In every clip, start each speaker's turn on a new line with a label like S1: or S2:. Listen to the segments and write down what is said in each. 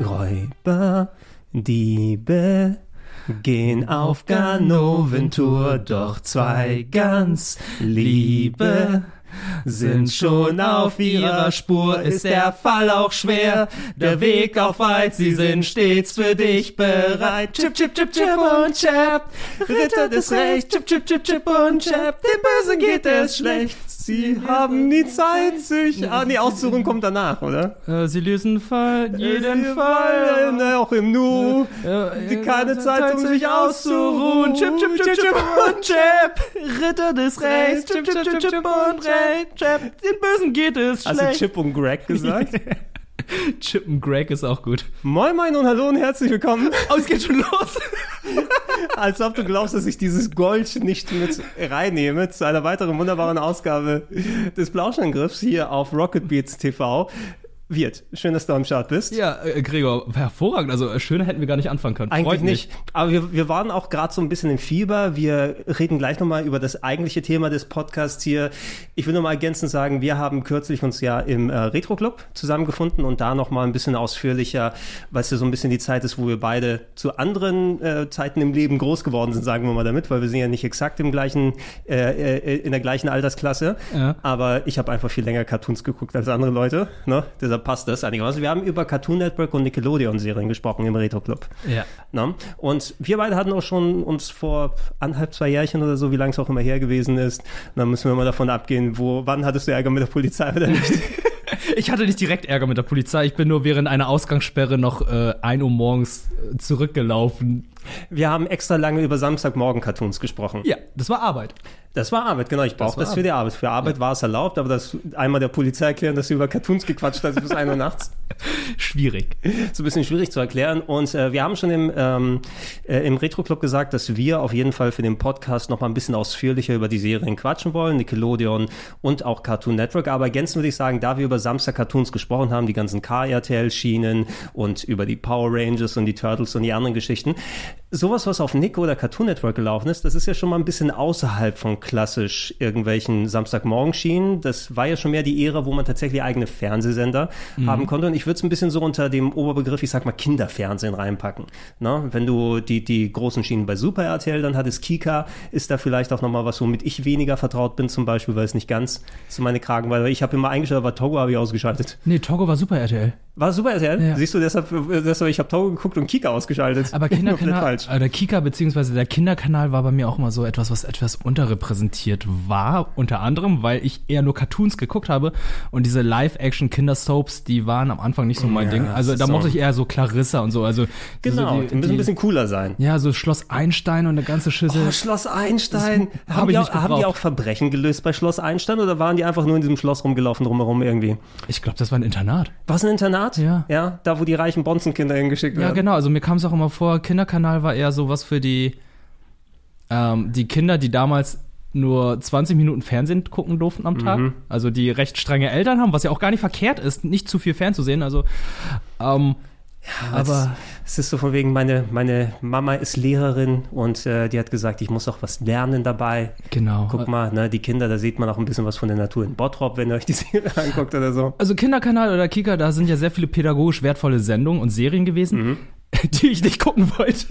S1: Räuber, Diebe gehen auf Ganoventour, doch zwei ganz Liebe sind schon auf ihrer Spur, ist der Fall auch schwer, der Weg auch weit, sie sind stets für dich bereit. Chip, chip, chip, chip und chap, Ritter des Rechts, chip, chip, chip, chip und chap, dem Bösen geht es schlecht. Sie haben nie Zeit, sich... Ah, nee, Aussuchen kommt danach, oder?
S2: Äh, sie lösen Fall, jeden
S1: Äh,
S2: Fall.
S1: äh, ne, auch im Nu.
S2: Äh,
S1: Die
S2: äh,
S1: keine
S2: äh,
S1: Zeit, um sich auszuruhen. Chip, chip, chip, chip und chip. Ritter des Rechts. Chip, chip, chip, chip und Rechts.
S2: Chip. Den Bösen geht es
S1: Hast du
S2: schlecht.
S1: Chip und Greg gesagt?
S2: Chip und Greg ist auch gut.
S1: moin, moin und hallo und herzlich willkommen.
S2: Oh, es geht schon los.
S1: Als ob du glaubst, dass ich dieses Gold nicht mit reinnehme zu einer weiteren wunderbaren Ausgabe des Blauschangriffs hier auf Rocket Beats TV. Wirt, schön, dass du am Start bist.
S2: Ja, äh, Gregor, hervorragend. Also äh, schöner hätten wir gar nicht anfangen können.
S1: Eigentlich
S2: Freut mich.
S1: nicht. Aber wir, wir waren auch gerade so ein bisschen im Fieber. Wir reden gleich nochmal über das eigentliche Thema des Podcasts hier. Ich will nochmal ergänzend sagen, wir haben kürzlich uns ja im äh, Retro Club zusammengefunden und da nochmal ein bisschen ausführlicher, weil es ja so ein bisschen die Zeit ist, wo wir beide zu anderen äh, Zeiten im Leben groß geworden sind, sagen wir mal damit, weil wir sind ja nicht exakt im gleichen, äh, äh, in der gleichen Altersklasse.
S2: Ja.
S1: Aber ich habe einfach viel länger Cartoons geguckt als andere Leute. Ne? Deshalb passt das einigermaßen. Wir haben über Cartoon Network und Nickelodeon-Serien gesprochen im Retro Club.
S2: Ja.
S1: Na? Und wir beide hatten auch schon uns vor anderthalb, zwei Jährchen oder so, wie lange es auch immer her gewesen ist, da müssen wir mal davon abgehen, wo, wann hattest du Ärger mit der Polizei oder nicht?
S2: Ich hatte nicht direkt Ärger mit der Polizei. Ich bin nur während einer Ausgangssperre noch äh, 1 Uhr morgens äh, zurückgelaufen.
S1: Wir haben extra lange über Samstagmorgen-Cartoons gesprochen.
S2: Ja, das war Arbeit.
S1: Das war Arbeit, genau. Ich brauche
S2: war
S1: das, für die Arbeit. Für Arbeit war es erlaubt, aber das einmal der Polizei erklären, dass sie über Cartoons gequatscht hat bis 1 Uhr nachts.
S2: Schwierig.
S1: so ein bisschen schwierig zu erklären. Und äh, wir haben schon im, ähm, äh, im Retro-Club gesagt, dass wir auf jeden Fall für den Podcast noch mal ein bisschen ausführlicher über die Serien quatschen wollen, Nickelodeon und auch Cartoon Network. Aber ergänzend würde ich sagen, da wir über Samstag-Cartoons gesprochen haben, die ganzen KRTL-Schienen und über die Power Rangers und die Turtles und die anderen Geschichten, sowas, was auf Nick oder Cartoon Network gelaufen ist, das ist ja schon mal ein bisschen außerhalb von klassisch irgendwelchen Samstagmorgenschienen. Das war ja schon mehr die Ära, wo man tatsächlich eigene Fernsehsender
S2: Mhm.
S1: haben konnte. Und ich würde es ein bisschen so unter dem Oberbegriff, ich sag mal, Kinderfernsehen reinpacken. Na, wenn du die, die großen Schienen bei Super RTL, dann hat es Kika, ist da vielleicht auch nochmal was, womit ich weniger vertraut bin, zum Beispiel, weil es nicht ganz so meine Kragen war. Ich habe immer eingeschaltet, aber Togo habe ich ausgeschaltet.
S2: Nee, Togo war super RTL.
S1: War Super RTL?
S2: Ja.
S1: Siehst du, deshalb, äh, deshalb ich habe Togo geguckt und Kika ausgeschaltet.
S2: Aber
S1: Komplett
S2: Kinderkanal,
S1: falsch.
S2: äh, der Kika beziehungsweise der Kinderkanal war bei mir auch immer so etwas, was etwas unterrepräsentiert war, unter anderem, weil ich eher nur Cartoons geguckt habe und diese Live-Action Kindersoaps, die waren am Anfang nicht so mein
S1: Ja,
S2: Ding. Also
S1: das
S2: da
S1: ist so.
S2: mochte ich eher so Clarissa und so, also
S1: Genau,
S2: so
S1: die, müssen ein bisschen cooler sein.
S2: ja, so Schloss Einstein und eine ganze Schüssel.
S1: Oh, Schloss Einstein.
S2: Das Äh, hab
S1: haben,
S2: ich
S1: die
S2: nicht
S1: auch, haben die
S2: gebraucht.
S1: auch Verbrechen gelöst bei Schloss Einstein oder waren die einfach nur in diesem Schloss rumgelaufen drumherum irgendwie?
S2: ich glaube, das war ein Internat.
S1: War es ein Internat?
S2: Ja.
S1: Ja, da wo die reichen Bonzenkinder hingeschickt
S2: Ja,
S1: werden.
S2: genau. Also mir kam es auch immer vor, Kinderkanal war eher sowas für die, ähm, die Kinder, die damals nur 20 Minuten Fernsehen gucken durften am Tag. Also die recht strenge Eltern haben, was ja auch gar nicht verkehrt ist, nicht zu viel fernzusehen. Also, ähm, aber
S1: es, es ist so von wegen, meine, meine Mama ist Lehrerin und äh, die hat gesagt, ich muss auch was lernen dabei.
S2: genau.
S1: Guck mal, ne, die Kinder, da sieht man auch ein bisschen was von der Natur in Bottrop, wenn ihr euch die Serie anguckt oder so.
S2: Also Kinderkanal oder Kika, da sind ja sehr viele pädagogisch wertvolle Sendungen und Serien gewesen. Die ich nicht gucken wollte.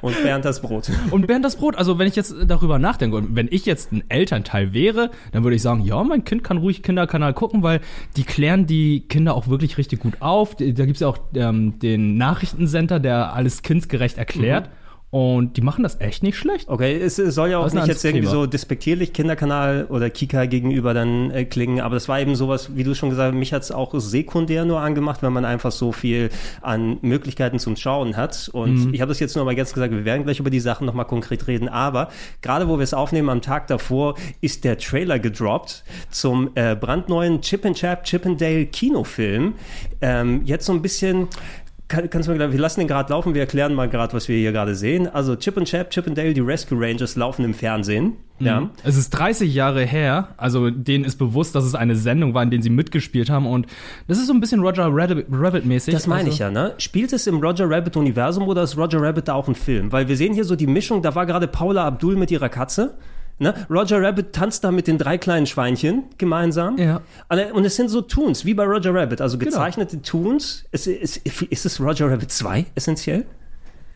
S1: Und Bernd das Brot.
S2: Und Bernd das Brot, also wenn ich jetzt darüber nachdenke und wenn ich jetzt ein Elternteil wäre, dann würde ich sagen, ja, mein Kind kann ruhig Kinderkanal gucken, weil die klären die Kinder auch wirklich richtig gut auf. Da gibt's ja auch ähm, den Nachrichtensender, der alles kindgerecht erklärt. Und die machen das echt nicht schlecht.
S1: Mhm. Okay, es es soll ja auch
S2: Das ist ein
S1: nicht jetzt
S2: anderes
S1: irgendwie
S2: Thema.
S1: so despektierlich Kinderkanal oder Kika gegenüber dann äh, klingen, aber das war eben sowas, wie du schon gesagt hast, mich hat's auch sekundär nur angemacht, wenn man einfach so viel an Möglichkeiten zum Schauen hat. Und
S2: Mhm.
S1: ich habe das jetzt nur mal ganz gesagt, wir werden gleich über die Sachen nochmal konkret reden, aber gerade wo wir es aufnehmen, am Tag davor ist der Trailer gedroppt zum äh, brandneuen Chip and Chap Chippendale Kinofilm. Ähm, jetzt so ein bisschen kann, kannst du mir gleich, wir lassen den gerade laufen, wir erklären mal gerade, was wir hier gerade sehen. Also Chip und Chap, Chip und Dale, die Rescue Rangers laufen im Fernsehen. Ja.
S2: Es ist 30 Jahre her, also denen ist bewusst, dass es eine Sendung war, in der sie mitgespielt haben und das ist so ein bisschen Roger Rabbit- Rabbit-mäßig.
S1: Das meine
S2: also,
S1: ich ja, ne? Spielt es im Roger Rabbit Universum oder ist Roger Rabbit da auch ein Film? Weil wir sehen hier so die Mischung, da war gerade Paula Abdul mit ihrer Katze. Ne? Roger Rabbit tanzt da mit den drei kleinen Schweinchen gemeinsam.
S2: Ja. Genau.
S1: Alle- Und es sind so Toons, wie bei Roger Rabbit. Also gezeichnete Toons. Ist, ist, ist es Roger Rabbit 2 essentiell?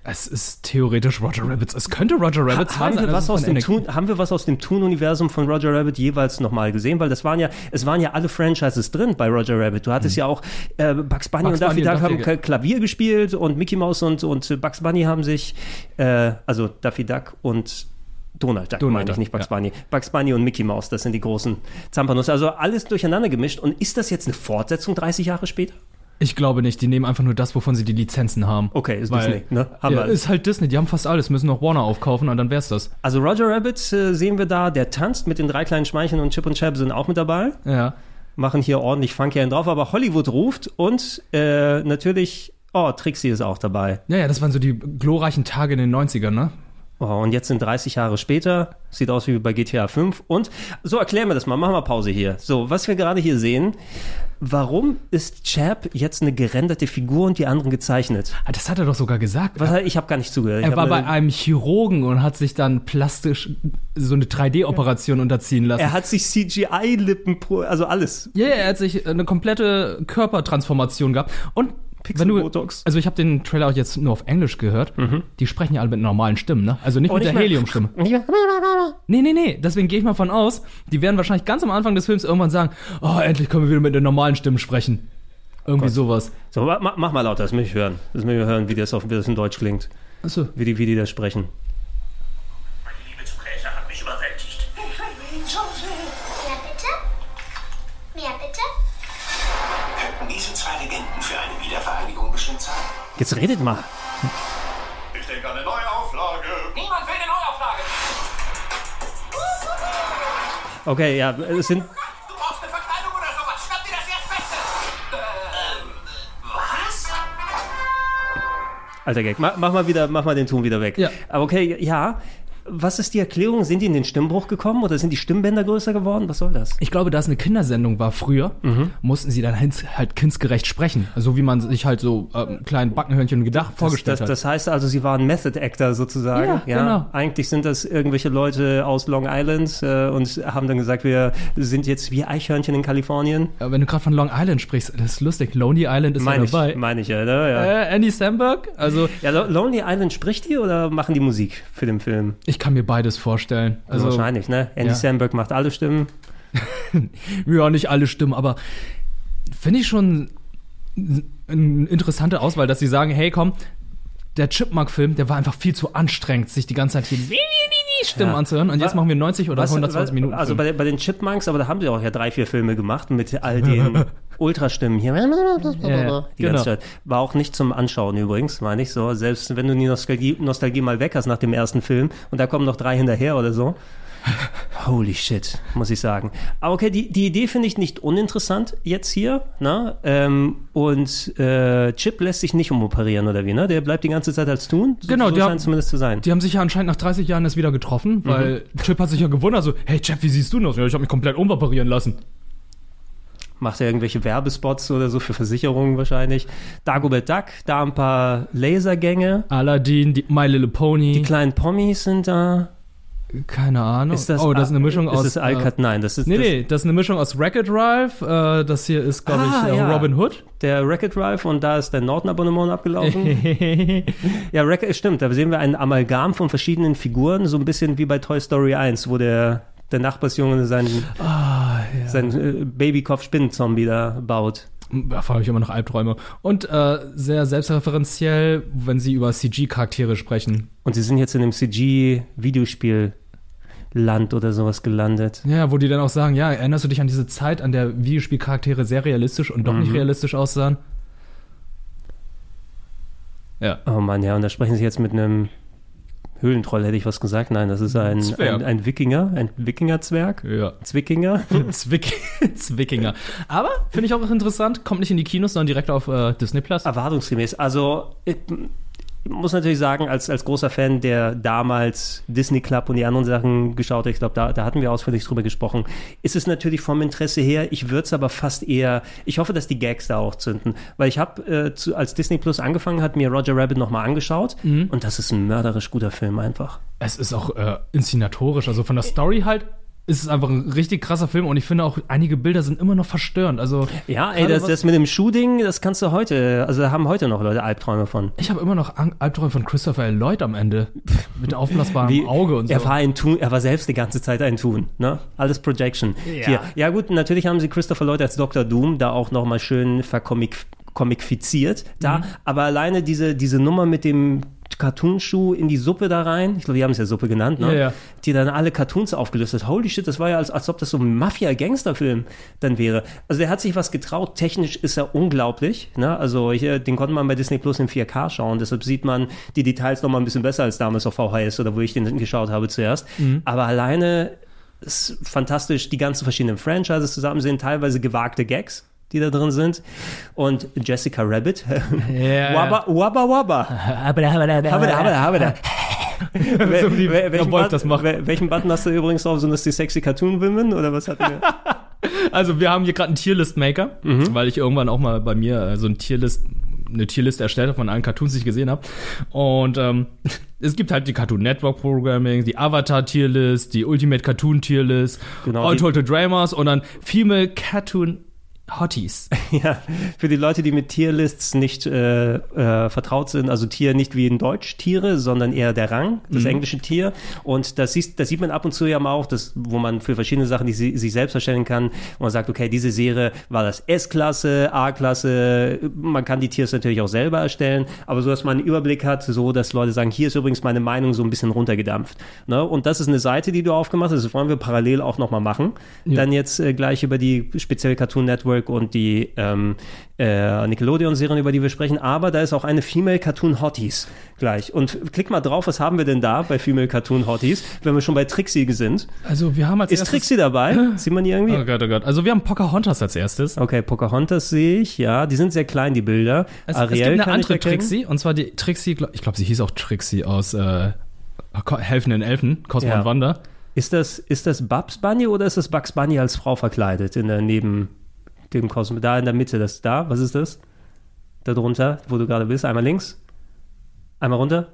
S2: Es ist theoretisch Roger Rabbits. Es könnte Roger Rabbits
S1: Ha- haben,
S2: sein.
S1: wir was
S2: also
S1: aus
S2: von
S1: dem
S2: Anakin.
S1: Toon, haben wir was aus dem Toon-Universum von Roger Rabbit jeweils nochmal gesehen? Weil das waren ja, es waren ja alle Franchises drin bei Roger Rabbit. Du hattest ja auch äh, Bugs Bunny
S2: Hm. Bugs
S1: und Daffy
S2: Bunny und
S1: Duck
S2: Daffy
S1: haben
S2: Duck.
S1: K- Klavier gespielt und Mickey Mouse und, und Bugs Bunny haben sich, äh, also Daffy Duck und Donald Duck
S2: Donald
S1: meine ich,
S2: Duck,
S1: nicht Bugs
S2: ja.
S1: Bunny. Bugs Bunny und Mickey Mouse, das sind die großen Zampanos. Also alles durcheinander gemischt. Und ist das jetzt eine Fortsetzung 30 Jahre später?
S2: Ich glaube nicht, die nehmen einfach nur das, wovon sie die Lizenzen haben.
S1: Okay, ist
S2: Weil-
S1: Disney, ne? Haben wir
S2: ja,
S1: alles.
S2: ist halt Disney, die haben fast alles, müssen noch Warner aufkaufen und dann wär's das.
S1: Also Roger Rabbit äh, sehen wir da, der tanzt mit den drei kleinen Schweinchen und Chip und Chap sind auch mit dabei.
S2: Ja.
S1: machen hier ordentlich Funky einen drauf, aber Hollywood ruft und äh, natürlich, oh, Trixie ist auch dabei.
S2: Ja, ja, das waren so die glorreichen Tage in den 90ern, ne?
S1: Oh, und jetzt sind 30 Jahre später, sieht aus wie bei GTA 5 und so erklären wir das mal, machen wir Pause hier. So, was wir gerade hier sehen, warum ist Chap jetzt eine gerenderte Figur und die anderen gezeichnet?
S2: Ah, Das hat er doch sogar gesagt.
S1: Was, ich habe gar nicht zugehört. Ich
S2: Er
S1: hab
S2: war
S1: nur-
S2: bei einem Chirurgen und hat sich dann plastisch so eine 3D-Operation unterziehen lassen.
S1: er hat sich CGI-Lippen, pro- also alles.
S2: Ja, ja, er hat sich eine komplette Körpertransformation gehabt. Und wenn du,
S1: Botox.
S2: also ich habe den Trailer auch jetzt nur auf Englisch gehört. Die sprechen ja alle mit normalen Stimmen, ne? Also nicht
S1: Und
S2: mit
S1: Mhm. nicht
S2: der
S1: mal-
S2: Heliumstimme.
S1: Nicht mal-
S2: Nee, nee, nee. Deswegen gehe ich mal von aus, die werden wahrscheinlich ganz am Anfang des Films irgendwann sagen, oh, endlich können wir wieder mit den normalen Stimmen sprechen. Irgendwie sowas.
S1: So, ma- ma- mach mal lauter, das möchte ich hören. Das möchte ich hören, wie das, auf, wie das in Deutsch klingt,
S2: Achso.
S1: wie die, wie die das sprechen.
S3: Meine Liebe zu Käse hat mich überwältigt.
S4: Mehr bitte? Mehr bitte?
S5: Könnten diese zwei Legenden für eine Wiedervereinigung bestimmt sein?
S1: Jetzt redet mal.
S5: Ich denke an eine neue Auflage.
S3: Niemand will eine Neuauflage. Oh
S1: Okay, ja, es sind.
S3: Du brauchst eine Verkleidung oder sowas. Schnapp dir das Erstbeste. Ähm, was?
S1: Alter Gag, mach, mach mal wieder, mach mal den Ton wieder weg.
S2: Ja.
S1: Aber okay, ja. Was ist die Erklärung? Sind die in den Stimmbruch gekommen oder sind die Stimmbänder größer geworden? Was soll das?
S2: Ich glaube, da es eine Kindersendung war früher,
S1: Mhm.
S2: mussten sie dann hin- halt kindsgerecht sprechen. So wie man sich halt so ähm, kleinen Backenhörnchen gedacht vorgestellt
S1: Das, das heißt also, sie waren Method Actor sozusagen.
S2: Ja, genau.
S1: Eigentlich sind das irgendwelche Leute aus Long Island äh, und haben dann gesagt, wir sind jetzt wie Eichhörnchen in Kalifornien.
S2: hat. Äh, Wenn du gerade von Long Island sprichst, das ist lustig. Lonely Island ist
S1: Meine
S2: ja
S1: ich,
S2: dabei.
S1: meine ich ja. Ne? ja.
S2: Äh, Andy Samberg? Also,
S1: ja, Lo- Lonely Island spricht die oder machen die Musik für den Film?
S2: ich kann mir beides vorstellen. Also,
S1: wahrscheinlich, ne? Andy
S2: ja.
S1: Samberg macht alle Stimmen.
S2: Ja, nicht alle stimmen, aber finde ich schon eine interessante Auswahl, dass sie sagen, hey, komm, der Chipmunk-Film, der war einfach viel zu anstrengend, sich die ganze Zeit hier Stimmen
S1: Ja.
S2: anzuhören. Und
S1: Was-
S2: jetzt machen wir 90 oder
S1: Was-
S2: 120
S1: was-
S2: Minuten.
S1: Also
S2: Film.
S1: bei, den- bei den Chipmunks, aber da haben sie auch ja drei, vier Filme gemacht mit all den Ultrastimmen hier.
S2: ja,
S1: die ganze
S2: genau.
S1: Zeit. War auch nicht zum Anschauen übrigens, meine ich so. Selbst wenn du die Nostalgie, Nostalgie mal weg hast nach dem ersten Film und da kommen noch drei hinterher oder so. Holy shit, muss ich sagen. Aber okay, die, die Idee finde ich nicht uninteressant jetzt hier. Ne? Ähm, und äh, Chip lässt sich nicht umoperieren oder wie, ne? Der bleibt die ganze Zeit als Tun. So,
S2: Genau,
S1: so
S2: der-
S1: scheint es zumindest zu sein.
S2: Die haben sich ja anscheinend nach 30 Jahren erst wieder
S1: Mhm.
S2: getroffen, weil Chip hat sich ja gewundert, so, hey Chip, wie siehst du denn aus? Ja, ich habe mich komplett umoperieren lassen.
S1: macht er irgendwelche Werbespots oder so für Versicherungen wahrscheinlich. Dagobert Duck, da ein paar Lasergänge.
S2: Aladdin, die My Little
S1: Die
S2: Pony,
S1: kleinen Promis sind da.
S2: keine Ahnung.
S1: Ist das,
S2: oh, das ist eine Mischung
S1: ist
S2: aus...
S1: Ist das
S2: äh,
S1: Alcat? Nein, das ist
S2: Nee,
S1: das,
S2: nee, das ist eine Mischung aus Wreck-It Ralph, äh, das hier ist, glaube
S1: Ah,
S2: ich, äh,
S1: ja.
S2: Robin Hood.
S1: der Racket Ralph und da ist dein Norton-Abonnement abgelaufen. Mhm. ja, Racket, stimmt, da sehen wir ein Amalgam von verschiedenen Figuren, so ein bisschen wie bei Toy Story 1, wo der,
S2: Ah,
S1: der Nachbarsjunge seinen, seinen äh, Babykopf-Spinnenzombie da baut.
S2: Davon habe ich immer noch Albträume. Und äh, sehr selbstreferenziell, wenn sie über CG-Charaktere sprechen.
S1: Und sie sind jetzt in einem CG-Videospielland oder sowas gelandet.
S2: Ja, wo die dann auch sagen, ja, erinnerst du dich an diese Zeit, an der Videospielcharaktere sehr realistisch und doch nicht realistisch aussahen? Ja.
S1: Oh Mann, ja, und da sprechen sie jetzt mit einem Höhlentroll, hätte ich was gesagt. Nein, das ist ein,
S2: Zwerg.
S1: ein, ein Wikinger, ein Wikingerzwerg.
S2: Ja.
S1: Zwickinger.
S2: Zwick Zwickinger. Aber finde ich auch interessant, kommt nicht in die Kinos, sondern direkt auf äh, Disney Plus.
S1: Erwartungsgemäß. Also, ich ich muss natürlich sagen, als, als großer Fan, der damals Disney Club und die anderen Sachen geschaut hat, ich glaube, da, da hatten wir ausführlich drüber gesprochen, ist es natürlich vom Interesse her, ich würde es aber fast eher, ich hoffe, dass die Gags da auch zünden, weil ich habe, äh, zu- als Disney Plus angefangen hat, mir Roger Rabbit nochmal angeschaut und das ist ein mörderisch guter Film einfach.
S2: Es ist auch äh, inszenatorisch, also von der Story halt ist es einfach ein richtig krasser Film und ich finde auch einige Bilder sind immer noch verstörend. Also
S1: Ja, ey,
S2: gerade
S1: das,
S2: was-
S1: das mit dem Shooting, das kannst du heute, also da haben heute noch Leute Albträume von.
S2: ich habe immer noch Ang- Albträume von Christopher Lloyd am Ende mit aufblasbarem
S1: Wie-
S2: Auge und so.
S1: Er war, ein Tun, er war selbst die ganze Zeit ein Tun. Ne? Alles Projection. Ja. Hier. ja gut, natürlich haben sie Christopher Lloyd als Dr. Doom da auch nochmal schön vercomic comicfiziert.
S2: Mhm.
S1: Da, Aber alleine diese, diese Nummer mit dem Cartoonschuh in die Suppe da rein, ich glaube, die haben es ja Suppe genannt, ne?
S2: Ja, ja.
S1: die dann alle Cartoons aufgelöst hat. Holy shit, das war ja, als, als ob das so ein Mafia-Gangster-Film dann wäre. Also der hat sich was getraut. Technisch ist er unglaublich. Ne? Also ich, äh, den konnte man bei Disney Plus in 4K schauen. Deshalb sieht man die Details noch mal ein bisschen besser als damals auf VHS oder wo ich den geschaut habe zuerst.
S2: Mhm.
S1: Aber alleine ist fantastisch, die ganzen verschiedenen Franchises zusammen sind, teilweise gewagte Gags die da drin sind. Und Jessica Rabbit.
S2: Ja.
S1: Wabba, wabba, wabba. Habada, habada, habada.
S2: So
S1: Wel-
S2: wie der
S1: welchen,
S2: Wolf
S1: Button,
S2: das macht.
S1: wel- welchen Button hast du übrigens drauf? Sind das die sexy Cartoon Women oder was hatten wir?
S2: Also wir haben hier gerade einen Tierlist-Maker, weil ich irgendwann auch mal bei mir äh, so ein Tierlist, eine Tierliste erstellt habe von allen Cartoons, die ich gesehen habe. Und ähm, es gibt halt die Cartoon Network Programming, die Avatar Tierlist, die Ultimate Cartoon Tierlist,
S1: Genau,
S2: All
S1: die-
S2: Told to Dramas und dann Female Cartoon Hotties.
S1: ja, für die Leute, die mit Tierlists nicht äh, äh, vertraut sind, also Tier nicht wie in Deutsch Tiere, sondern eher der Rang, das englische Tier. Und das, siehst, das sieht man ab und zu ja mal auch, dass, wo man für verschiedene Sachen, die sie, sich selbst erstellen kann, wo man sagt, okay, diese Serie war das S-Klasse, A-Klasse, man kann die Tiers natürlich auch selber erstellen, aber so, dass man einen Überblick hat, so, dass Leute sagen, hier ist übrigens meine Meinung so ein bisschen runtergedampft. Ne? Und das ist eine Seite, die du aufgemacht hast, das wollen wir parallel auch nochmal machen. Dann jetzt äh, gleich über die speziell Cartoon Network und die ähm, äh, Nickelodeon-Serien, über die wir sprechen, aber da ist auch eine Female Cartoon Hotties gleich. Und klick mal drauf, was haben wir denn da bei Female Cartoon Hotties, wenn wir schon bei Trixie sind.
S2: Also wir haben als
S1: Ist Trixie dabei? Sieht man die irgendwie?
S2: Oh Gott, oh Gott. Also wir haben Pocahontas als erstes.
S1: Okay, Pocahontas sehe ich, ja. Die sind sehr klein, die Bilder.
S2: Es, es gibt eine
S1: kann ich
S2: andere
S1: erkennen.
S2: Trixie, und zwar die Trixie, glaub- ich glaube, sie hieß auch Trixie aus äh, Helfenden Elfen, Cosmo
S1: Ja.
S2: und Wanda.
S1: Ist das, ist das Babs Bunny oder ist das Bugs Bunny als Frau verkleidet in der neben dem Kosmos? Da in der Mitte, das da, was ist das? Da drunter, wo du gerade bist, einmal links, einmal runter,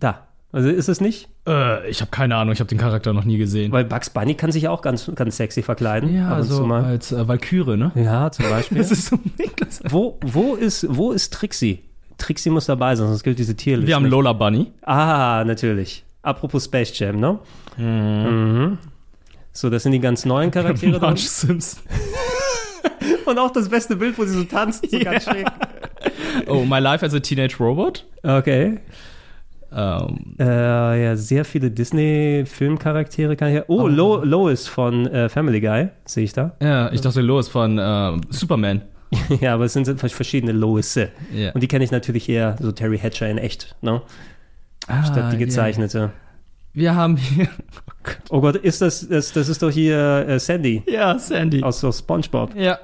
S1: da. Also ist es nicht?
S2: Äh, ich habe keine Ahnung, ich habe den Charakter noch nie gesehen.
S1: Weil Bugs Bunny kann sich ja auch ganz, ganz sexy verkleiden.
S2: ja,
S1: ab und zu
S2: also
S1: mal.
S2: als äh, Valkyrie, ne?
S1: Ja, zum Beispiel.
S2: Das ist so Niklas.
S1: wo, wo, ist, wo ist Trixie? Trixie muss dabei sein, sonst gilt diese Tierliste.
S2: Wir haben Lola Bunny.
S1: Ah, natürlich. Apropos Space Jam, ne? Mhm. So, das sind die ganz neuen Charaktere. drin.
S2: Marge Simpson.
S1: Und auch das beste Bild, wo sie so tanzt, so ganz schräg.
S2: Oh, My Life as a Teenage Robot.
S1: Okay.
S2: Ähm,
S1: Äh, ja, sehr viele Disney-Filmcharaktere kann ich. Oh, Lo Lois von äh, Family Guy, sehe ich da.
S2: ja, ich dachte, Lois von ähm, Superman.
S1: ja, aber es sind, sind verschiedene Loisse.
S2: Ja.
S1: Und die kenne ich natürlich eher so Terry Hatcher in echt, ne?
S2: Ah,
S1: Statt die
S2: ja.
S1: gezeichnete.
S2: Wir haben hier.
S1: Oh Gott, ist das, das, das ist doch hier äh, Sandy
S2: ja, Sandy.
S1: aus, aus SpongeBob.
S2: Ja.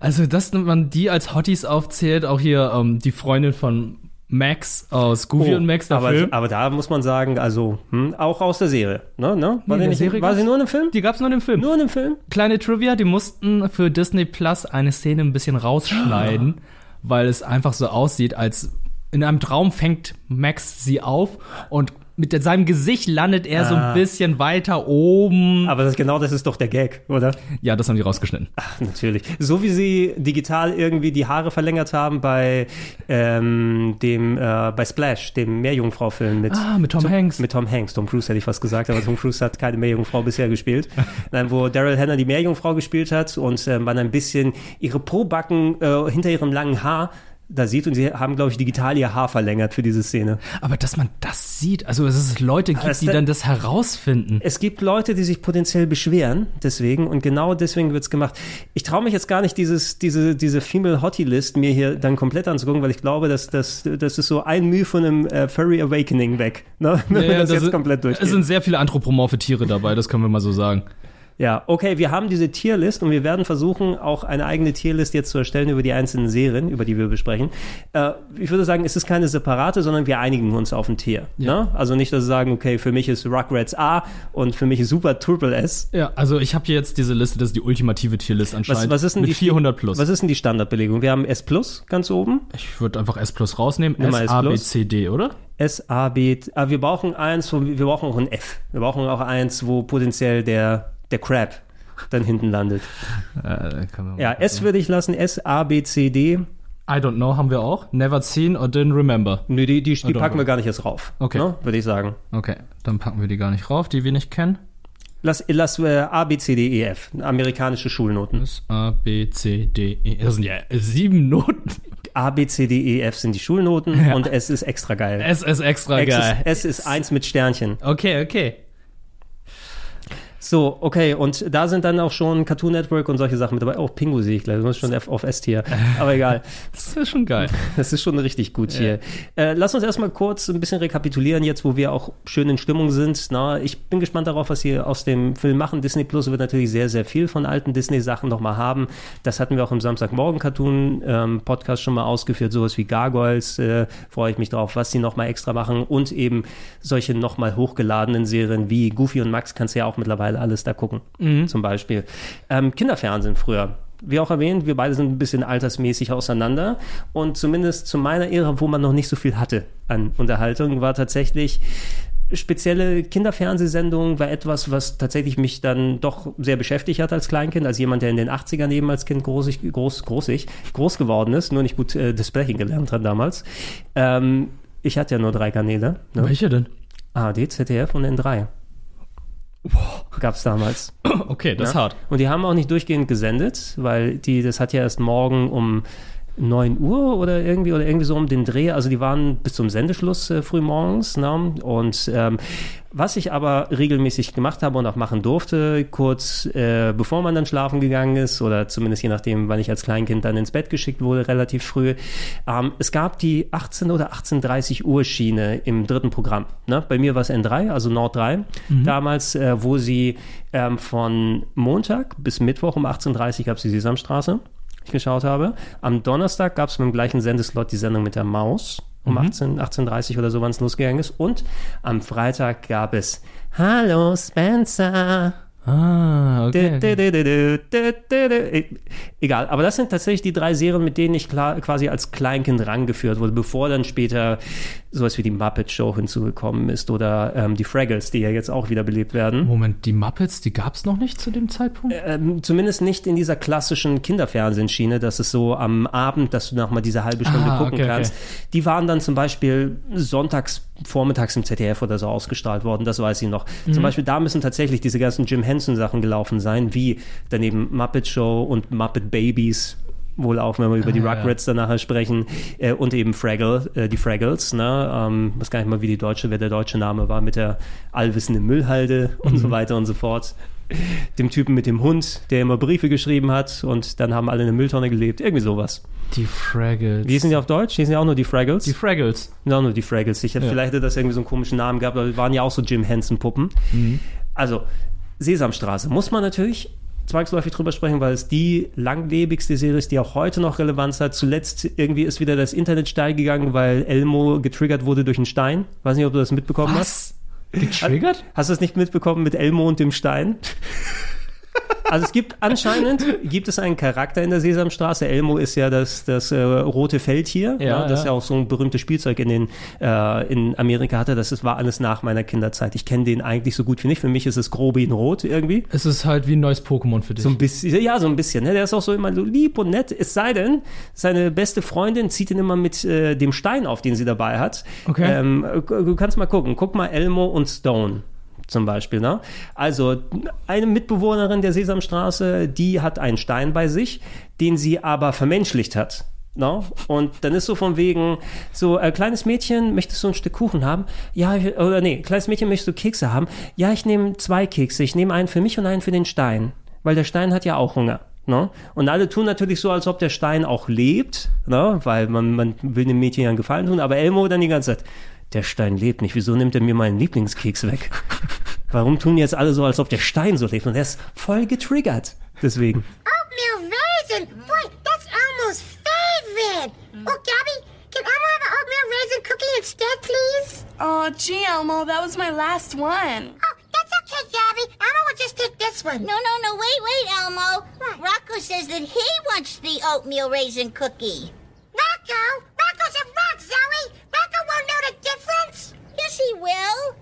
S2: Also, dass man die als Hotties aufzählt, auch hier ähm, die Freundin von Max aus Goofy
S1: Oh,
S2: und Max, der
S1: aber,
S2: Film.
S1: aber da muss man sagen, also hm, auch aus der Serie, ne? ne? War,
S2: Nee,
S1: die
S2: der
S1: nicht,
S2: Serie
S1: war sie
S2: gab's-
S1: nur in einem Film?
S2: Die gab's nur in dem Film.
S1: Nur in einem Film?
S2: Kleine Trivia, die mussten für Disney Plus eine Szene ein bisschen rausschneiden, weil es einfach so aussieht, als in einem Traum fängt Max sie auf und mit de- seinem Gesicht landet er so ein bisschen weiter oben.
S1: Aber das ist genau das ist doch der Gag, oder?
S2: Ja, das haben die rausgeschnitten.
S1: Ach, natürlich. So wie sie digital irgendwie die Haare verlängert haben bei ähm, dem äh, bei Splash, dem Meerjungfrau-Film mit
S2: Ah, mit Tom Hanks.
S1: mit Tom Hanks. Tom Cruise hätte ich fast gesagt, aber Tom Cruise hat keine Meerjungfrau bisher gespielt. Nein, wo Daryl Hannah die Meerjungfrau gespielt hat und äh, man ein bisschen ihre Probacken äh, hinter ihrem langen Haar da sieht und sie haben, glaube ich, digital ihr Haar verlängert für diese Szene.
S2: Aber dass man das sieht, also dass es Leute gibt,
S1: das-
S2: die dann das herausfinden.
S1: Es gibt Leute, die sich potenziell beschweren, deswegen, und genau deswegen wird's gemacht. Ich traue mich jetzt gar nicht, dieses, diese, diese Female Hottie List mir hier dann komplett anzugucken, weil ich glaube, dass das, das ist so ein Mühe von einem äh, Furry Awakening weg, ne? wenn wir das, jetzt
S2: sind-
S1: komplett
S2: Es sind
S1: durchgehen.
S2: sehr viele anthropomorphe Tiere dabei, das können wir mal so sagen.
S1: Ja, okay, wir haben diese Tierlist und wir werden versuchen, auch eine eigene Tierlist jetzt zu erstellen über die einzelnen Serien, über die wir besprechen. Äh, ich würde sagen, es ist keine separate, sondern wir einigen uns auf ein Tier. Ne? Also nicht, dass wir sagen, okay, für mich ist Rugrats A und für mich ist Super Triple S.
S2: Ja, also ich habe hier jetzt diese Liste, das ist die ultimative Tierliste anscheinend.
S1: Was, was ist denn
S2: mit
S1: die
S2: 400 plus.
S1: Was ist denn die Standardbelegung? Wir haben S plus ganz oben.
S2: ich würde einfach S plus rausnehmen,
S1: Nimm
S2: S,
S1: mal S+.
S2: A, B, C, D, oder?
S1: S, A, B. Ah, wir brauchen eins, wo, wir brauchen auch ein F. Wir brauchen auch eins, wo potenziell der, der Crab dann hinten landet.
S2: Äh, kann man
S1: Ja, S würde ich lassen. S, A, B, C, D.
S2: I don't know haben wir auch. Never seen or didn't remember.
S1: Nö, die, die, die
S2: doch,
S1: packen
S2: doch.
S1: wir gar nicht erst rauf. ne,
S2: Okay.
S1: würde ich sagen.
S2: Okay, dann packen wir die gar nicht rauf, die wir nicht kennen.
S1: Lass, lass äh, A, B, C, D, E, F. Amerikanische Schulnoten.
S2: S, A, B, C, D, E. Das sind ja sieben Noten.
S1: A, B, C, D, E, F sind die Schulnoten und S ist extra geil.
S2: S ist extra
S1: X
S2: geil.
S1: Ist, S ist eins mit Sternchen.
S2: Okay, okay.
S1: So, okay, und da sind dann auch schon Cartoon Network und solche Sachen mit dabei. Auch Pingu sehe ich gleich, das ist schon F auf S-Tier. Aber egal,
S2: Das ist schon geil.
S1: das ist schon richtig gut hier. Äh, lass uns erstmal kurz ein bisschen rekapitulieren, jetzt wo wir auch schön in Stimmung sind. Na, ich bin gespannt darauf, was sie aus dem Film machen. Disney Plus wird natürlich sehr, sehr viel von alten Disney-Sachen nochmal haben. Das hatten wir auch im Samstagmorgen-Cartoon-Podcast schon mal ausgeführt. Sowas wie Gargoyles, äh, freue ich mich drauf, was sie nochmal extra machen. Und eben solche nochmal hochgeladenen Serien wie Goofy und Max kannst du ja auch mittlerweile alles da gucken. Zum Beispiel. Ähm, Kinderfernsehen früher. Wie auch erwähnt, wir beide sind ein bisschen altersmäßig auseinander. Und zumindest zu meiner Ära, wo man noch nicht so viel hatte an Unterhaltung, war tatsächlich spezielle Kinderfernsehsendung war etwas, was tatsächlich mich dann doch sehr beschäftigt hat als Kleinkind, als jemand, der in den 80ern eben als Kind großig, groß, großig, groß geworden ist, nur nicht gut äh, das Sprechen gelernt hat damals. Ähm, ich hatte ja nur drei Kanäle. Ne?
S2: Welche denn?
S1: ARD, ZDF und N3. Gab's damals.
S2: Okay, das ist
S1: Ja.
S2: hart.
S1: Und die haben auch nicht durchgehend gesendet, weil die, das hat ja erst morgen um 9 Uhr oder irgendwie oder irgendwie so um den Dreh. Also die waren bis zum Sendeschluss äh, frühmorgens. Ne? Und ähm, was ich aber regelmäßig gemacht habe und auch machen durfte, kurz äh, bevor man dann schlafen gegangen ist oder zumindest je nachdem, wann ich als Kleinkind dann ins Bett geschickt wurde, relativ früh. Ähm, es gab die 18 oder 18.30 Uhr Schiene im dritten Programm. Ne? Bei mir war es N3, also Nord 3, damals, äh, wo sie ähm, von Montag bis Mittwoch um 18.30 Uhr gab es die Sesamstraße, die ich geschaut habe. Am Donnerstag gab es mit dem gleichen Sendeslot die Sendung mit der Maus um 18, 18.30 Uhr oder so, wann es losgegangen ist. Und am Freitag gab es Hallo Spencer.
S2: Ah, okay.
S1: Du, du, du, du, du, du, du. E- Egal, aber das sind tatsächlich die drei Serien, mit denen ich klar, quasi als Kleinkind rangeführt wurde, bevor dann später sowas wie die Muppet Show hinzugekommen ist oder ähm, die Fraggles, die ja jetzt auch wieder belebt werden.
S2: Moment, die Muppets, die gab's noch nicht zu dem Zeitpunkt?
S1: Ähm, zumindest nicht in dieser klassischen Kinderfernsehschiene, dass es so am Abend, dass du noch mal diese halbe Stunde
S2: Ah,
S1: gucken
S2: okay,
S1: kannst. Die waren dann zum Beispiel sonntags, vormittags im ZDF oder so ausgestrahlt worden, das weiß ich noch.
S2: Mhm.
S1: Zum Beispiel da müssen tatsächlich diese ganzen Jim Henson-Sachen gelaufen sein, wie daneben Muppet Show und Muppet Babies. Wohl auch, wenn wir über die
S2: Ah, ja.
S1: Rugrats dann nachher sprechen. Äh, und eben Fraggle, äh, die Fraggles, ne? Ähm, weiß gar nicht mal, wie die deutsche, wer der deutsche Name war, mit der allwissenden Müllhalde und
S2: Mhm.
S1: so weiter und so fort dem Typen mit dem Hund, der immer Briefe geschrieben hat und dann haben alle in der Mülltonne gelebt. Irgendwie sowas.
S2: Die Fraggles.
S1: Wie hießen die auf Deutsch? Die hießen ja auch nur die Fraggles.
S2: die Fraggles.
S1: sind auch nur die Fraggles. Ich hätte, Vielleicht hätte das irgendwie so einen komischen Namen gehabt, aber waren ja auch so Jim Henson-Puppen. Also, Sesamstraße muss man natürlich zwangsläufig drüber sprechen, weil es die langlebigste Serie ist, die auch heute noch Relevanz hat. Zuletzt irgendwie ist wieder das Internet steil gegangen, weil Elmo getriggert wurde durch einen Stein. Weiß nicht, ob du das mitbekommen hast. Äh.
S2: Getriggert?
S1: Hast du das nicht mitbekommen mit Elmo und dem Stein? Also es gibt anscheinend gibt es einen Charakter in der Sesamstraße. Elmo ist ja das, das äh, rote Feld hier.
S2: Ja,
S1: Ja, das ist
S2: ja.
S1: ja auch so ein berühmtes Spielzeug in, den, äh, in Amerika hatte. Das ist, war alles nach meiner Kinderzeit. Ich kenne den eigentlich so gut wie nicht. Für mich ist es grob in Rot irgendwie.
S2: Es ist halt wie ein neues Pokémon für dich.
S1: So ein bisschen, ja, so ein bisschen. Ne? Der ist auch so immer so lieb und nett. Es sei denn, seine beste Freundin zieht ihn immer mit äh, dem Stein auf, den sie dabei hat.
S2: Okay.
S1: Ähm, äh, du kannst mal gucken. Guck mal Elmo und Stone. Zum Beispiel, ne? Also, eine Mitbewohnerin der Sesamstraße, die hat einen Stein bei sich, den sie aber vermenschlicht hat. No? Und dann ist so von wegen, so, äh, kleines Mädchen, möchtest du ein Stück Kuchen haben? Ja, ich- oder nee, kleines Mädchen, möchtest du Kekse haben? Ja, ich nehme zwei Kekse. Ich nehme einen für mich und einen für den Stein. Weil der Stein hat ja auch Hunger. Ne? Und alle tun natürlich so, als ob der Stein auch lebt, ne? weil man, man will dem Mädchen ja einen Gefallen tun, aber Elmo dann die ganze Zeit, der Stein lebt nicht, wieso nimmt er mir meinen Lieblingskeks weg? Warum tun jetzt alle so, als ob der Stein so lebt? Und er ist voll getriggert. Deswegen.
S6: Oatmeal raisin. Boy, that's Elmo's favorite. Oh, Gabby, can Elmo have an oatmeal raisin cookie instead, please?
S7: Oh, gee, Elmo, that was my last one.
S6: Oh, that's okay, Gabby. Elmo will just take this one.
S4: No, no, no, wait, wait, Elmo. Rocco says that he wants the oatmeal raisin cookie.
S6: Rocco, Rocco's a rock, Zoe. Rocco won't know the difference.
S4: Yes, he will.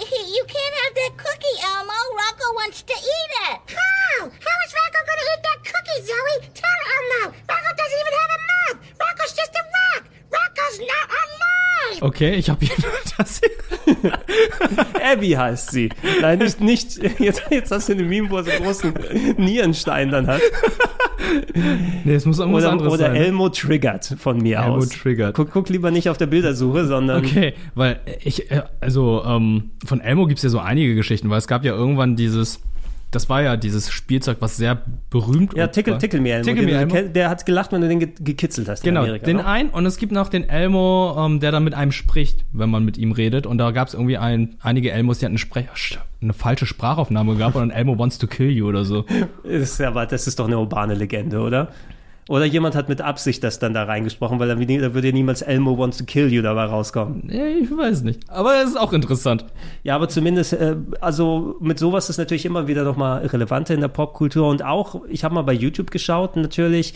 S4: He, he, you can't have that cookie, Elmo. Rocco wants to eat it.
S6: How? How is Rocco going to eat that cookie, Zoe? Tell Elmo. Rocco doesn't even have a mouth. Rocco's just a rock. Rocco's not alive.
S8: Oh,
S2: Okay, ich habe hier das hier.
S1: Abby heißt sie. Nein, nicht, nicht. Jetzt, jetzt hast du eine Meme, wo er so einen großen Nierenstein dann hat.
S2: Nee, es muss irgendwas
S1: Oder,
S2: anderes
S1: oder
S2: sein.
S1: Elmo triggert von mir
S2: Elmo
S1: aus.
S2: triggert.
S1: Guck, guck lieber nicht auf der Bildersuche, sondern.
S2: Okay, weil ich, äh, also ähm, von Elmo gibt's ja so einige Geschichten, weil es gab ja irgendwann dieses, das war ja dieses Spielzeug, was sehr berühmt
S1: Ja,
S2: und-
S1: Tickle, Tickle Me Elmo.
S2: Tickle
S1: den
S2: Me
S1: du
S2: Elmo.
S1: kenn- Der hat gelacht, wenn du den ge gekitzelt hast. in
S2: Genau,
S1: Amerika,
S2: den
S1: ne?
S2: einen und es gibt noch den Elmo, ähm, der dann mit einem spricht, wenn man mit ihm redet. Und da gab's irgendwie ein, einige Elmos, die hatten eine, Sprech eine falsche Sprachaufnahme gehabt und ein Elmo wants to kill you oder so.
S1: Das ist, aber das ist doch eine urbane Legende, oder? Oder jemand hat mit Absicht das dann da reingesprochen, weil dann, wie- da würde ja niemals Elmo wants to kill you dabei rauskommen.
S2: Nee, ich weiß nicht. Aber es ist auch interessant.
S1: Ja, aber zumindest, äh, also mit sowas ist natürlich immer wieder nochmal relevanter in der Popkultur und auch, ich habe mal bei YouTube geschaut natürlich,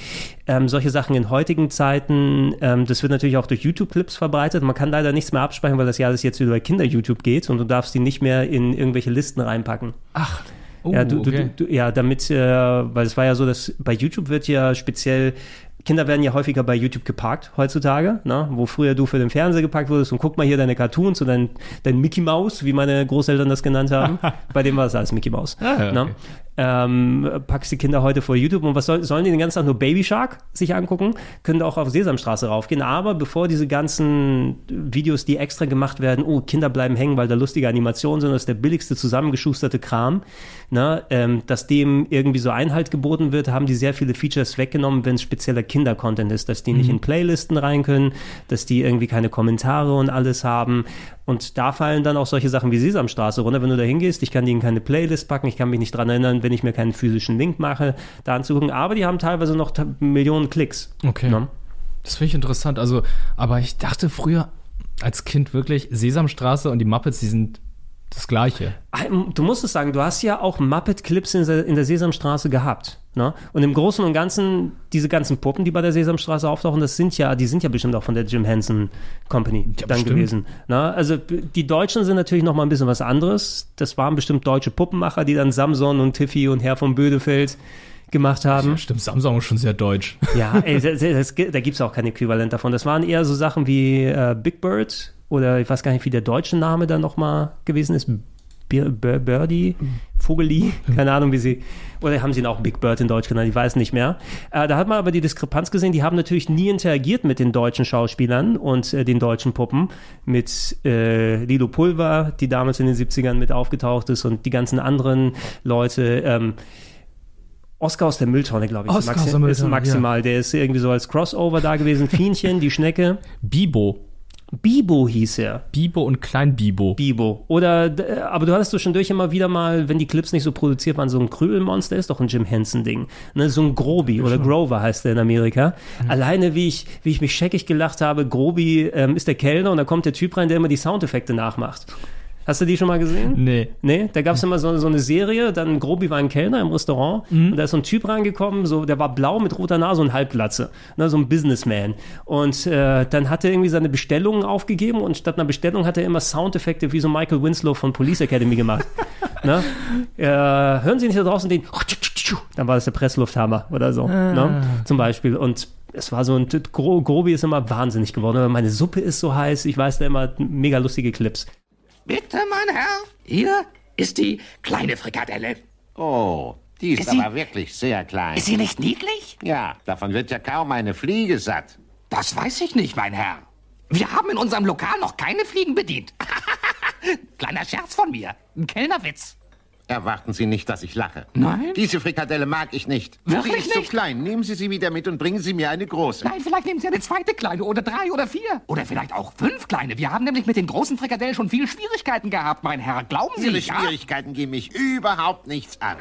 S1: ähm, solche Sachen in heutigen Zeiten, ähm, das wird natürlich auch durch YouTube-Clips verbreitet. Man kann leider nichts mehr abspeichern, weil das ja alles jetzt über Kinder-YouTube geht und du darfst die nicht mehr in irgendwelche Listen reinpacken.
S2: Ach, oh,
S1: Ja, du,
S2: okay.
S1: du, du, ja damit, äh, weil es war ja so, dass bei YouTube wird ja speziell, Kinder werden ja häufiger bei YouTube geparkt heutzutage, ne? wo früher du für den Fernseher geparkt wurdest und guck mal hier deine Cartoons und dein, dein Mickey Mouse, wie meine Großeltern das genannt haben. bei dem war es alles Mickey Mouse.
S2: Ah, ja,
S1: ne?
S2: okay.
S1: ähm, packst die Kinder heute vor YouTube und was soll, sollen die den ganzen Tag nur Baby Shark sich angucken? Können da auch auf Sesamstraße raufgehen, aber bevor diese ganzen Videos, die extra gemacht werden, oh, Kinder bleiben hängen, weil da lustige Animationen sind, das ist der billigste zusammengeschusterte Kram, ne, ähm, dass dem irgendwie so Einhalt geboten wird, haben die sehr viele Features weggenommen, wenn es spezieller Kinder-Content ist, dass die nicht in Playlisten rein können, dass die irgendwie keine Kommentare und alles haben und da fallen dann auch solche Sachen wie Sesamstraße runter, wenn du da hingehst. Ich kann die in keine Playlist packen, ich kann mich nicht dran erinnern, wenn ich mir keinen physischen Link mache, da anzugucken. Aber die haben teilweise noch ta- Millionen Klicks.
S2: Okay.
S1: Ne?
S2: Das finde ich interessant. Also, aber ich dachte früher als Kind wirklich, Sesamstraße und die Muppets, die sind das Gleiche.
S1: Ah, m- Du musst es sagen, du hast ja auch Muppet-Clips in, der- in der Sesamstraße gehabt. Ne? Und im Großen und Ganzen, diese ganzen Puppen, die bei der Sesamstraße auftauchen, das sind ja, die sind ja bestimmt auch von der Jim Henson Company dann
S2: bestimmt.
S1: gewesen. Ne? Also b- die Deutschen sind natürlich noch mal ein bisschen was anderes. Das waren bestimmt deutsche Puppenmacher, die dann Samson und Tiffy und Herr von Bödefeld gemacht haben.
S2: Stimmt, Samsung ist schon sehr deutsch.
S1: Ja, ey, das, das, das, da gibt's auch kein Äquivalent davon. Das waren eher so Sachen wie äh, Big Bird oder ich weiß gar nicht, wie der deutsche Name dann nochmal gewesen ist. Bir Bir Birdie, Vogeli, keine Ahnung, wie sie. Oder haben sie ihn auch Big Bird in Deutsch genannt? Ich weiß nicht mehr. Äh, da hat man aber die Diskrepanz gesehen. Die haben natürlich nie interagiert mit den deutschen Schauspielern und äh, den deutschen Puppen. Mit äh, Lilo Pulver, die damals in den 70ern mit aufgetaucht ist und die ganzen anderen Leute. Ähm, Oscar aus der Mülltonne, glaube ich. ist
S2: Oscar aus
S1: maxi-
S2: der Mülltonne,
S1: ist maximal. Der ist irgendwie so als Crossover da gewesen. Fienchen, die Schnecke.
S2: Bibo.
S1: Bibo hieß er.
S2: Bibo und Klein Bibo.
S1: Bibo. Oder, d- äh, aber du hattest zwischendurch immer wieder mal, wenn die Clips nicht so produziert waren, so ein Krümelmonster ist doch ein Jim Henson-Ding. Ne, so ein Grobi oder Grover heißt der in Amerika.
S2: Mhm.
S1: Alleine, wie ich, wie ich mich scheckig gelacht habe, Grobi ähm, ist der Kellner und da kommt der Typ rein, der immer die Soundeffekte nachmacht. Hast du die schon mal gesehen?
S2: Nee.
S1: Nee, da gab es immer so, so eine Serie, dann Grobi war ein Kellner im Restaurant und da ist so ein Typ reingekommen, so, der war blau mit roter Nase und Halbglatze, ne, so ein Businessman. Und äh, dann hat er irgendwie seine Bestellungen aufgegeben und statt einer Bestellung hat er immer Soundeffekte wie so Michael Winslow von Police Academy gemacht. ne? äh, hören Sie nicht da draußen den dann war das der Presslufthammer oder so, ne? zum Beispiel. Und es war so ein Gro Grobi ist immer wahnsinnig geworden. aber Meine Suppe ist so heiß, ich weiß da immer mega lustige Clips.
S8: Bitte, mein Herr, hier ist die kleine Frikadelle.
S9: Oh, die ist,
S8: Ist sie-
S9: aber wirklich sehr klein.
S8: Ist sie nicht niedlich?
S9: ja, davon wird ja kaum eine Fliege satt.
S8: Das weiß ich nicht, mein Herr. Wir haben in unserem Lokal noch keine Fliegen bedient. Kleiner Scherz von mir. Ein Kellnerwitz.
S9: Erwarten Sie nicht, dass ich lache.
S8: Nein?
S9: Diese Frikadelle mag ich nicht.
S8: Wirklich
S9: sie ist
S8: nicht?
S9: zu klein. Nehmen Sie sie wieder mit und bringen Sie mir eine große.
S8: Nein, vielleicht nehmen Sie eine zweite kleine oder drei oder vier. Oder vielleicht auch fünf kleine. Wir haben nämlich mit den großen Frikadellen schon viele Schwierigkeiten gehabt, mein Herr. Glauben Sie, Ah.
S9: Ihre
S8: ja?
S9: Schwierigkeiten gehen mich überhaupt nichts an.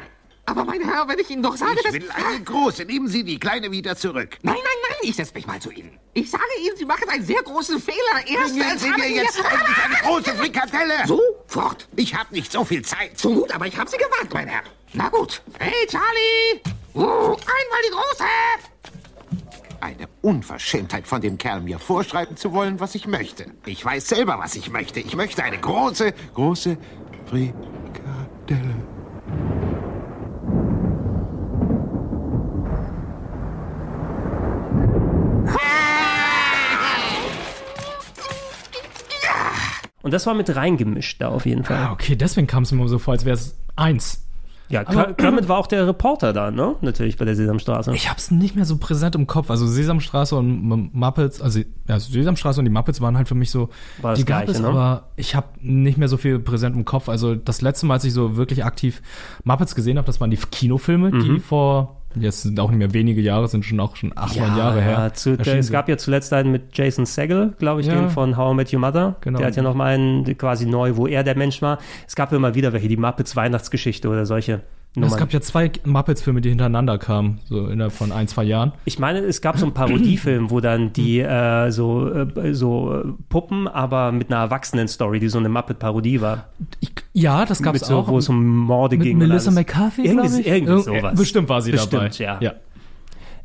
S8: Aber mein Herr, wenn ich Ihnen doch sage,
S9: Ich
S8: dass...
S9: will eine große. Nehmen Sie die kleine wieder zurück.
S8: Nein, nein, nein, ich setze mich mal zu Ihnen. Ich sage Ihnen, Sie machen einen sehr großen Fehler. Erst
S9: Bringen Sie
S8: haben
S9: mir
S8: Sie-
S9: jetzt endlich eine große Frikadelle.
S8: So, fort.
S9: Ich habe nicht so viel Zeit.
S8: So gut, aber ich habe Sie gewarnt, mein Herr. Na gut. Hey, Charlie! Uh, einmal die große!
S9: Eine Unverschämtheit von dem Kerl, mir vorschreiben zu wollen, was ich möchte. Ich weiß selber, was ich möchte. Ich möchte eine große, große Frikadelle.
S1: Und das war mit reingemischt da auf jeden
S2: Ah,
S1: Fall.
S2: okay, deswegen kam es mir so vor, als wäre es eins.
S1: Ja,
S2: Aber-
S1: Kra- Kermit war auch der Reporter da, ne? Natürlich bei der Sesamstraße.
S2: Ich hab's nicht mehr so präsent im Kopf. Also Sesamstraße und M- Muppets, also ja, Sesamstraße und die Muppets waren halt für mich so
S1: War das
S2: die gab
S1: Gleiche,
S2: es,
S1: ne?
S2: aber ich habe nicht mehr so viel präsent im Kopf. Also das letzte Mal, als ich so wirklich aktiv Muppets gesehen habe, das waren die Kinofilme,
S1: Mhm.
S2: die vor jetzt sind auch nicht mehr wenige Jahre, sind schon auch schon acht, neun Jahre her.
S1: Zu,
S2: erschienen
S1: es
S2: sind.
S1: gab ja zuletzt einen mit Jason Segel, glaube ich,
S2: Ja.
S1: den von How I Met Your Mother.
S2: Genau.
S1: Der hat ja noch mal einen quasi neu, wo er der Mensch war. Es gab ja immer wieder welche, die Muppets Weihnachtsgeschichte oder solche Nummern.
S2: es gab ja zwei Muppets-Filme, die hintereinander kamen, so innerhalb von ein, zwei Jahren.
S1: Ich meine, es gab so einen Parodiefilm, wo dann die
S2: Hm.
S1: äh, so, äh, so äh, Puppen, aber mit einer Erwachsenen-Story, die so eine Muppet-Parodie war.
S2: Ich, ja, das gab's
S1: mit so,
S2: auch.
S1: wo es um Morde
S2: mit
S1: ging. und
S2: Melissa
S1: alles.
S2: McCarthy,
S1: irgendwie,
S2: glaub ich?
S1: irgendwie
S2: Irgend-
S1: sowas.
S2: Bestimmt war sie dabei.
S1: Bestimmt, ja.
S2: ja.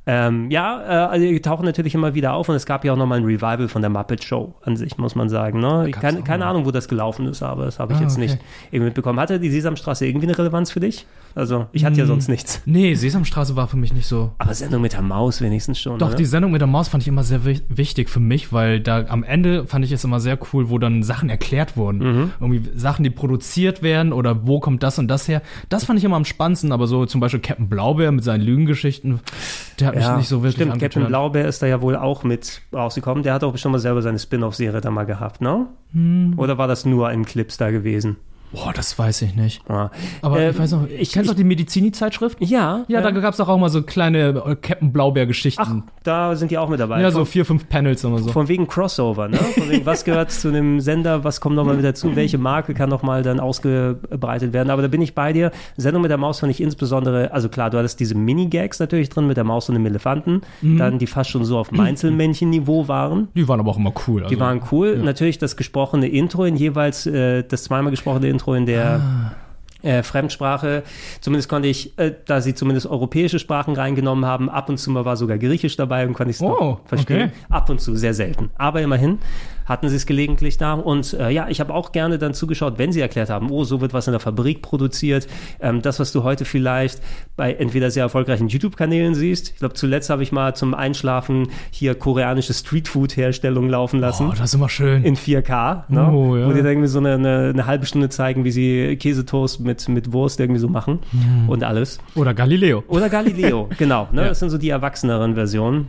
S1: Ähm, ja, äh, also die tauchen natürlich immer wieder auf und es gab ja auch nochmal ein Revival von der Muppet Show an sich, muss man sagen. Ne? Ich
S2: gab's
S1: kann,
S2: auch
S1: keine Ahnung, wo das gelaufen ist, aber das habe ich
S2: Ah,
S1: jetzt
S2: okay.
S1: nicht irgendwie mitbekommen. Hatte die Sesamstraße irgendwie eine Relevanz für dich? Also, ich
S2: Hm.
S1: hatte ja sonst nichts.
S2: Nee, Sesamstraße war für mich nicht so.
S1: Aber Sendung mit der Maus wenigstens schon.
S2: Doch,
S1: ne?
S2: die Sendung mit der Maus fand ich immer sehr wich- wichtig für mich, weil da am Ende fand ich es immer sehr cool, wo dann Sachen erklärt wurden.
S1: Mhm.
S2: Irgendwie Sachen, die produziert werden oder wo kommt das und das her. Das fand ich immer am spannendsten, aber so zum Beispiel Captain Blaubeer mit seinen Lügengeschichten, der hat mich nicht so wirklich
S1: Stimmt, Captain
S2: angetört.
S1: Blaubeer ist da ja wohl auch mit rausgekommen. Der hat auch schon mal selber seine Spin-off-Serie da mal gehabt, ne?
S2: Hm.
S1: Oder war das nur in Clips da gewesen?
S2: Boah, das weiß ich nicht.
S1: Ja.
S2: Aber
S1: Ähm,
S2: ich weiß noch,
S1: ich-
S2: ich kennst
S1: ich-
S2: doch die Medizini-Zeitschrift?
S1: Ja, ähm,
S2: Ja, da gab es auch immer so kleine äh, Captain
S1: Ach,
S2: Blaubeer-Geschichten.
S1: da sind die auch mit dabei.
S2: Ja,
S1: Von-
S2: so vier, fünf Panels immer so.
S1: Von wegen Crossover, ne? Von wegen, was gehört zu einem Sender, was kommt nochmal mit dazu, welche Marke kann nochmal dann ausgebreitet werden. Aber da bin ich bei dir. Sendung mit der Maus fand ich insbesondere, also klar, du hattest diese Minigags natürlich drin mit der Maus und dem Elefanten, dann die fast schon so auf Meinzelmännchen-Niveau waren.
S2: Die waren aber auch immer cool. Also.
S1: Die waren cool. Natürlich das gesprochene Intro in jeweils, äh, das zweimal gesprochene Intro in der äh, Fremdsprache. Zumindest konnte ich, äh, da sie zumindest europäische Sprachen reingenommen haben, ab und zu mal war sogar Griechisch dabei und konnte ich es
S2: Oh,
S1: verstehen.
S2: okay.
S1: Ab und zu, sehr selten. Aber immerhin hatten sie es gelegentlich da. Und äh, ja, ich habe auch gerne dann zugeschaut, wenn sie erklärt haben, oh, so wird was in der Fabrik produziert. Ähm, das, was du heute vielleicht bei entweder sehr erfolgreichen YouTube-Kanälen siehst. Ich glaube, zuletzt habe ich mal zum Einschlafen hier koreanische Streetfood-Herstellung laufen lassen
S2: Oh, das ist immer schön.
S1: in 4K, ne?
S2: Oh, ja.
S1: wo die dann irgendwie so eine, eine, eine halbe Stunde zeigen, wie sie Käsetoast mit, mit Wurst irgendwie so machen
S2: Mhm.
S1: und alles.
S2: Oder Galileo.
S1: Oder Galileo, genau. Ne?
S2: Ja.
S1: Das sind so die erwachseneren Versionen.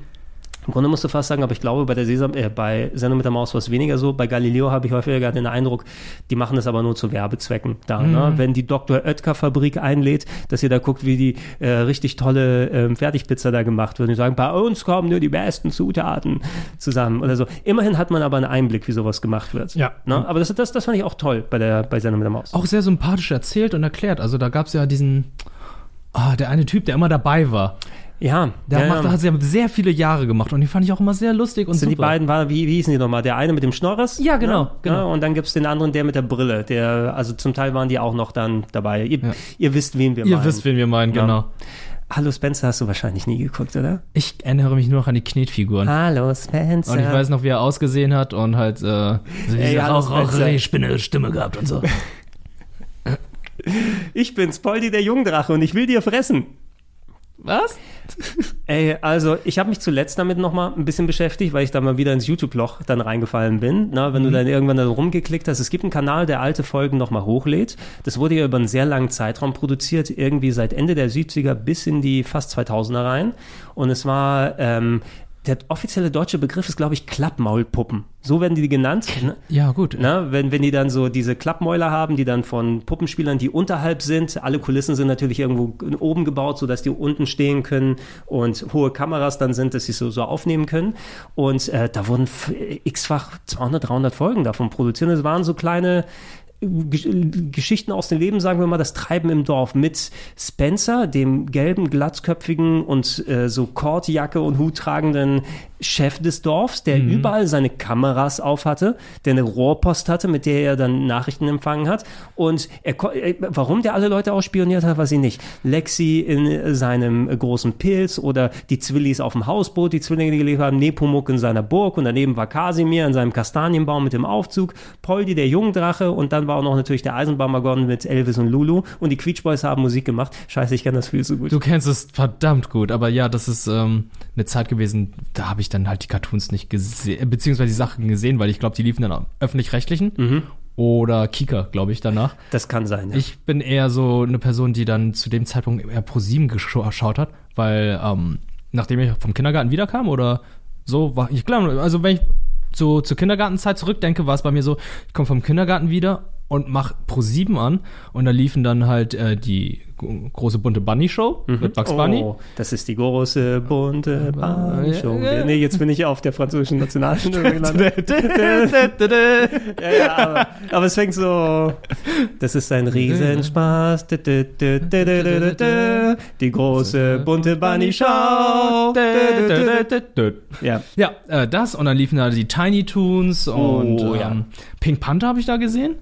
S1: Im Grunde musst du fast sagen, aber ich glaube, bei der Sesam, äh, bei Sendung mit der Maus war es weniger so. Bei Galileo habe ich häufiger gerade den Eindruck, die machen das aber nur zu Werbezwecken da. Ne?
S2: Mhm.
S1: Wenn die Dr. Oetker-Fabrik einlädt, dass ihr da guckt, wie die äh, richtig tolle ähm, Fertigpizza da gemacht wird. Die sagen, bei uns kommen nur die besten Zutaten zusammen oder so. Immerhin hat man aber einen Einblick, wie sowas gemacht wird.
S2: Ja. Oh,
S1: Ne? Aber das, das, das fand ich auch toll bei der bei Sendung mit der Maus.
S2: auch sehr sympathisch erzählt und erklärt. Also da gab es ja diesen, ah, der eine Typ, der immer dabei war.
S1: Ja.
S2: Da
S1: ja,
S2: macht,
S1: ja.
S2: hat sie ja sehr viele Jahre gemacht und die fand ich auch immer sehr lustig und
S1: sind Also die
S2: super.
S1: beiden, war, wie, wie hießen die nochmal? Der eine mit dem Schnorres?
S2: Ja, genau,
S1: Ne?
S2: genau.
S1: Ja, und dann gibt's den anderen, der mit der Brille. Der, also zum Teil waren die auch noch dann dabei. Ihr, ihr wisst, wen wir
S2: Ihr
S1: meinen.
S2: wisst, wen wir meinen,
S1: Ja.
S2: genau.
S1: Hallo Spencer hast du wahrscheinlich nie geguckt, oder?
S2: Ich erinnere mich nur noch an die Knetfiguren.
S1: Hallo Spencer.
S2: Und ich weiß noch, wie er ausgesehen hat und halt äh, so
S1: Ey,
S2: diese
S1: alles
S2: Rauch, Rauch,
S1: besser.
S2: Spinne, Stimme gehabt und so.
S1: Ich bin's, Poldi der Jungdrache und ich will dir fressen.
S2: Was?
S1: Ey, also ich habe mich zuletzt damit nochmal ein bisschen beschäftigt, weil ich da mal wieder ins YouTube-Loch dann reingefallen bin. Na, wenn du dann irgendwann da rumgeklickt hast, es gibt einen Kanal, der alte Folgen nochmal hochlädt. Das wurde ja über einen sehr langen Zeitraum produziert, irgendwie seit Ende der 70er bis in die fast 2000er rein. Und es war, ähm, der offizielle deutsche Begriff ist, glaube ich, Klappmaulpuppen. So werden die genannt. Ne?
S2: Ja, gut.
S1: Ne? Wenn, wenn die dann so diese Klappmäuler haben, die dann von Puppenspielern, die unterhalb sind, alle Kulissen sind natürlich irgendwo oben gebaut, sodass die unten stehen können und hohe Kameras dann sind, dass sie so, so aufnehmen können. Und äh, da wurden f- x-fach 200, 300 Folgen davon produziert. Das waren so kleine Gesch- Geschichten aus dem Leben, sagen wir mal, das Treiben im Dorf mit Spencer, dem gelben, glatzköpfigen und äh, so Kordjacke und Hut tragenden Chef des Dorfs, der überall seine Kameras aufhatte, der eine Rohrpost hatte, mit der er dann Nachrichten empfangen hat. Und er, ko- äh, warum der alle Leute ausspioniert hat, weiß ich nicht. Lexi in äh, seinem äh, großen Pilz oder die Zwillis auf dem Hausboot, die Zwillinge, die gelebt haben, Nepomuk in seiner Burg und daneben war Kasimir in seinem Kastanienbaum mit dem Aufzug, Poldi der Jungdrache und dann war auch noch natürlich der Eisenbahnwaggon mit Elvis und Lulu und die Quietsch Boys haben Musik gemacht. Scheiße, ich kann das viel zu gut.
S2: Du kennst es verdammt gut, aber ja, das ist ähm, eine Zeit gewesen, da habe ich dann halt die Cartoons nicht gesehen, beziehungsweise die Sachen gesehen, weil ich glaube, die liefen dann am öffentlich-rechtlichen oder Kika, glaube ich, danach.
S1: das kann sein. Ja.
S2: Ich bin eher so eine Person, die dann zu dem Zeitpunkt eher pro 7 geschaut hat, weil ähm, nachdem ich vom Kindergarten wiederkam oder so, war ich glaube, also wenn ich so zur Kindergartenzeit zurückdenke, war es bei mir so, ich komme vom Kindergarten wieder und mach pro 7 an und da liefen dann halt äh, die g- große bunte Bunny Show mit Bugs Bunny.
S1: Oh, das ist die große bunte Banschung.
S2: ja, ja.
S1: Nee, jetzt bin ich auf der französischen Nationalhymne gelandet. ja, ja, aber, aber es fängt so. Das ist ein Riesenspaß. Dü, dü, dü, dü, dü, dü, dü. Die große bunte Bunny Show. Dü, dü, dü, dü. Ja.
S2: Ja, äh, das und dann liefen da die Tiny Toons und
S1: Oh,
S2: ähm,
S1: ja.
S2: Pink Panther habe ich da gesehen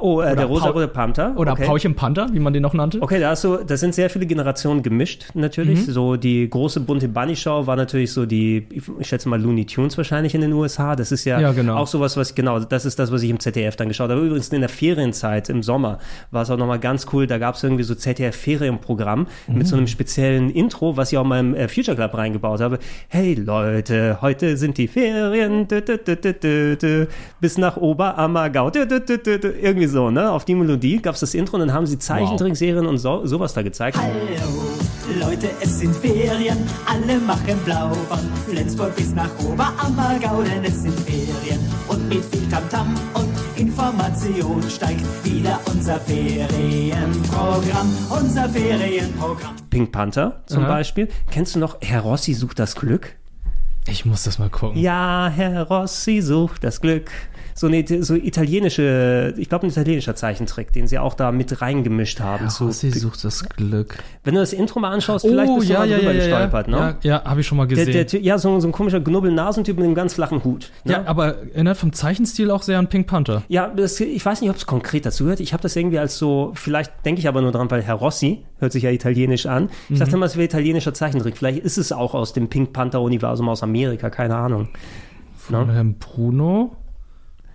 S1: Oh, äh, der
S2: Pau-
S1: rosarote Panther.
S2: oder
S1: okay.
S2: Paulchen Panther, wie man den noch nannte.
S1: Okay, da hast du, das sind sehr viele Generationen gemischt natürlich.
S2: Mhm.
S1: So die große bunte Bunny Show war natürlich so die, ich schätze mal Looney Tunes wahrscheinlich in den USA. Das ist ja,
S2: Ja, genau.
S1: auch sowas, was genau, das ist das, was ich im ZDF dann geschaut habe. Übrigens in der Ferienzeit im Sommer war es auch nochmal ganz cool. Da gab es irgendwie so ZDF Ferienprogramm
S2: Mhm.
S1: mit so einem speziellen Intro, was ich auch mal im äh, Future Club reingebaut habe. Hey Leute, heute sind die Ferien dü, dü, dü, dü, dü, dü, bis nach Oberammergau. Dü, dü, dü, dü, dü. Irgendwie so, ne? Auf die Melodie gab es das Intro und dann haben sie Zeichentrickserien und so, sowas da gezeigt.
S10: Hallo, Leute, es sind Ferien, alle machen blau von Flensburg bis nach Oberammergau, denn es sind Ferien. Und mit viel Tamtam und Information steigt wieder unser Ferienprogramm, unser Ferienprogramm.
S1: Pink Panther zum
S2: Aha.
S1: Beispiel. Kennst du noch Herr Rossi sucht das Glück?
S2: Ich muss das mal gucken.
S1: Ja, Herr Rossi sucht das Glück. So eine so italienische, ich glaube ein italienischer Zeichentrick, den sie auch da mit reingemischt haben.
S2: Herr
S1: zu
S2: Rossi sucht das Glück.
S1: Wenn du das Intro mal anschaust, vielleicht bist du mal drüber gestolpert, ne?
S2: Oh, ja, ja, habe ich schon mal
S1: Der,
S2: gesehen.
S1: der, Ty- ja, so, so ein komischer Knubbel-Nasentyp mit einem ganz flachen Hut. Ne?
S2: ja, aber erinnert vom Zeichenstil auch sehr an Pink Panther.
S1: Ja, das, ich weiß nicht, ob es konkret dazu gehört. Ich habe das irgendwie als so, vielleicht denke ich aber nur dran, weil Herr Rossi hört sich ja italienisch an. Ich
S2: Mhm.
S1: dachte immer, es wäre italienischer Zeichentrick. Vielleicht ist es auch aus dem Pink Panther-Universum aus Amerika, keine Ahnung. Ne?
S2: Von Herrn Bruno.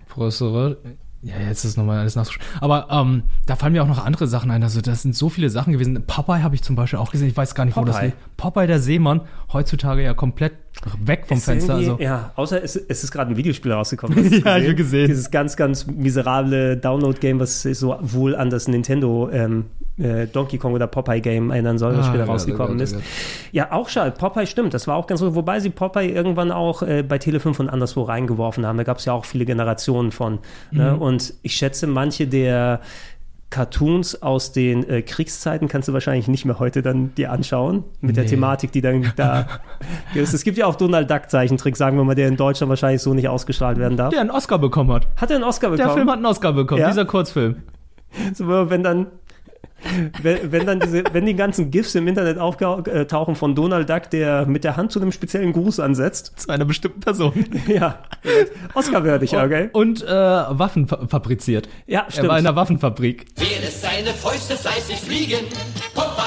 S2: Professor. Ja, jetzt ist nochmal alles nachzuschauen. Aber ähm, da fallen mir auch noch andere Sachen ein. Also, das sind so viele Sachen gewesen. Popeye habe ich zum Beispiel auch gesehen. Ich weiß gar nicht, wo das
S1: Popeye.
S2: liegt. Popeye, der Seemann, heutzutage ja komplett weg vom
S1: Ist
S2: Fenster.
S1: irgendwie-
S2: Also,
S1: Ja, außer es, es ist gerade ein Videospiel rausgekommen. Hast du
S2: Ja, hab ich gesehen.
S1: Dieses ganz, ganz miserable Download-Game, was so wohl an das Nintendo ähm, äh, Donkey Kong oder Popeye-Game erinnern soll, das
S2: Ah,
S1: später
S2: ja,
S1: rausgekommen
S2: ja, ja,
S1: ist.
S2: ja.
S1: Ja, auch schade. Popeye stimmt, das war auch ganz gut. Wobei sie Popeye irgendwann auch äh, bei Tele5 und anderswo reingeworfen haben. Da gab es ja auch viele Generationen von.
S2: Mhm.
S1: Ne? Und ich schätze, manche der Cartoons aus den äh, Kriegszeiten kannst du wahrscheinlich nicht mehr heute dann dir anschauen, mit der
S2: Nee.
S1: Thematik, die dann da ist. Es gibt ja auch Donald Duck Zeichentrick, sagen wir mal, der in Deutschland wahrscheinlich so nicht ausgestrahlt werden darf.
S2: der einen Oscar bekommen hat.
S1: Hat er einen Oscar
S2: Der
S1: bekommen?
S2: Film hat einen Oscar bekommen,
S1: Ja.
S2: dieser Kurzfilm.
S1: So, wenn dann wenn, wenn dann diese, wenn die ganzen GIFs im Internet auftauchen von Donald Duck, der mit der Hand zu einem speziellen Gruß ansetzt.
S2: Zu einer bestimmten Person.
S1: ja. Oscar-würdig, okay?
S2: Und äh, Waffen fa fabriziert.
S1: Ja, stimmt.
S2: Er war in einer Waffenfabrik.
S11: Wer lässt seine Fäuste fleißig fliegen? Popeye.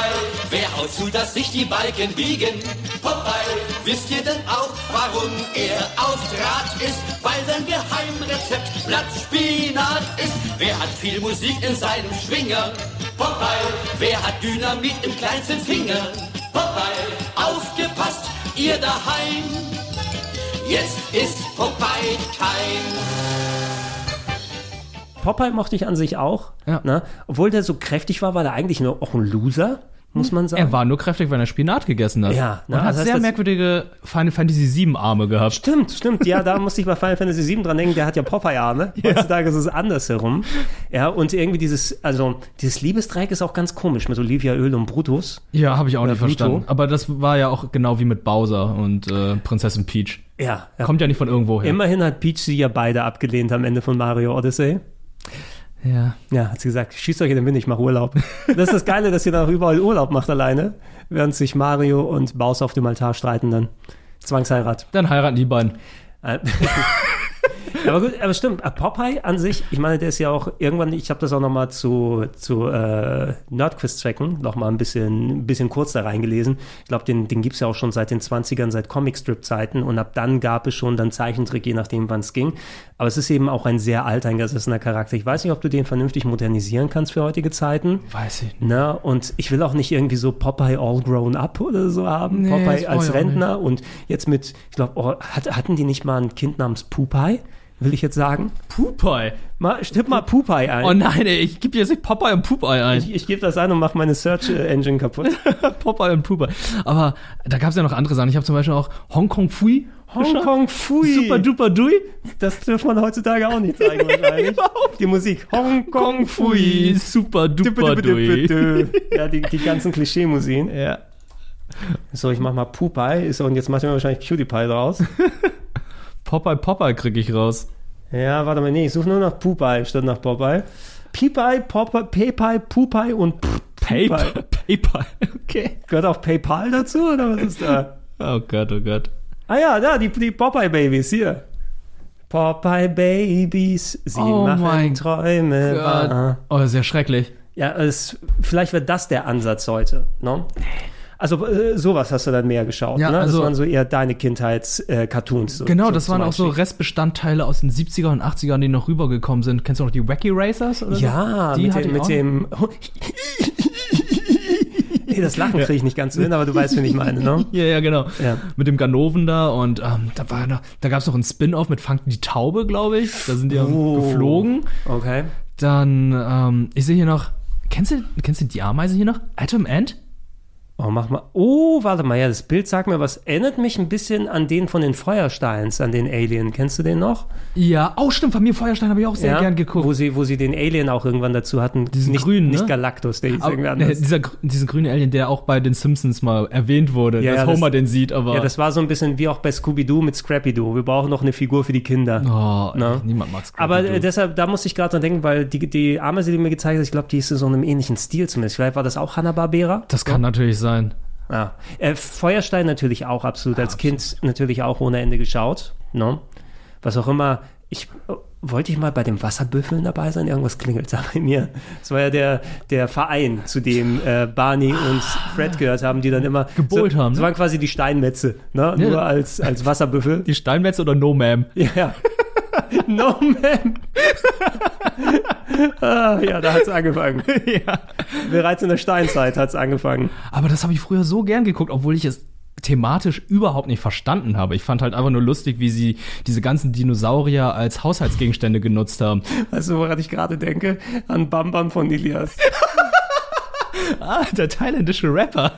S11: Wer haut zu, dass sich die Balken biegen? Popeye. Wisst ihr denn auch, warum er auf Draht ist? Weil sein Geheimrezept Blattspinat ist. Wer hat viel Musik in seinem Schwinger? Popeye. Wer hat Dynamit im kleinsten Finger? Popeye. Aufgepasst, ihr daheim. Jetzt ist Popeye kein.
S1: Popeye mochte ich an sich auch. Ne? Obwohl der so kräftig war, war der eigentlich nur auch ein Loser, muss man sagen.
S2: Er war nur kräftig, weil er Spinat gegessen hat.
S1: Ja,
S2: Man
S1: ne,
S2: hat
S1: das heißt,
S2: sehr
S1: das-
S2: merkwürdige Final Fantasy 7 Arme gehabt.
S1: Stimmt, stimmt. Ja, da musste ich bei Final Fantasy VII dran denken. Der hat ja Popeye-Arme. Heutzutage ist es andersherum. Ja, und irgendwie dieses, also dieses Liebesdreieck ist auch ganz komisch mit Olivia Öl und Brutus.
S2: Ja, habe ich auch
S1: Oder
S2: nicht
S1: Pluto.
S2: verstanden. Aber das war ja auch genau wie mit Bowser und äh, Prinzessin Peach.
S1: Ja, ja.
S2: Kommt ja nicht von irgendwo her.
S1: Immerhin hat Peach sie ja beide abgelehnt am Ende von Mario Odyssey.
S2: Ja.
S1: Ja, hat sie gesagt, schießt euch in den Wind, ich mache Urlaub. Das ist das Geile, dass ihr dann auch überall Urlaub macht alleine, während sich Mario und Bowser auf dem Altar streiten dann. Zwangsheirat.
S2: Dann heiraten die beiden.
S1: Äh, aber gut, aber stimmt, äh, Popeye an sich, ich meine, der ist ja auch irgendwann, ich habe das auch nochmal zu, zu äh, Nerdquiz-Zwecken nochmal ein bisschen, ein bisschen kurz da reingelesen. Ich glaube, den, den gibt's ja auch schon seit den 20ern, seit Comicstrip-Zeiten und ab dann gab es schon dann Zeichentrick, je nachdem, wann's ging. Aber es ist eben auch ein sehr alteingesessener Charakter. Ich weiß nicht, ob du den vernünftig modernisieren kannst für heutige Zeiten.
S2: Weiß ich nicht.
S1: Na, Ne? und ich will auch nicht irgendwie so Popeye all grown up oder so haben.
S2: Nee, das
S1: Popeye
S2: brauch
S1: als
S2: ich auch nicht.
S1: Rentner. Ja, und jetzt mit, ich glaube, oh, hat, hatten die nicht mal ein Kind namens Pupei? Will ich jetzt sagen?
S2: Popeye.
S1: Mal, tipp mal Pupei ein.
S2: Oh nein, ey, ich gebe jetzt nicht Popeye und Popeye ein.
S1: Äh. Ich, ich gebe das ein und mache meine Search äh, Engine kaputt.
S2: Popeye und Popeye. Aber da gab es ja noch andere Sachen. Ich habe zum Beispiel auch Hong Kong Fui.
S1: Hong
S2: geschaut.
S1: Kong Fui.
S2: Super Duper Dui.
S1: Das dürfte man heutzutage auch nicht sagen, wahrscheinlich. Die Musik. Hong Kong Fui.
S2: Fui. Super Duper Dui.
S1: Ja, die, die ganzen Klischee-Museen.
S2: Ja.
S1: So, ich mach mal Pupei. So, und jetzt machen wir wahrscheinlich PewDiePie draus.
S2: Popeye Popeye kriege ich raus.
S1: Ja, warte mal, nee, ich suche nur nach Pupei statt nach Popeye. Pipei, Popeye, Pepei, Pupei und Pupei.
S2: PayPal. PayPal. Okay.
S1: Gehört auch PayPal dazu oder was ist da?
S2: Oh Gott, oh Gott.
S1: Ah ja, da, die, die Popeye Babies hier. Popeye Babies, sie
S2: Oh mein
S1: machen Träume wahr.
S2: Oh, sehr schrecklich.
S1: Ja, es, vielleicht wird das der Ansatz heute, ne? Also äh, sowas hast du dann mehr geschaut,
S2: Ja,
S1: ne?
S2: also-
S1: das waren so eher deine Kindheits-Cartoons. so,
S2: Genau,
S1: so
S2: das
S1: zum
S2: waren auch so
S1: Einstieg.
S2: Restbestandteile aus den 70er und 80ern, die noch rübergekommen sind. Kennst du noch die Wacky Racers? Oder so?
S1: Ja,
S2: die
S1: mit,
S2: hatte
S1: dem,
S2: ich
S1: mit
S2: auch.
S1: dem. nee, das Lachen kriege ich nicht ganz so hin, aber du weißt, wen ich meine, ne?
S2: Ja, ja, genau.
S1: Ja.
S2: Mit dem Ganoven da und ähm, da war noch, da gab es noch einen Spin-off mit Funk die Taube, glaube ich. Da sind die
S1: Oh.
S2: geflogen.
S1: Okay.
S2: Dann, ähm, ich sehe hier noch, kennst du, kennst du die Ameise hier noch? Atom Ant?
S1: Oh, mach mal. Oh, warte mal, ja, das Bild sagt mir was. Erinnert mich ein bisschen an den von den Feuersteins, an den Alien. Kennst du den noch?
S2: Ja, oh stimmt, Familie Feuerstein habe ich auch sehr
S1: ja?
S2: gern geguckt.
S1: Wo sie, wo sie den Alien auch irgendwann dazu hatten.
S2: Diesen
S1: nicht,
S2: grünen, ne?
S1: Nicht Galactus, der hieß
S2: Aber,
S1: irgendwie
S2: ne,
S1: anders.
S2: dieser, gr- diesen grünen Alien, der auch bei den Simpsons mal erwähnt wurde,
S1: Ja,
S2: dass
S1: ja, das-
S2: Homer den sieht, aber
S1: ja, das war so ein bisschen wie auch bei Scooby-Doo mit Scrappy-Doo. Wir brauchen noch eine Figur für die Kinder.
S2: oh, ey,
S1: Na?
S2: niemand mag Scrappy
S1: Aber äh,
S2: Doo.
S1: deshalb, da musste ich gerade dran denken, weil die, die Ameise, die du mir gezeigt hast, ich glaube, die ist in so einem ähnlichen Stil zumindest. Vielleicht war das auch Hanna-Barbera?
S2: das kann natürlich sein.
S1: Ja. Äh, Feuerstein natürlich auch
S2: Ah,
S1: absolut. Als Kind natürlich auch ohne Ende geschaut. Ne? Was auch immer. Ich äh, wollte ich mal bei dem Wasserbüffeln dabei sein. Irgendwas klingelt da bei mir. Das war ja der, der Verein, zu dem äh, Barney und Fred gehört haben, die dann immer
S2: Gebohlt
S1: so,
S2: haben,
S1: Das
S2: ne?
S1: waren quasi die Steinmetze, ne? nur als, als Wasserbüffel.
S2: Die Steinmetze oder No Ma'am?
S1: Ja, ja. No man. ah, ja, da hat's angefangen.
S2: ja.
S1: Bereits in der Steinzeit hat's angefangen.
S2: Aber das habe ich früher so gern geguckt, obwohl ich es thematisch überhaupt nicht verstanden habe. Ich fand halt einfach nur lustig, wie sie diese ganzen Dinosaurier als Haushaltsgegenstände genutzt haben.
S1: Weißt du, Also, woran ich gerade denke? An Bam Bam von Ilias.
S2: Ah, der thailändische Rapper.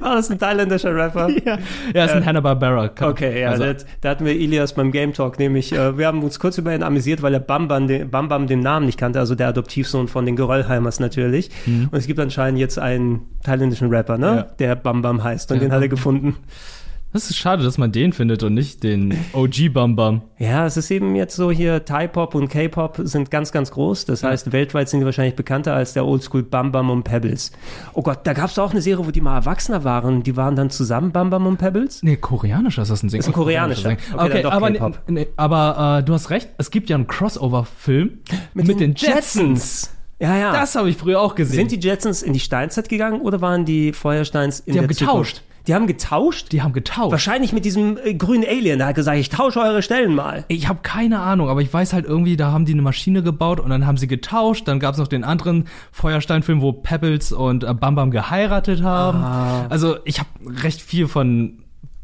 S1: War das ein thailändischer Rapper?
S2: ja, ja ist ein Hanna-Barbera.
S1: Okay, ja,
S2: Also,
S1: das- da hatten wir Ilias beim Game Talk, nämlich äh, wir haben uns kurz über ihn amüsiert, weil er Bam Bam, den, Bam Bam den Namen nicht kannte, also der Adoptivsohn von den Geröllheimers natürlich. Und es gibt anscheinend jetzt einen thailändischen Rapper, ne?
S2: Ja.
S1: der Bam Bam heißt und den hat er gefunden.
S2: Das ist schade, dass man den findet und nicht den OG Bam Bam.
S1: Ja, es ist eben jetzt so hier, Thai-Pop und K-Pop sind ganz, ganz groß. Das heißt, weltweit sind die wahrscheinlich bekannter als der Oldschool Bam Bam und Pebbles. Oh Gott, da gab es auch eine Serie, wo die mal Erwachsener waren. Die waren dann zusammen Bam Bam und Pebbles?
S2: Nee, koreanischer ist das ein Sing.
S1: Ist ein koreanischer.
S2: Okay,
S1: Okay, dann doch
S2: aber, nee,
S1: K-Pop.
S2: nee, aber äh, du hast recht, es gibt ja einen Crossover-Film mit, den Jetsons.
S1: Ja, ja.
S2: Das habe ich früher auch gesehen.
S1: Ah. Sind die Jetsons in die Steinzeit gegangen oder waren die Feuersteins in
S2: Die
S1: der
S2: haben getauscht.
S1: Zukunft? Die haben getauscht?
S2: Die haben getauscht.
S1: Wahrscheinlich mit diesem äh, grünen Alien. Da hat gesagt, ich tausche eure Stellen mal.
S2: Ich habe keine Ahnung, aber ich weiß halt irgendwie, da haben die eine Maschine gebaut und dann haben sie getauscht. Dann gab es noch den anderen Feuerstein-Film, wo Pebbles und äh, Bam Bam geheiratet haben.
S1: Ah.
S2: Also ich habe recht viel von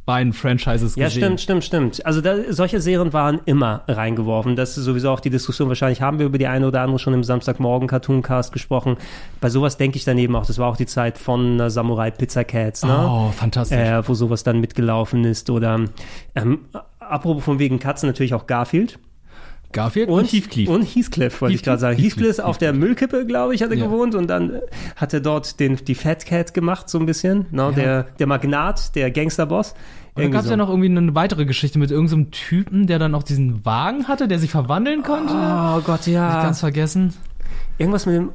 S2: beiden Franchises
S1: Ja,
S2: gesehen.
S1: stimmt, stimmt, stimmt. Also da, solche Serien waren immer reingeworfen. Das ist sowieso auch die Diskussion. Wahrscheinlich haben wir über die eine oder andere schon im Samstagmorgen Cartooncast gesprochen. Bei sowas denke ich daneben auch. Das war auch die Zeit von äh, Samurai Pizza Cats, ne?
S2: Oh, fantastisch.
S1: Äh, wo sowas dann mitgelaufen ist oder ähm, apropos von wegen Katzen natürlich auch Garfield.
S2: Garfield
S1: und, Heathcliff. Und Heathcliff, wollte ich gerade sagen. Heathcliff, ist auf der Müllkippe, glaube ich, hat er
S2: Ja.
S1: gewohnt und dann äh, hat er dort den, die Fat Cat gemacht, so ein bisschen. Ne? Der, der Magnat, der Gangsterboss.
S2: Und dann
S1: Irgendwie
S2: gab es
S1: so.
S2: ja noch irgendwie eine weitere Geschichte mit irgendeinem Typen, der dann auch diesen Wagen hatte, der sich verwandeln konnte.
S1: Oh Gott, ja.
S2: Hab ich ganz vergessen.
S1: Irgendwas mit dem.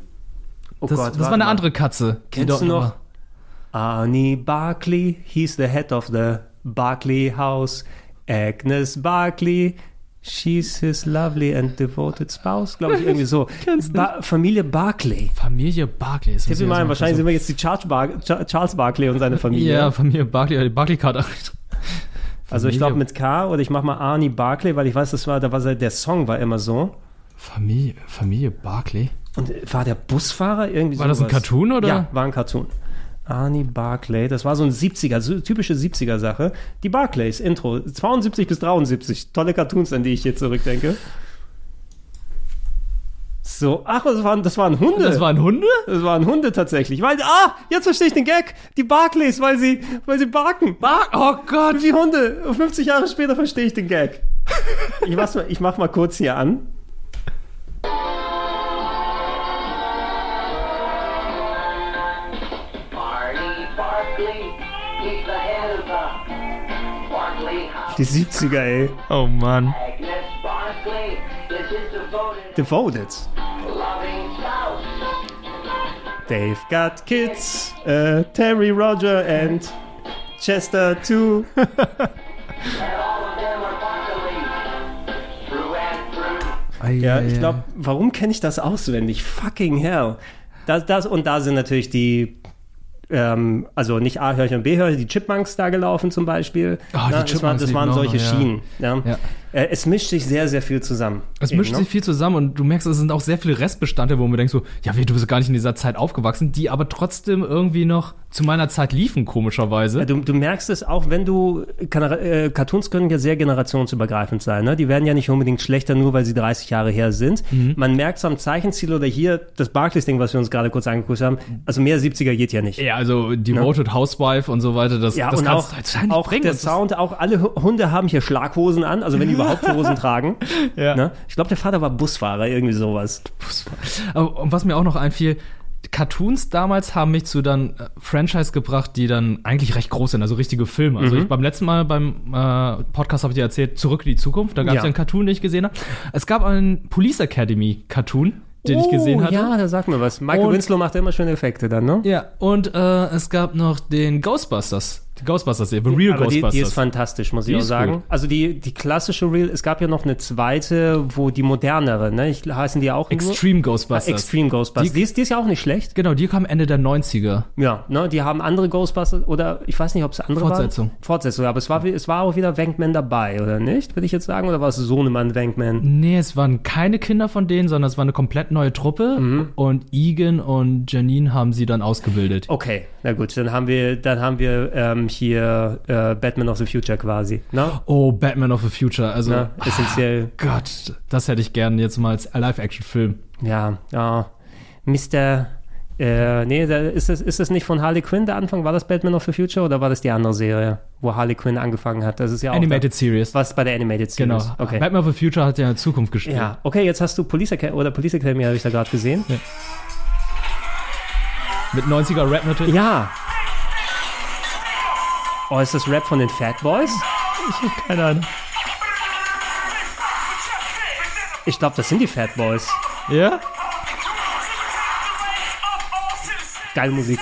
S1: Oh
S2: das
S1: Gott,
S2: das
S1: warte
S2: war eine
S1: mal.
S2: andere Katze. die
S1: Kennst
S2: dort
S1: du noch?
S2: war.
S1: Arnie Barkley, he's the head of the Barkley House. Agnes Barkley, she's his lovely and devoted spouse, glaube ich, irgendwie so. Ba Familie Barkley.
S2: Familie Barclay.
S1: Tipp mir mal, ein, wahrscheinlich sind wir jetzt die Charles, Bar Cha- Charles Barkley und seine Familie.
S2: Ja, Familie Barclay, die Barclay-Karte.
S1: also ich glaube
S2: Familie-
S1: mit K oder ich mache mal Arnie Barkley, weil ich weiß, das war, da war se- der Song war immer so.
S2: Familie, Familie Barclay?
S1: Und äh, war der Busfahrer irgendwie
S2: War das ein
S1: sowas?
S2: Cartoon, oder?
S1: Ja, war ein Cartoon. Arnie Barclay, das war so ein 70er, so typische 70er Sache. Die Barclays Intro 72 bis 73, tolle Cartoons, an die ich hier zurückdenke. So, ach, das waren, das waren Hunde.
S2: Das waren Hunde?
S1: Das waren Hunde tatsächlich. Weil, ah, jetzt verstehe ich den Gag. Die Barclays, weil sie, weil sie barken.
S2: Bark, oh Gott.
S1: Die Hunde. 50 Jahre später verstehe ich den Gag. ich, mach's mal, ich mach mal kurz hier an.
S3: Barney Barkley, he's the head of the Barkley House.
S1: Die 70er, ey.
S2: Oh Mann.
S3: Agnes Barkley is his devoted,
S1: Devoted.
S3: loving spouse.
S1: They've got kids, uh, Terry Roger and Chester too.
S3: And all of them are Barkley, through and through.
S1: ja, ich glaube, warum kenne ich das auswendig? Fucking hell. Das, das, und da sind natürlich die, ähm, also nicht A-Hörchen und B-Hörchen, die Chipmunks da gelaufen zum Beispiel.
S2: Ah, die
S1: Na, das, waren,
S2: Chipmunks
S1: das
S2: liefen
S1: waren
S2: auch
S1: solche
S2: noch, ja.
S1: Schienen. Ja.
S2: Ja.
S1: Äh, es mischt sich sehr, sehr viel zusammen.
S2: Es
S1: Eben,
S2: mischt
S1: ne?
S2: sich viel zusammen und du merkst, es sind auch sehr viele Restbestandteile, wo man denkt so, ja, wie, du bist gar nicht in dieser Zeit aufgewachsen, die aber trotzdem irgendwie noch zu meiner Zeit liefen, komischerweise.
S1: Ja, Äh, du, du merkst es auch, wenn du, Kanara- äh, Cartoons können ja sehr generationsübergreifend sein. Ne? Die werden ja nicht unbedingt schlechter, nur weil sie 30 Jahre her sind.
S2: Mhm.
S1: Man merkt es am Zeichenstil oder hier, das Barclays-Ding, was wir uns gerade kurz angeguckt haben, also mehr 70er geht ja nicht.
S2: Ja, also Devoted Housewife und so weiter, das,
S1: Ja,
S2: das
S1: und
S2: kannst
S1: auch,
S2: du halt nicht
S1: auch
S2: bringen.
S1: der
S2: Das ist-
S1: Sound, auch alle Hu- Hunde haben hier Schlaghosen an, also wenn die überhaupt Hosen tragen.
S2: Ja.
S1: Ne? Ich glaube, der Vater war Busfahrer, irgendwie sowas.
S2: Aber, und was mir auch noch einfiel, Cartoons damals haben mich zu dann äh, Franchise gebracht, die dann eigentlich recht groß sind, also richtige Filme. Also
S1: Mhm.
S2: ich, beim letzten Mal beim äh, Podcast habe ich dir erzählt, Zurück in die Zukunft, da gab es
S1: Ja.
S2: ja. einen Cartoon, den ich gesehen habe. Es gab einen Police Academy Cartoon, den ich
S1: Oh,
S2: gesehen hatte.
S1: Ja, da sagt mir was. Michael
S2: Und-
S1: Winslow macht ja immer schöne Effekte dann, ne?
S2: Ja, und äh, es gab noch den Ghostbusters. Die Ghostbusters, The Real
S1: aber die,
S2: Ghostbusters.
S1: die ist fantastisch, muss
S2: Die
S1: ich auch
S2: ist
S1: sagen.
S2: gut.
S1: Also die, die klassische Real, es gab ja noch eine zweite, wo die modernere, ne? Ich, heißen die auch nur?
S2: Extreme
S1: Ah,
S2: Ghostbusters.
S1: Extreme Ghostbusters. Die,
S2: Die-
S1: ist, die ist ja auch nicht schlecht.
S2: Genau, die kam Ende der 90er.
S1: Ja, ne? Die haben andere Ghostbusters oder ich weiß nicht, ob es andere
S2: Fortsetzung.
S1: waren. Fortsetzung. Aber es war, wie- es war auch wieder Wankman dabei, oder nicht? Würde ich jetzt sagen, oder war es Sohnemann Wankman?
S2: Nee, es waren keine Kinder von denen, sondern es war eine komplett neue Truppe.
S1: Mhm.
S2: Und Egan und Janine haben sie dann ausgebildet.
S1: Okay, na gut, dann haben wir, dann haben wir ähm, hier äh, Batman of the Future quasi. Ne?
S2: Oh, Batman of the Future. Also,
S1: Ne? Essentiell.
S2: Gott, das hätte ich gern jetzt mal als Live-Action-Film.
S1: Ja, ja. Mr. Äh, nee, da ist, das, ist das nicht von Harley Quinn der Anfang? War das Batman of the Future oder war das die andere Serie, wo Harley Quinn angefangen hat? Das ist ja auch
S2: Animated Series.
S1: Da, was bei der Animated
S2: Genau.
S1: Series. Okay.
S2: Batman of the Future hat ja in Zukunft gespielt.
S1: Ja, okay, jetzt hast du Police Academy oder Police Academy habe ich da gerade gesehen.
S2: Mit 90er Rap natürlich.
S1: Ja. Oh, ist das Rap von den Fat Boys?
S2: Ich hab keine Ahnung.
S1: Ich glaube, das sind die Fat Boys.
S2: Ja?
S1: Geile Musik.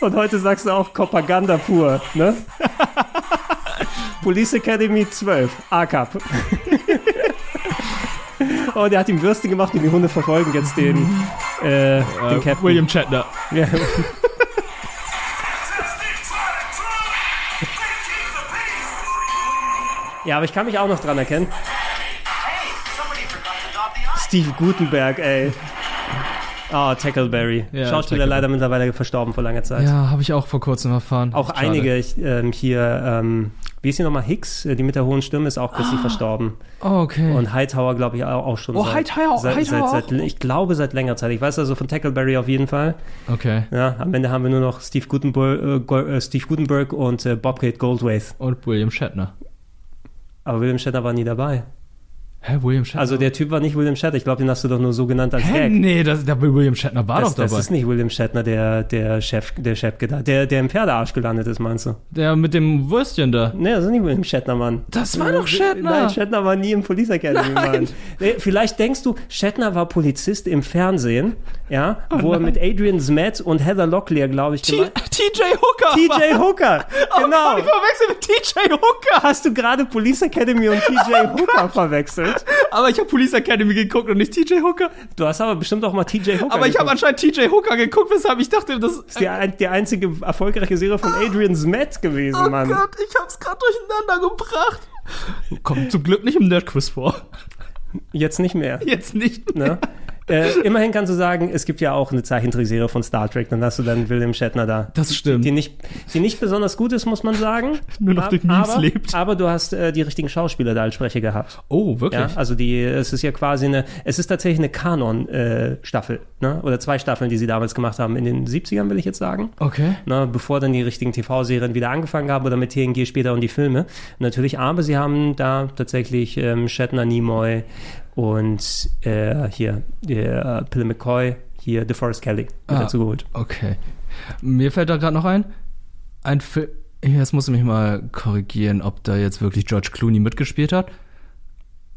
S1: Und heute sagst du auch Propaganda pur, ne? Police Academy 12, A-Cup. oh, der hat ihm Würste gemacht und die Hunde verfolgen jetzt den, äh, den Captain.
S2: William Shatner.
S1: Ja. ja, aber ich kann mich auch noch dran erkennen. Steve Gutenberg, ey. Ah, Tackleberry.
S2: Ja,
S1: Schauspieler
S2: Tackleberry.
S1: leider mittlerweile verstorben vor langer Zeit.
S2: Ja, habe ich auch vor kurzem erfahren.
S1: Halt. Auch
S2: Schade.
S1: einige ich, ähm, hier, ähm, wie ist sie nochmal? Hicks, äh, die mit der hohen Stimme ist auch
S2: Ah.
S1: kürzlich verstorben.
S2: Oh, okay.
S1: Und Hightower, glaube ich, auch, auch schon.
S2: Oh,
S1: seit,
S2: Hightower-
S1: seit,
S2: Hightower
S1: seit, seit, Ich glaube, seit längerer Zeit. Ich weiß also von Tackleberry auf jeden Fall.
S2: Okay.
S1: Ja, am Ende haben wir nur noch Steve Gutenberg, äh, Go- äh, Steve Gutenberg und äh, Bobcat Goldwaith.
S2: Und William Shatner.
S1: Aber William Shatner war nie dabei.
S2: Hä, William Shatner?
S1: Also der Typ war nicht William Shatner. Ich glaube, den hast du doch nur so genannt als
S2: Hä,
S1: Gag.
S2: nee, das, der William Shatner war
S1: das,
S2: doch
S1: das
S2: dabei.
S1: ist nicht William Shatner, der, der Chef, der Chef gedacht, der, der im Pferdearsch gelandet ist, meinst du?
S2: der mit dem Würstchen da.
S1: Nee, das ist nicht William Shatner, Mann.
S2: Das war doch Shatner.
S1: Äh, Nein, Shatner war nie im Police Academy,
S2: Nein.
S1: Mann. Nee, Vielleicht denkst du, Shatner war Polizist im Fernsehen, ja,
S2: Oh
S1: wo er
S2: nein.
S1: mit Adrian Smet und Heather Locklear, glaube ich, gemacht
S2: TJ Hooker.
S1: TJ Hooker, genau.
S2: Oh, ich verwechsel mit TJ Hooker.
S1: Hast du gerade Police Academy und TJ
S2: Oh
S1: Hooker verwechselt?
S2: Aber ich habe Police Academy geguckt und nicht TJ Hooker.
S1: Du hast aber bestimmt auch mal TJ Hooker
S2: Aber ich habe
S1: geguckt.
S2: anscheinend TJ Hooker geguckt, weshalb ich dachte, das
S1: Das ist die, ein- die einzige erfolgreiche Serie von Adrian Smet gewesen,
S2: Oh
S1: Mann.
S2: Gott, ich hab's gerade durcheinander gebracht. Kommt zum Glück nicht im Nerdquiz vor.
S1: Jetzt nicht mehr.
S2: Jetzt nicht.
S1: Ne? Äh, immerhin kannst du sagen, es gibt ja auch eine Zeichentrickserie von Star Trek, dann hast du dann William Shatner da.
S2: Das stimmt.
S1: Die nicht, die nicht besonders gut ist, muss man sagen.
S2: Nur noch durch Memes
S1: aber,
S2: lebt.
S1: Aber du hast äh, die richtigen Schauspieler da als Sprecher gehabt.
S2: Oh,
S1: Ja, also die, es ist ja quasi eine, es ist tatsächlich eine Kanon-Staffel, ne? Oder zwei Staffeln, die sie damals gemacht haben, in den 70ern, will ich jetzt sagen.
S2: Okay.
S1: Ne, bevor dann die richtigen TV-Serien wieder angefangen haben oder mit TNG später und die Filme. Natürlich, aber sie haben da tatsächlich ähm, Shatner Nimoy und äh, hier äh, Pille McCoy, hier DeForest Kelly mit
S2: Ah.
S1: dazu geholt.
S2: Okay. Mir fällt da gerade noch ein, ein Film. Jetzt muss ich mich mal korrigieren, ob da jetzt wirklich George Clooney mitgespielt hat.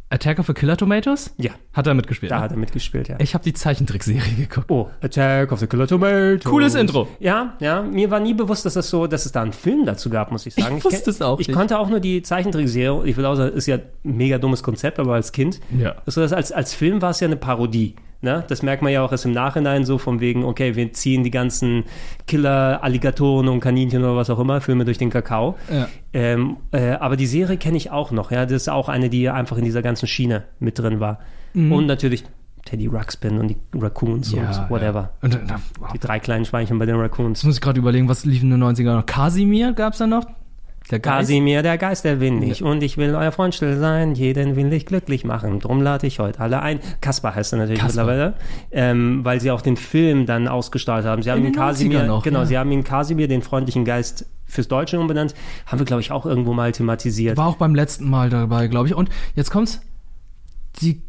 S2: Attack of the Killer Tomatoes?
S1: Ja.
S2: Hat er mitgespielt?
S1: Da
S2: ne?
S1: hat er mitgespielt, ja.
S2: Ich habe die Zeichentrickserie geguckt.
S1: Oh, Attack of the Killer Tomatoes.
S2: Cooles Intro.
S1: Ja, ja. Mir war nie bewusst, dass das so, dass es da einen Film dazu gab, muss ich sagen.
S2: Ich wusste
S1: ken-
S2: es auch
S1: Ich
S2: nicht.
S1: konnte auch nur die Zeichentrickserie. Ich will auch sagen, ist ja ein mega dummes Konzept, aber als Kind.
S2: Ja.
S1: Also das als, als Film war es ja eine Parodie. Ne? Das merkt man ja auch erst im Nachhinein so von wegen, okay, wir ziehen die ganzen Killer, Alligatoren und Kaninchen oder was auch immer, Filme durch den Kakao.
S2: Ja.
S1: Ähm, äh, aber die Serie kenne ich auch noch. Ja, das ist auch eine, die einfach in dieser ganzen Schiene mit drin war.
S2: Mhm.
S1: Und natürlich Teddy Ruxpin und die Raccoons
S2: Ja, Hm,
S1: und whatever.
S2: Und dann, dann,
S1: Die drei kleinen Schweinchen bei den Raccoons.
S2: jetzt muss ich gerade überlegen, was lief in den 90ern noch? Kasimir gab's da noch? Der Geist?
S1: Kasimir, der Geist, der will nicht. Und ich will euer Freund still sein. Jeden will ich glücklich machen. Drum lade ich heute alle ein. Kaspar heißt er natürlich
S2: Kaspar.
S1: mittlerweile. Ähm, weil sie auch den Film dann ausgestrahlt haben. Sie haben
S2: In
S1: ihn
S2: den 90ern
S1: Kasimir,
S2: noch,
S1: genau,
S2: ja.
S1: sie haben ihn Kasimir, den freundlichen Geist fürs Deutsche umbenannt. Haben wir, glaube ich, auch irgendwo mal thematisiert.
S2: War auch beim letzten Mal dabei, glaube ich. Und jetzt kommt's. Die,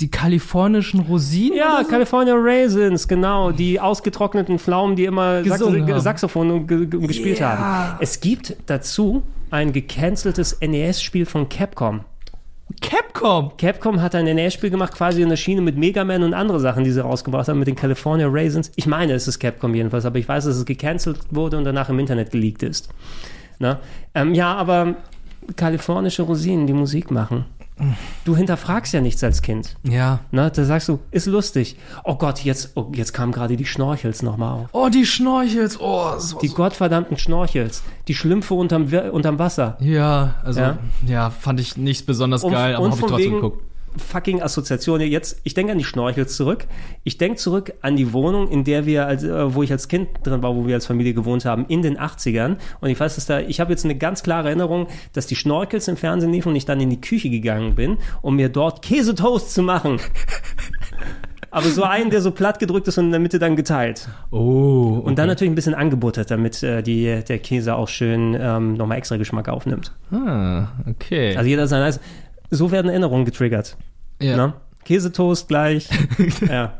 S2: die kalifornischen Rosinen?
S1: Ja,
S2: oder so?
S1: California Raisins, genau. Die ausgetrockneten Pflaumen, die immer
S2: Gesungen
S1: Saxo
S2: haben.
S1: Saxophon und ge ge gespielt
S2: Ja.
S1: haben. Es gibt dazu ein gecanceltes NES-Spiel von Capcom.
S2: Capcom!
S1: Capcom hat ein NES-Spiel gemacht, quasi in der Schiene mit Mega Man und andere Sachen, die sie rausgebracht haben, mit den California Raisins. Ich meine, es ist Capcom jedenfalls, aber ich weiß, dass es gecancelt wurde und danach im Internet geleakt ist. Na? Ähm, ja, aber kalifornische Rosinen, die Musik machen.
S2: Hm.
S1: Du hinterfragst ja nichts als Kind.
S2: Ja.
S1: Na, Ne, da sagst du, ist lustig. Oh Gott, jetzt, oh, jetzt kamen gerade die Schnorchels nochmal auf.
S2: Oh, die Schnorchels. Oh, so.
S1: Die gottverdammten Schnorchels. Die Schlümpfe unterm, Wir- unterm Wasser.
S2: ja, also, ja.
S1: Ja.
S2: fand ich nicht besonders geil, aber
S1: und
S2: habe ich
S1: von
S2: trotzdem
S1: wegen
S2: geguckt.
S1: Fucking Assoziation. Jetzt, ich denke an die Schnorchels zurück. Ich denke zurück an die Wohnung, in der wir, als, äh, wo ich als Kind drin war, wo wir als Familie gewohnt haben, in den 80ern. Und ich weiß, dass da, ich habe jetzt eine ganz klare Erinnerung, dass die Schnorchels im Fernsehen liefen und ich dann in die Küche gegangen bin, um mir dort Käsetoast zu machen. Aber so einen, der so platt gedrückt ist und in der Mitte dann geteilt.
S2: Oh,
S1: Und dann natürlich ein bisschen angebuttert, damit äh, die, der Käse auch schön ähm, nochmal extra Geschmack aufnimmt.
S2: Ah, okay.
S1: Also jeder sein Eis. So werden Erinnerungen getriggert. Ja. Ne? Käsetoast gleich. ja.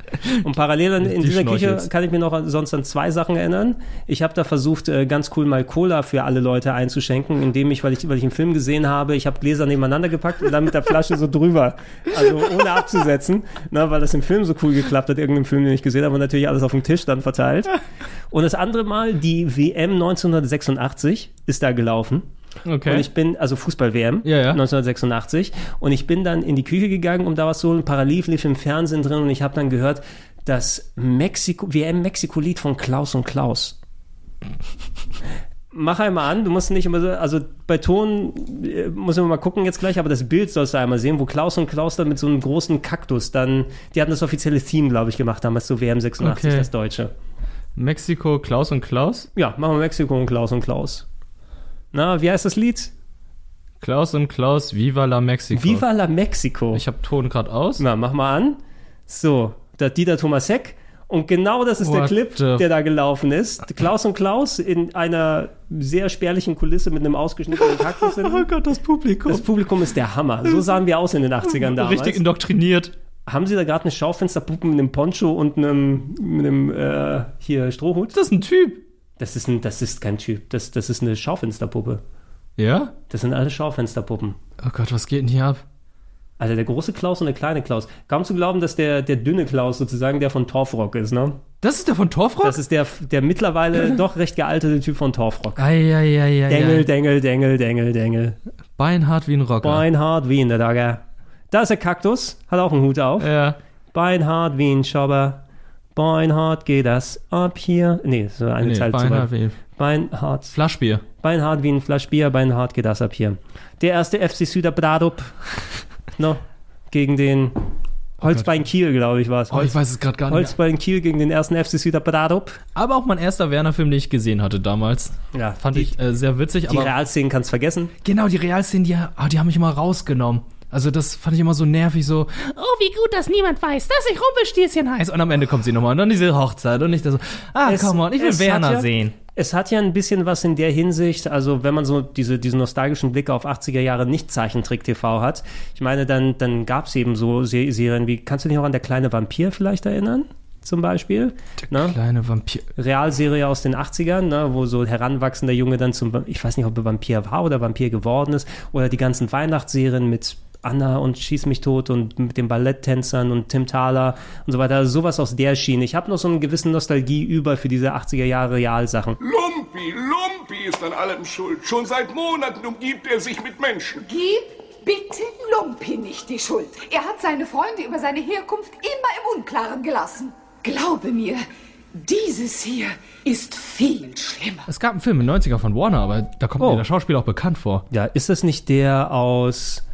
S1: Und parallel dann in
S2: Die
S1: dieser Küche
S2: schnorchelt's.
S1: kann ich mir noch an- sonst an zwei Sachen erinnern. Ich habe da versucht, äh, ganz cool mal Cola für alle Leute einzuschenken, indem ich, weil ich, weil ich einen Film gesehen habe, ich habe Gläser nebeneinander gepackt und dann mit der Flasche so drüber. Also ohne abzusetzen, ne, weil das im Film so cool geklappt hat, irgendeinem Film, den ich gesehen habe, und natürlich alles auf dem Tisch dann verteilt. Und das andere Mal, die WM 1986 ist da gelaufen.
S2: Okay.
S1: Und ich bin, also Fußball-WM 1986. Und ich bin dann in die Küche gegangen, um da was zu holen. Parallel lief im Fernsehen drin und ich habe dann gehört, das Mexiko, WM-Mexiko-Lied von Klaus und Klaus. Mach einmal an, du musst nicht immer so, also bei Ton äh, muss man mal gucken jetzt gleich, aber das Bild sollst du einmal sehen, wo Klaus und Klaus dann mit so einem großen Kaktus dann, die hatten das offizielle Theme, glaube ich, gemacht damals zu WM 86,
S2: Okay.
S1: das Deutsche.
S2: Mexiko, Klaus und Klaus?
S1: Ja, machen wir Mexiko und Klaus und Klaus. Na, wie heißt das Lied?
S2: Klaus und Klaus, Viva la Mexico.
S1: Viva la Mexico.
S2: Ich habe Ton gerade aus.
S1: Na, mach mal an. So, da Dieter Thomas Heck. Und genau das ist der
S2: What
S1: Clip,
S2: the-
S1: der da gelaufen ist. Klaus und Klaus in einer sehr spärlichen Kulisse mit einem ausgeschnittenen Kaktus. oh
S2: Gott, das Publikum.
S1: Das Publikum ist der Hammer. So sahen wir aus in den 80ern damals.
S2: Richtig indoktriniert.
S1: Haben Sie da gerade eine Schaufensterpuppe mit einem Poncho und einem, mit einem äh, hier Strohhut?
S2: Das ist ein Typ.
S1: Das ist, ein, das ist kein Typ. Das, das ist eine Schaufensterpuppe.
S2: Ja?
S1: Das sind alle Schaufensterpuppen.
S2: Oh Gott, was geht denn hier ab?
S1: Also der große Klaus und der kleine Klaus. Kaum zu glauben, dass der, der dünne Klaus sozusagen der von Torfrock ist, ne?
S2: Das ist der von Torfrock?
S1: Das ist der, der mittlerweile doch recht gealterte Typ von Torfrock. Dengel,
S2: Eieieiei.
S1: Dengel, Dengel, Dengel, Dengel.
S2: Beinhard wie ein Rocker.
S1: Beinhard wie in der Dagger. Da ist der Kaktus, hat auch einen Hut auf.
S2: Ja.
S1: Beinhard wie ein Schobber. Beinhard geht das ab hier. Nee, so eine
S2: Nee,
S1: Zeile zu
S2: Beinhard
S1: weit.
S2: wie-
S1: Beinhard.
S2: Flaschbier.
S1: Beinhard wie ein Flasch Bier, Beinhard geht das ab hier. Der erste FC Süder Bradup. no, gegen den Holzbein Kiel, glaube ich, war es.
S2: Oh, ich weiß es gerade gar nicht
S1: Holzbein Kiel gegen den ersten FC Süder Bradup.
S2: Aber auch mein erster Werner-Film, den ich gesehen hatte damals.
S1: Ja,
S2: Fand
S1: die-
S2: ich äh, sehr witzig.
S1: Die
S2: aber
S1: Realszenen kannst vergessen.
S2: Genau, die Realszenen, die, ah, die haben mich immer rausgenommen. Also das fand ich immer so nervig, so, oh, wie gut, dass niemand weiß, dass ich Rumpelstilzchen heiße. Und am Ende kommt sie nochmal und dann diese Hochzeit und nicht so, ah,
S1: Es-
S2: come on, ich will
S1: es hat
S2: Werner
S1: ja-
S2: sehen.
S1: Es hat ja ein bisschen was in der Hinsicht, also wenn man so diese, diesen nostalgischen Blick auf 80er Jahre nicht Zeichentrick-TV hat, ich meine, dann, dann gab es eben so Se- Serien wie, kannst du dich noch an der kleine Vampir vielleicht erinnern? Zum Beispiel. Ne?
S2: Kleine Vampir.
S1: Realserie aus den 80ern, ne, wo so ein heranwachsender Junge dann zum, Va- ich weiß nicht, ob er Vampir war oder Vampir geworden ist, oder die ganzen Weihnachtsserien mit Anna und Schieß mich tot und mit den Balletttänzern und Tim Thaler und so weiter, also sowas aus der Schiene. Ich habe noch so einen gewissen Nostalgie über für diese 80er Jahre Realsachen.
S12: Lumpi, Lumpi ist an allem schuld. Schon seit Monaten umgibt er sich mit Menschen.
S13: Gib bitte Lumpi nicht die Schuld. Er hat seine Freunde über seine Herkunft immer im Unklaren gelassen. Glaube mir, dieses hier ist viel schlimmer.
S2: Es gab einen Film in 90er von Warner, aber da kommt
S1: Oh.
S2: mir der Schauspieler auch bekannt vor.
S1: Ja, ist das nicht der aus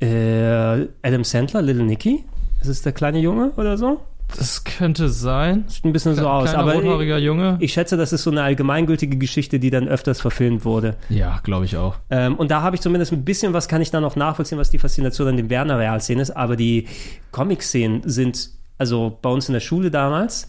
S1: äh, Adam Sandler, Little Nicky? Ist es der kleine Junge oder so?
S2: Das könnte sein.
S1: Sieht ein bisschen so aus,
S2: kleiner
S1: aber
S2: rothaariger Junge.
S1: ich schätze, das ist so eine allgemeingültige Geschichte, die dann öfters verfilmt wurde.
S2: Ja, glaube ich auch.
S1: Ähm, und da habe ich zumindest ein bisschen was, kann ich da noch nachvollziehen, was die Faszination an den Werner Real-Szenen ist. Aber die Comic-Szenen sind, also bei uns in der Schule damals,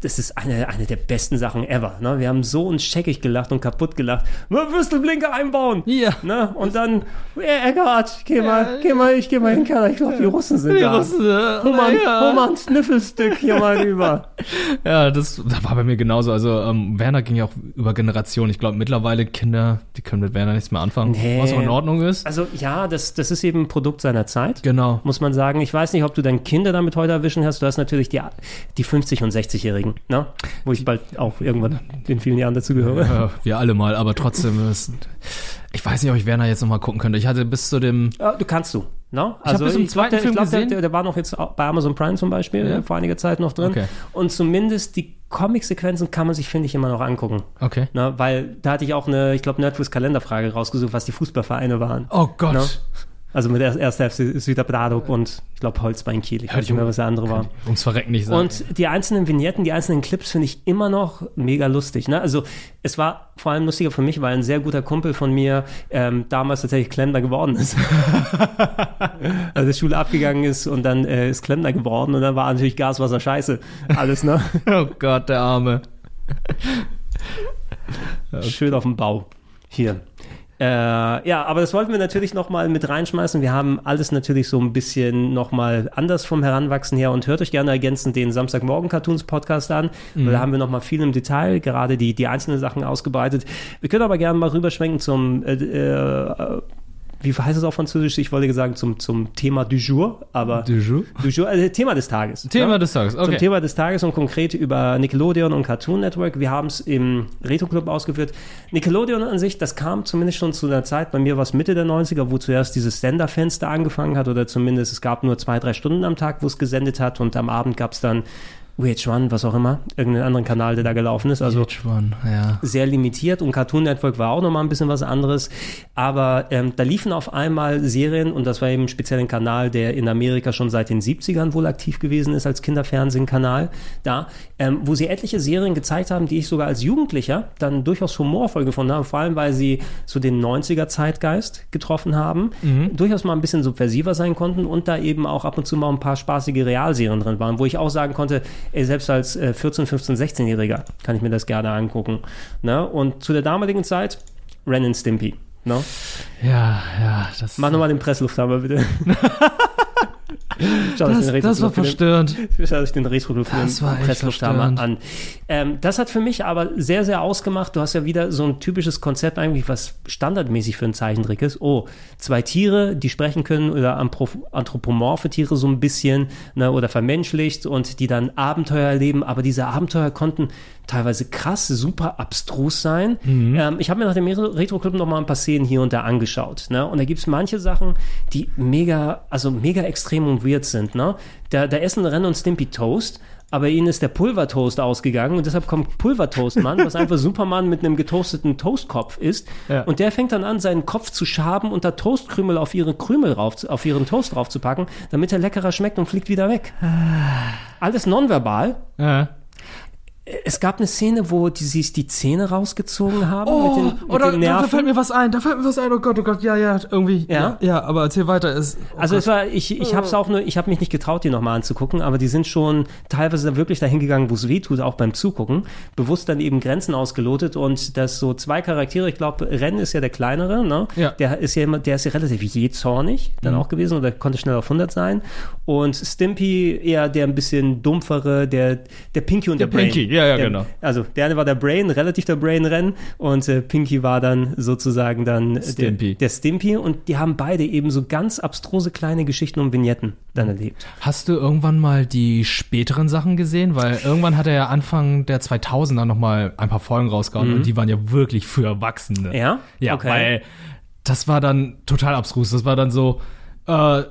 S1: das ist eine, eine der besten Sachen ever. Ne? Wir haben so uns scheckig gelacht und kaputt gelacht. "Wir Würstelblinker einbauen!
S2: Ja.
S1: Ne? Und dann, "Ey, Eckhardt, geh mal, geh mal, ich geh mal in den Keller. Ich glaube, die Russen sind
S2: Die
S1: da.
S2: Russen, äh,
S1: hol, mal,
S2: ja.
S1: hol mal ein Schnüffelstück hier mal rüber.
S2: Ja, das war bei mir genauso. Also ähm, Werner ging ja auch über Generationen. Ich glaube, mittlerweile Kinder, die können mit Werner nichts mehr anfangen. Was auch in Ordnung ist.
S1: Also ja, das, das ist eben ein Produkt seiner Zeit.
S2: Genau.
S1: Muss man sagen. Ich weiß nicht, ob du deine Kinder damit heute erwischen hast. Du hast natürlich die, die 50- und 60-Jährigen, ne? Wo ich bald auch irgendwann in vielen Jahren dazu gehöre.
S2: Ja, Äh, wir alle mal, aber trotzdem. Ist, ich weiß nicht, ob ich Werner jetzt nochmal gucken könnte. Ich hatte bis zu dem.
S1: Ja, du kannst du. Ne?
S2: Ich hab bis zum zweiten
S1: der,
S2: Film
S1: ich glaub, der,
S2: gesehen.
S1: der, der war noch jetzt auch bei Amazon Prime zum Beispiel
S2: Ja.
S1: äh, vor einiger Zeit noch drin.
S2: Okay.
S1: Und zumindest die Comic-Sequenzen kann man sich, finde ich, immer noch angucken.
S2: Okay.
S1: Ne? Weil da hatte ich auch eine, ich glaube, Nerdquiz Kalenderfrage rausgesucht, was die Fußballvereine waren.
S2: Oh Gott.
S1: Also mit erst, erst FC Süderbradup und ich glaube Holzbein Kiel. Ich weiß
S2: Hört
S1: nicht mehr,
S2: jung-
S1: was der andere war.
S2: Ums Verrecken nicht sagen.
S1: Und die einzelnen Vignetten, die einzelnen Clips finde ich immer noch mega lustig. Ne? Also es war vor allem lustiger für mich, weil ein sehr guter Kumpel von mir ähm, damals tatsächlich Klempner geworden ist. also die Schule abgegangen ist und dann äh, ist Klempner geworden und dann war natürlich Gas, Wasser, Scheiße. Alles, ne?
S2: oh Gott, der Arme.
S1: Schön auf dem Bau. Hier. Äh, ja, aber das wollten wir natürlich nochmal mit reinschmeißen. Wir haben alles natürlich so ein bisschen nochmal anders vom Heranwachsen her und hört euch gerne ergänzend den Samstagmorgen-Cartoons-Podcast an, weil
S2: Mhm.
S1: da haben wir nochmal viel im Detail, gerade die, die einzelnen Sachen ausgebreitet. Wir können aber gerne mal rüberschwenken zum, äh, äh, wie heißt es auf Französisch? Ich wollte sagen zum, zum Thema du jour, aber. Du jour? Du jour, also Thema des Tages.
S2: Thema des Tages, okay.
S1: Zum Thema des Tages und konkret über Nickelodeon und Cartoon Network. Wir haben es im Retro Club ausgeführt. Nickelodeon an sich, das kam zumindest schon zu einer Zeit, bei mir war es Mitte der 90er, wo zuerst dieses Senderfenster angefangen hat oder zumindest es gab nur zwei, drei Stunden am Tag, wo es gesendet hat und am Abend gab es dann VH1, was auch immer, irgendeinen anderen Kanal, der da gelaufen ist. Also
S2: Schon, ja.
S1: sehr limitiert und Cartoon Network war auch nochmal ein bisschen was anderes. Aber ähm, da liefen auf einmal Serien und das war eben speziell ein Kanal, der in Amerika schon seit den 70ern wohl aktiv gewesen ist als Kinderfernsehen-Kanal da, ähm, wo sie etliche Serien gezeigt haben, die ich sogar als Jugendlicher dann durchaus humorvoll gefunden habe, vor allem weil sie so den 90er-Zeitgeist getroffen haben,
S2: Mhm.
S1: durchaus mal ein bisschen subversiver sein konnten und da eben auch ab und zu mal ein paar spaßige Realserien drin waren, wo ich auch sagen konnte, ey, selbst als äh, 14, 15, 16-Jähriger kann ich mir das gerne angucken. Ne? Und zu der damaligen Zeit, Ren and Stimpy. Ne?
S2: Ja, ja, das.
S1: Mach nochmal den Presslufthammer, bitte. Schau
S2: Das- das war verstörend.
S1: Schau euch den Retro-Lufthammer
S2: Das war echt
S1: Presslufthammer
S2: verstörend.
S1: an. Ähm, das hat für mich aber sehr, sehr ausgemacht. Du hast ja wieder so ein typisches Konzept eigentlich, was standardmäßig für einen Zeichentrick ist. Oh, zwei Tiere, die sprechen können oder anthropo- anthropomorphe Tiere so ein bisschen ne, oder vermenschlicht und die dann Abenteuer erleben. Aber diese Abenteuer konnten teilweise krass, super abstrus sein. Ähm, ich habe mir nach dem Retro- Retro-Club noch mal ein paar Szenen hier und da angeschaut. Ne? Und da gibt es manche Sachen, die mega, also mega extrem und weird sind. Ne? Da, da essen Ren und Stimpy Toast aber ihnen ist der Pulvertoast ausgegangen und deshalb kommt Pulvertoastmann, was einfach Superman mit einem getoasteten Toastkopf ist. Und der fängt dann an, seinen Kopf zu schaben und da Toastkrümel auf ihre Krümel rauf, auf ihren Toast draufzupacken, damit er leckerer schmeckt und fliegt wieder weg.
S2: Ah.
S1: Alles nonverbal. Es gab eine Szene, wo die sich die Zähne rausgezogen haben
S2: Oh,
S1: mit den, mit
S2: oder
S1: den
S2: da, da
S1: Nerven.
S2: fällt mir was ein, da fällt mir was ein, oh Gott, oh Gott, ja, ja, irgendwie.
S1: Ja?
S2: Ja, aber erzähl weiter. Ist,
S1: Also
S2: oh Gott. Hm.
S1: es war, ich, ich habe es auch nur, ich habe mich nicht getraut, die nochmal anzugucken, aber die sind schon teilweise wirklich dahin gegangen, wo es weh tut, auch beim Zugucken. Bewusst dann eben Grenzen ausgelotet und dass so zwei Charaktere, ich glaube, Ren ist ja der kleinere, ne?
S2: Ja.
S1: Der ist ja immer, der ist ja relativ jezornig dann
S2: Mhm.
S1: auch gewesen oder konnte schnell auf 100 sein. Und Stimpy eher der ein bisschen dumpfere, der, der Pinky und der,
S2: Der Pinky,
S1: Brain.
S2: ja, ja,
S1: der,
S2: genau.
S1: Also der eine war der Brain, relativ der Brain-Ren und äh, Pinky war dann sozusagen dann äh,
S2: Stimpy.
S1: Der, der Stimpy und die haben beide eben so ganz abstruse kleine Geschichten und Vignetten dann erlebt.
S2: Hast du irgendwann mal die späteren Sachen gesehen? Weil irgendwann hat er ja Anfang der 2000er nochmal ein paar Folgen rausgehauen
S1: Mhm.
S2: und die waren ja wirklich für Erwachsene.
S1: Ja?
S2: Ja,
S1: Okay.
S2: weil das war dann total abstrus. Das war dann so, äh,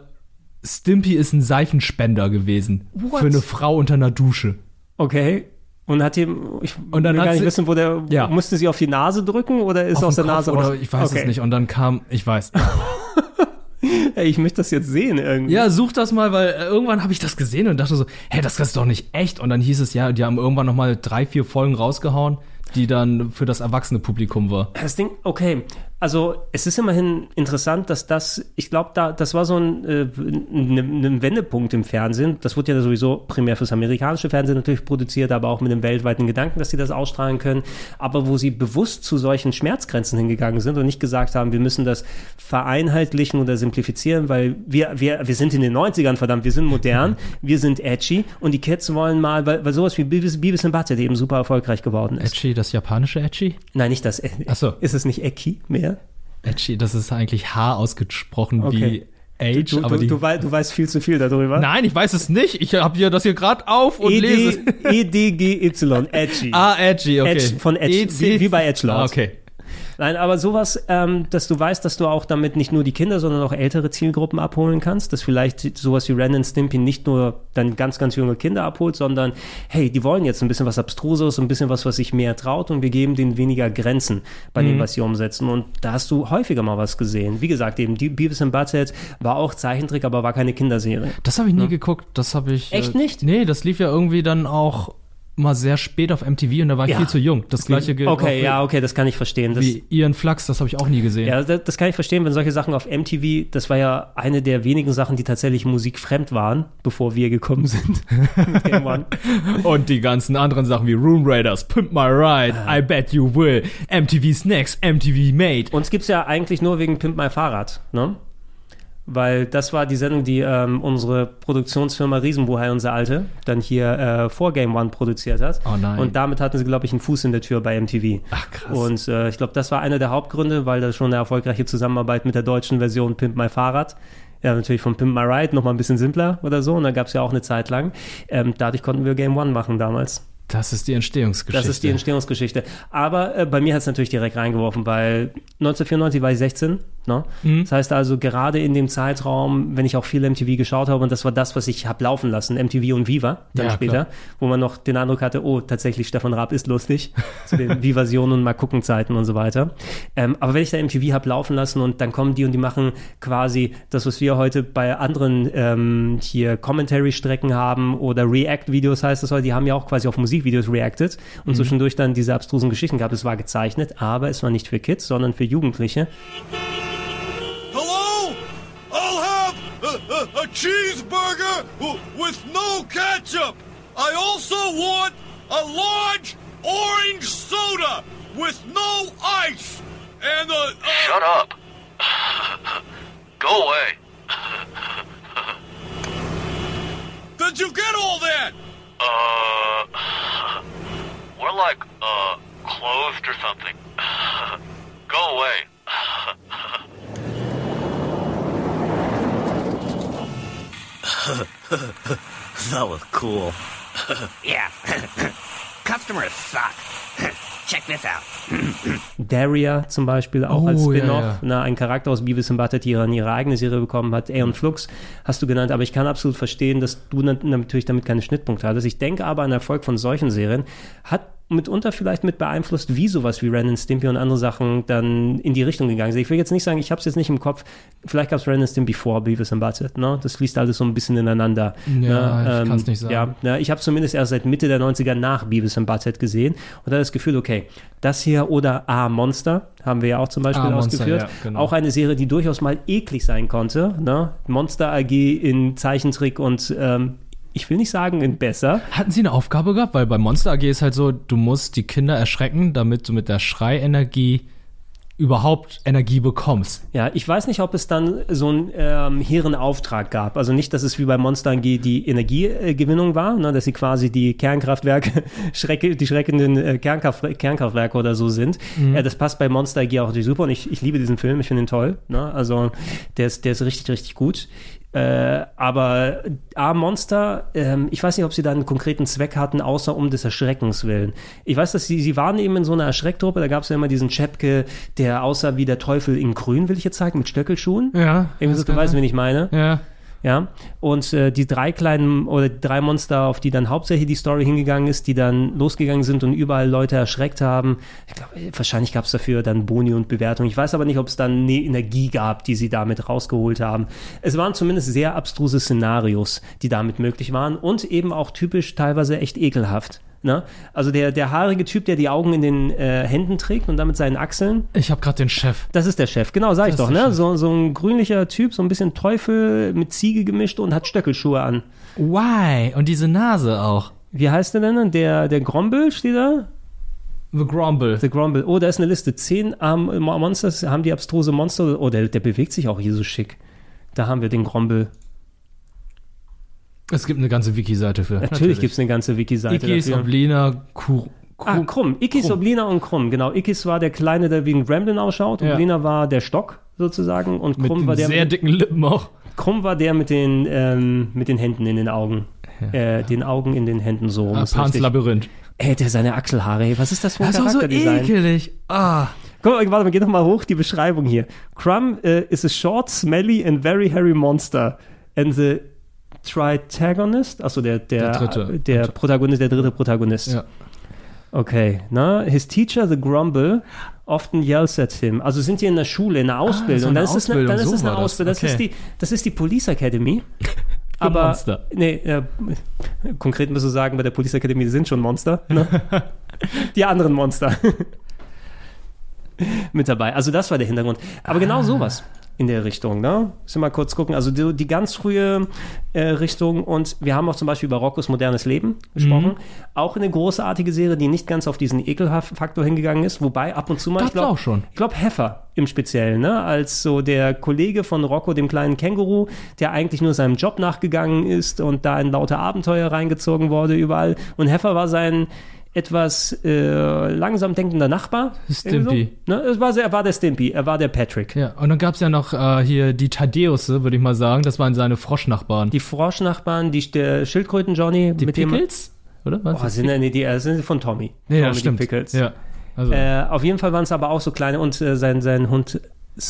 S2: Stimpy ist ein Seifenspender gewesen.
S1: What?
S2: Für eine Frau unter einer Dusche.
S1: Okay. Und hat ihm, ich
S2: Und dann
S1: will
S2: hat
S1: gar nicht
S2: sie-
S1: wissen, wo der,
S2: Ja.
S1: musste sie auf die Nase drücken oder ist
S2: Auf
S1: aus der
S2: den Kopf
S1: Nase raus?
S2: Oder ich weiß
S1: okay.
S2: es nicht. Und dann kam, ich weiß.
S1: Ey, ich möchte das jetzt sehen irgendwie.
S2: Ja, such das mal, weil äh, irgendwann habe ich das gesehen und dachte so, hey, das ist doch nicht echt. Und dann hieß es, ja, die haben irgendwann noch mal drei, vier Folgen rausgehauen, die dann für das erwachsene Publikum war.
S1: Das Ding, okay. Also es ist immerhin interessant, dass das, ich glaube, da, das war so ein, äh, ein, ein Wendepunkt im Fernsehen. Das wurde ja sowieso primär fürs amerikanische Fernsehen natürlich produziert, aber auch mit dem weltweiten Gedanken, dass sie das ausstrahlen können. Aber wo sie bewusst zu solchen Schmerzgrenzen hingegangen sind und nicht gesagt haben, wir müssen das vereinheitlichen oder simplifizieren, weil wir, wir, wir sind in den 90ern, verdammt, wir sind modern, wir sind edgy und die Kids wollen mal, weil, weil sowas wie Beavis, Beavis und Butthead eben super erfolgreich geworden ist.
S2: Edgy, das japanische Edgy?
S1: Nein, nicht das.
S2: Achso.
S1: Ist es nicht Ecki mehr?
S2: Edgy, das ist eigentlich H ausgesprochen
S1: Okay.
S2: wie Age,
S1: Du,
S2: aber
S1: du,
S2: die.
S1: du, wei- du weißt viel zu viel darüber. E
S2: Nein, ich weiß es nicht. Ich habe hier das hier gerade auf und lese es.
S1: ED, EDGY, edgy.
S2: Ah, edgy, okay.
S1: Edge, von edgy,
S2: EC
S1: wie, wie bei Edgelord.
S2: Ah, okay.
S1: Nein, aber sowas, ähm, dass du weißt, dass du auch damit nicht nur die Kinder, sondern auch ältere Zielgruppen abholen kannst, dass vielleicht sowas wie Ren and Stimpy nicht nur dann ganz, ganz junge Kinder abholt, sondern hey, die wollen jetzt ein bisschen was Abstruses, ein bisschen was, was sich mehr traut und wir geben denen weniger Grenzen bei dem,
S2: Mhm.
S1: was sie umsetzen. Und da hast du häufiger mal was gesehen. Wie gesagt, eben die Beavis and Butthead war auch Zeichentrick, aber war keine Kinderserie.
S2: Das habe ich nie geguckt. Das habe ich.
S1: Echt nicht?
S2: Nee, das lief ja irgendwie dann auch mal sehr spät auf MTV und da war ich
S1: Ja.
S2: viel zu jung. Das gleiche gilt auch
S1: Okay,
S2: für-
S1: ja, okay, das kann ich verstehen. Das,
S2: wie Ian Flux, das habe ich auch nie gesehen.
S1: ja, das, das kann ich verstehen, wenn solche Sachen auf MTV, das war ja eine der wenigen Sachen, die tatsächlich musikfremd waren, bevor wir gekommen sind. Game One.
S2: Und die ganzen anderen Sachen wie Room Raiders, Pimp My Ride, I Bet You Will, MTV Snacks, MTV Made.
S1: Uns gibt's ja eigentlich nur wegen Pimp My Fahrrad, ne? Weil das war die Sendung, die ähm, unsere Produktionsfirma Riesenbuhai, unser Alte, dann hier äh, vor Game One produziert hat.
S2: Oh nein.
S1: Und damit hatten sie, glaube ich, einen Fuß in der Tür bei MTV. Ach krass. Und äh, ich glaube, das war einer der Hauptgründe, weil da schon eine erfolgreiche Zusammenarbeit mit der deutschen Version Pimp My Fahrrad, ja natürlich von Pimp My Ride nochmal ein bisschen simpler oder so. Und da gab's ja auch eine Zeit lang. Ähm, dadurch konnten wir Game One machen damals.
S2: Das ist die Entstehungsgeschichte.
S1: Das ist die Entstehungsgeschichte. Aber äh, bei mir hat es natürlich direkt reingeworfen, weil 1994 war ich 16. Ne? Das heißt also, gerade in dem Zeitraum, wenn ich auch viel MTV geschaut habe, und das war das, was ich habe laufen lassen, MTV und Viva, dann
S2: Ja,
S1: später,
S2: klar.
S1: wo man noch den Eindruck hatte, oh, tatsächlich, Stefan Raab ist lustig, zu den Vivasionen und mal gucken Zeiten und so weiter. Ähm, aber wenn ich da MTV habe laufen lassen und dann kommen die und die machen quasi das, was wir heute bei anderen ähm, hier Commentary-Strecken haben oder React-Videos heißt das heute, die haben ja auch quasi auf Musikvideos reacted und
S2: Mhm.
S1: zwischendurch dann diese abstrusen Geschichten gehabt. Es war gezeichnet, aber es war nicht für Kids, sondern für Jugendliche.
S14: Hello? I'll have a, a, a cheeseburger w- with no ketchup. I also want a large orange soda with no ice. And a. Shut up. Go away. Did you get all that?
S15: Uh, we're like, uh, closed or something. Go away.
S16: that was cool. yeah. Customers suck. Check this out.
S1: Daria zum Beispiel auch als
S16: Oh, ja,
S1: Spin-off,
S16: ja.
S1: ne, ein Charakter aus Beavis und Butthead, die dann ihre eigene Serie bekommen hat, Aeon Flux hast du genannt, aber ich kann absolut verstehen, dass du na- natürlich damit keine Schnittpunkte hattest. Ich denke aber, ein Erfolg von solchen Serien hat mitunter vielleicht mit beeinflusst, wie sowas wie Ren and Stimpy und andere Sachen dann in die Richtung gegangen sind. Ich will jetzt nicht sagen, ich habe es jetzt nicht im Kopf, vielleicht gab es Ren and Stimpy vor Beavis and Butthead, ne? das fließt alles so ein bisschen ineinander.
S2: Ja,
S1: ne?
S2: ich kann's nicht sagen.
S1: Ja, na, ich habe zumindest erst seit Mitte der 90er nach Beavis und Butthead gesehen und da das Gefühl, okay, das hier oder A Monster haben wir ja auch zum Beispiel
S2: Ah, Monster,
S1: ausgeführt.
S2: ja, genau.
S1: Auch eine Serie, die durchaus mal eklig sein konnte. Ne? Monster AG in Zeichentrick und ähm, ich will nicht sagen in besser.
S2: Hatten Sie eine Aufgabe gehabt? Weil bei Monster AG ist halt so, du musst die Kinder erschrecken, damit du mit der Schreienergie überhaupt Energie bekommst.
S1: Ja, ich weiß nicht, ob es dann so einen ähm, hehren Auftrag gab. Also nicht, dass es wie bei Monster AG die Energiegewinnung war, ne, dass sie quasi die Kernkraftwerke, Schrecke, die schreckenden äh, Kernkraft, Kernkraftwerke oder so sind.
S2: Mhm.
S1: Äh, das passt bei Monster AG auch natürlich super und ich, ich liebe diesen Film, ich finde ihn toll. Ne? Also der ist, der ist richtig, richtig gut. Äh, aber A, Monster, ähm, ich weiß nicht, ob sie da einen konkreten Zweck hatten, außer um des Erschreckens willen. Ich weiß, dass sie, sie waren eben in so einer Erschrecktruppe, da gab es ja immer diesen Chepke, der aussah wie der Teufel in Grün, will ich jetzt sagen, mit Stöckelschuhen.
S2: Ja.
S1: Irgendwie so, du weißt, wen ich meine.
S2: Ja.
S1: Ja, und äh, die drei kleinen oder die drei Monster, auf die dann hauptsächlich die Story hingegangen ist, die dann losgegangen sind und überall Leute erschreckt haben. Ich glaube, äh, wahrscheinlich gab es dafür dann Boni und Bewertung. Ich weiß aber nicht, ob es dann eine Energie gab, die sie damit rausgeholt haben. Es waren zumindest sehr abstruse Szenarios, die damit möglich waren und eben auch typisch teilweise echt ekelhaft. Ne? Also der, der haarige Typ, der die Augen in den äh, Händen trägt und damit seinen Achseln,
S2: Ich habe gerade den Chef.
S1: das ist der Chef, genau, sag ich
S2: Das ist
S1: doch,
S2: der
S1: ne?
S2: Chef.
S1: So, so ein grünlicher Typ, so ein bisschen Teufel mit Ziege gemischt und hat Stöckelschuhe an.
S2: Why? Und diese Nase auch.
S1: Wie heißt der denn? Der, der Gromble steht da?
S2: The Gromble.
S1: The Gromble. Oh, da ist eine Liste. Zehn Arm Mo- Monsters haben die abstruse Monster. Oh, der, der bewegt sich auch hier so schick. Da haben wir den Gromble.
S2: Es gibt eine ganze Wiki-Seite für.
S1: Natürlich, gibt's gibt es eine ganze Wiki-Seite.
S2: Iki,
S1: dafür.
S2: Sablina, Kur.
S1: Ah, Krumm. Ikis,
S2: Krumm.
S1: Oblina und Krumm, genau. Ikis war der Kleine, der wie ein Gremlin ausschaut.
S2: Ja.
S1: Oblina war der Stock sozusagen. Und
S2: Mit
S1: Krumm war
S2: den
S1: der.
S2: sehr dicken Lippen auch.
S1: Krumm war der mit den, ähm, mit den Händen in den Augen. Äh, den Augen in den Händen so. rum,
S2: Ah,
S1: ist
S2: Pans
S1: richtig.
S2: Labyrinth.
S1: Ey, der seine Achselhaare, ey, was ist das für ein
S2: Das ist auch so
S1: Charakterdesign?
S2: ekelig. Ah.
S1: Guck mal, warte mal, geh doch mal hoch, die Beschreibung hier. Crumb äh, is a short, smelly and very hairy monster. And the Tritagonist, also der, der,
S2: Der dritte.
S1: der Protagonist, der dritte Protagonist.
S2: Ja.
S1: Okay, na, his teacher, the Grumble, often yells at him. Also sind die in
S2: Ah,
S1: der Schule, in der Ausbildung.
S2: eine
S1: dann ist es eine,
S2: Ausbildung,
S1: dann ist
S2: so
S1: es eine
S2: war das.
S1: Ausbildung. Das, ist
S2: Okay.
S1: die, das ist die Police Academy. aber
S2: Monster.
S1: nee, äh, konkret müsste sagen, bei der Polizeiakademie sind schon Monster. Ne? Die anderen Monster mit dabei. Also das war der Hintergrund. Aber
S2: Ah.
S1: genau sowas in der Richtung, ne? Müssen wir mal kurz gucken. Also die, die ganz frühe äh, Richtung und wir haben auch zum Beispiel über Roccos modernes Leben gesprochen.
S2: Mhm.
S1: Auch eine großartige Serie, die nicht ganz auf diesen Ekelfaktor hingegangen ist, wobei ab und zu mal,
S2: Gab's
S1: ich glaube,
S2: auch schon.
S1: ich glaube Heffer im Speziellen, ne? Als so der Kollege von Rocco, dem kleinen Känguru, der eigentlich nur seinem Job nachgegangen ist und da in lauter Abenteuer reingezogen wurde überall. Und Heffer war sein etwas äh, langsam denkender Nachbar.
S2: Stimpy.
S1: Irgendwie So, ne? es war, sehr- er war der Stimpy, er war der Patrick.
S2: Ja, und dann gab es ja noch äh, hier die Tadeusse, würde ich mal sagen. Das waren seine Froschnachbarn.
S1: Die Froschnachbarn, die, äh, der Schildkröten-Johnny. Die
S2: Pickles? Oder?
S1: Oh, sind, nee, die äh, sind von Tommy.
S2: Ja,
S1: Tommy die
S2: stimmt.
S1: Pickles.
S2: Ja, also-
S1: Äh, auf jeden Fall waren es aber auch so kleine und äh, sein, sein Hund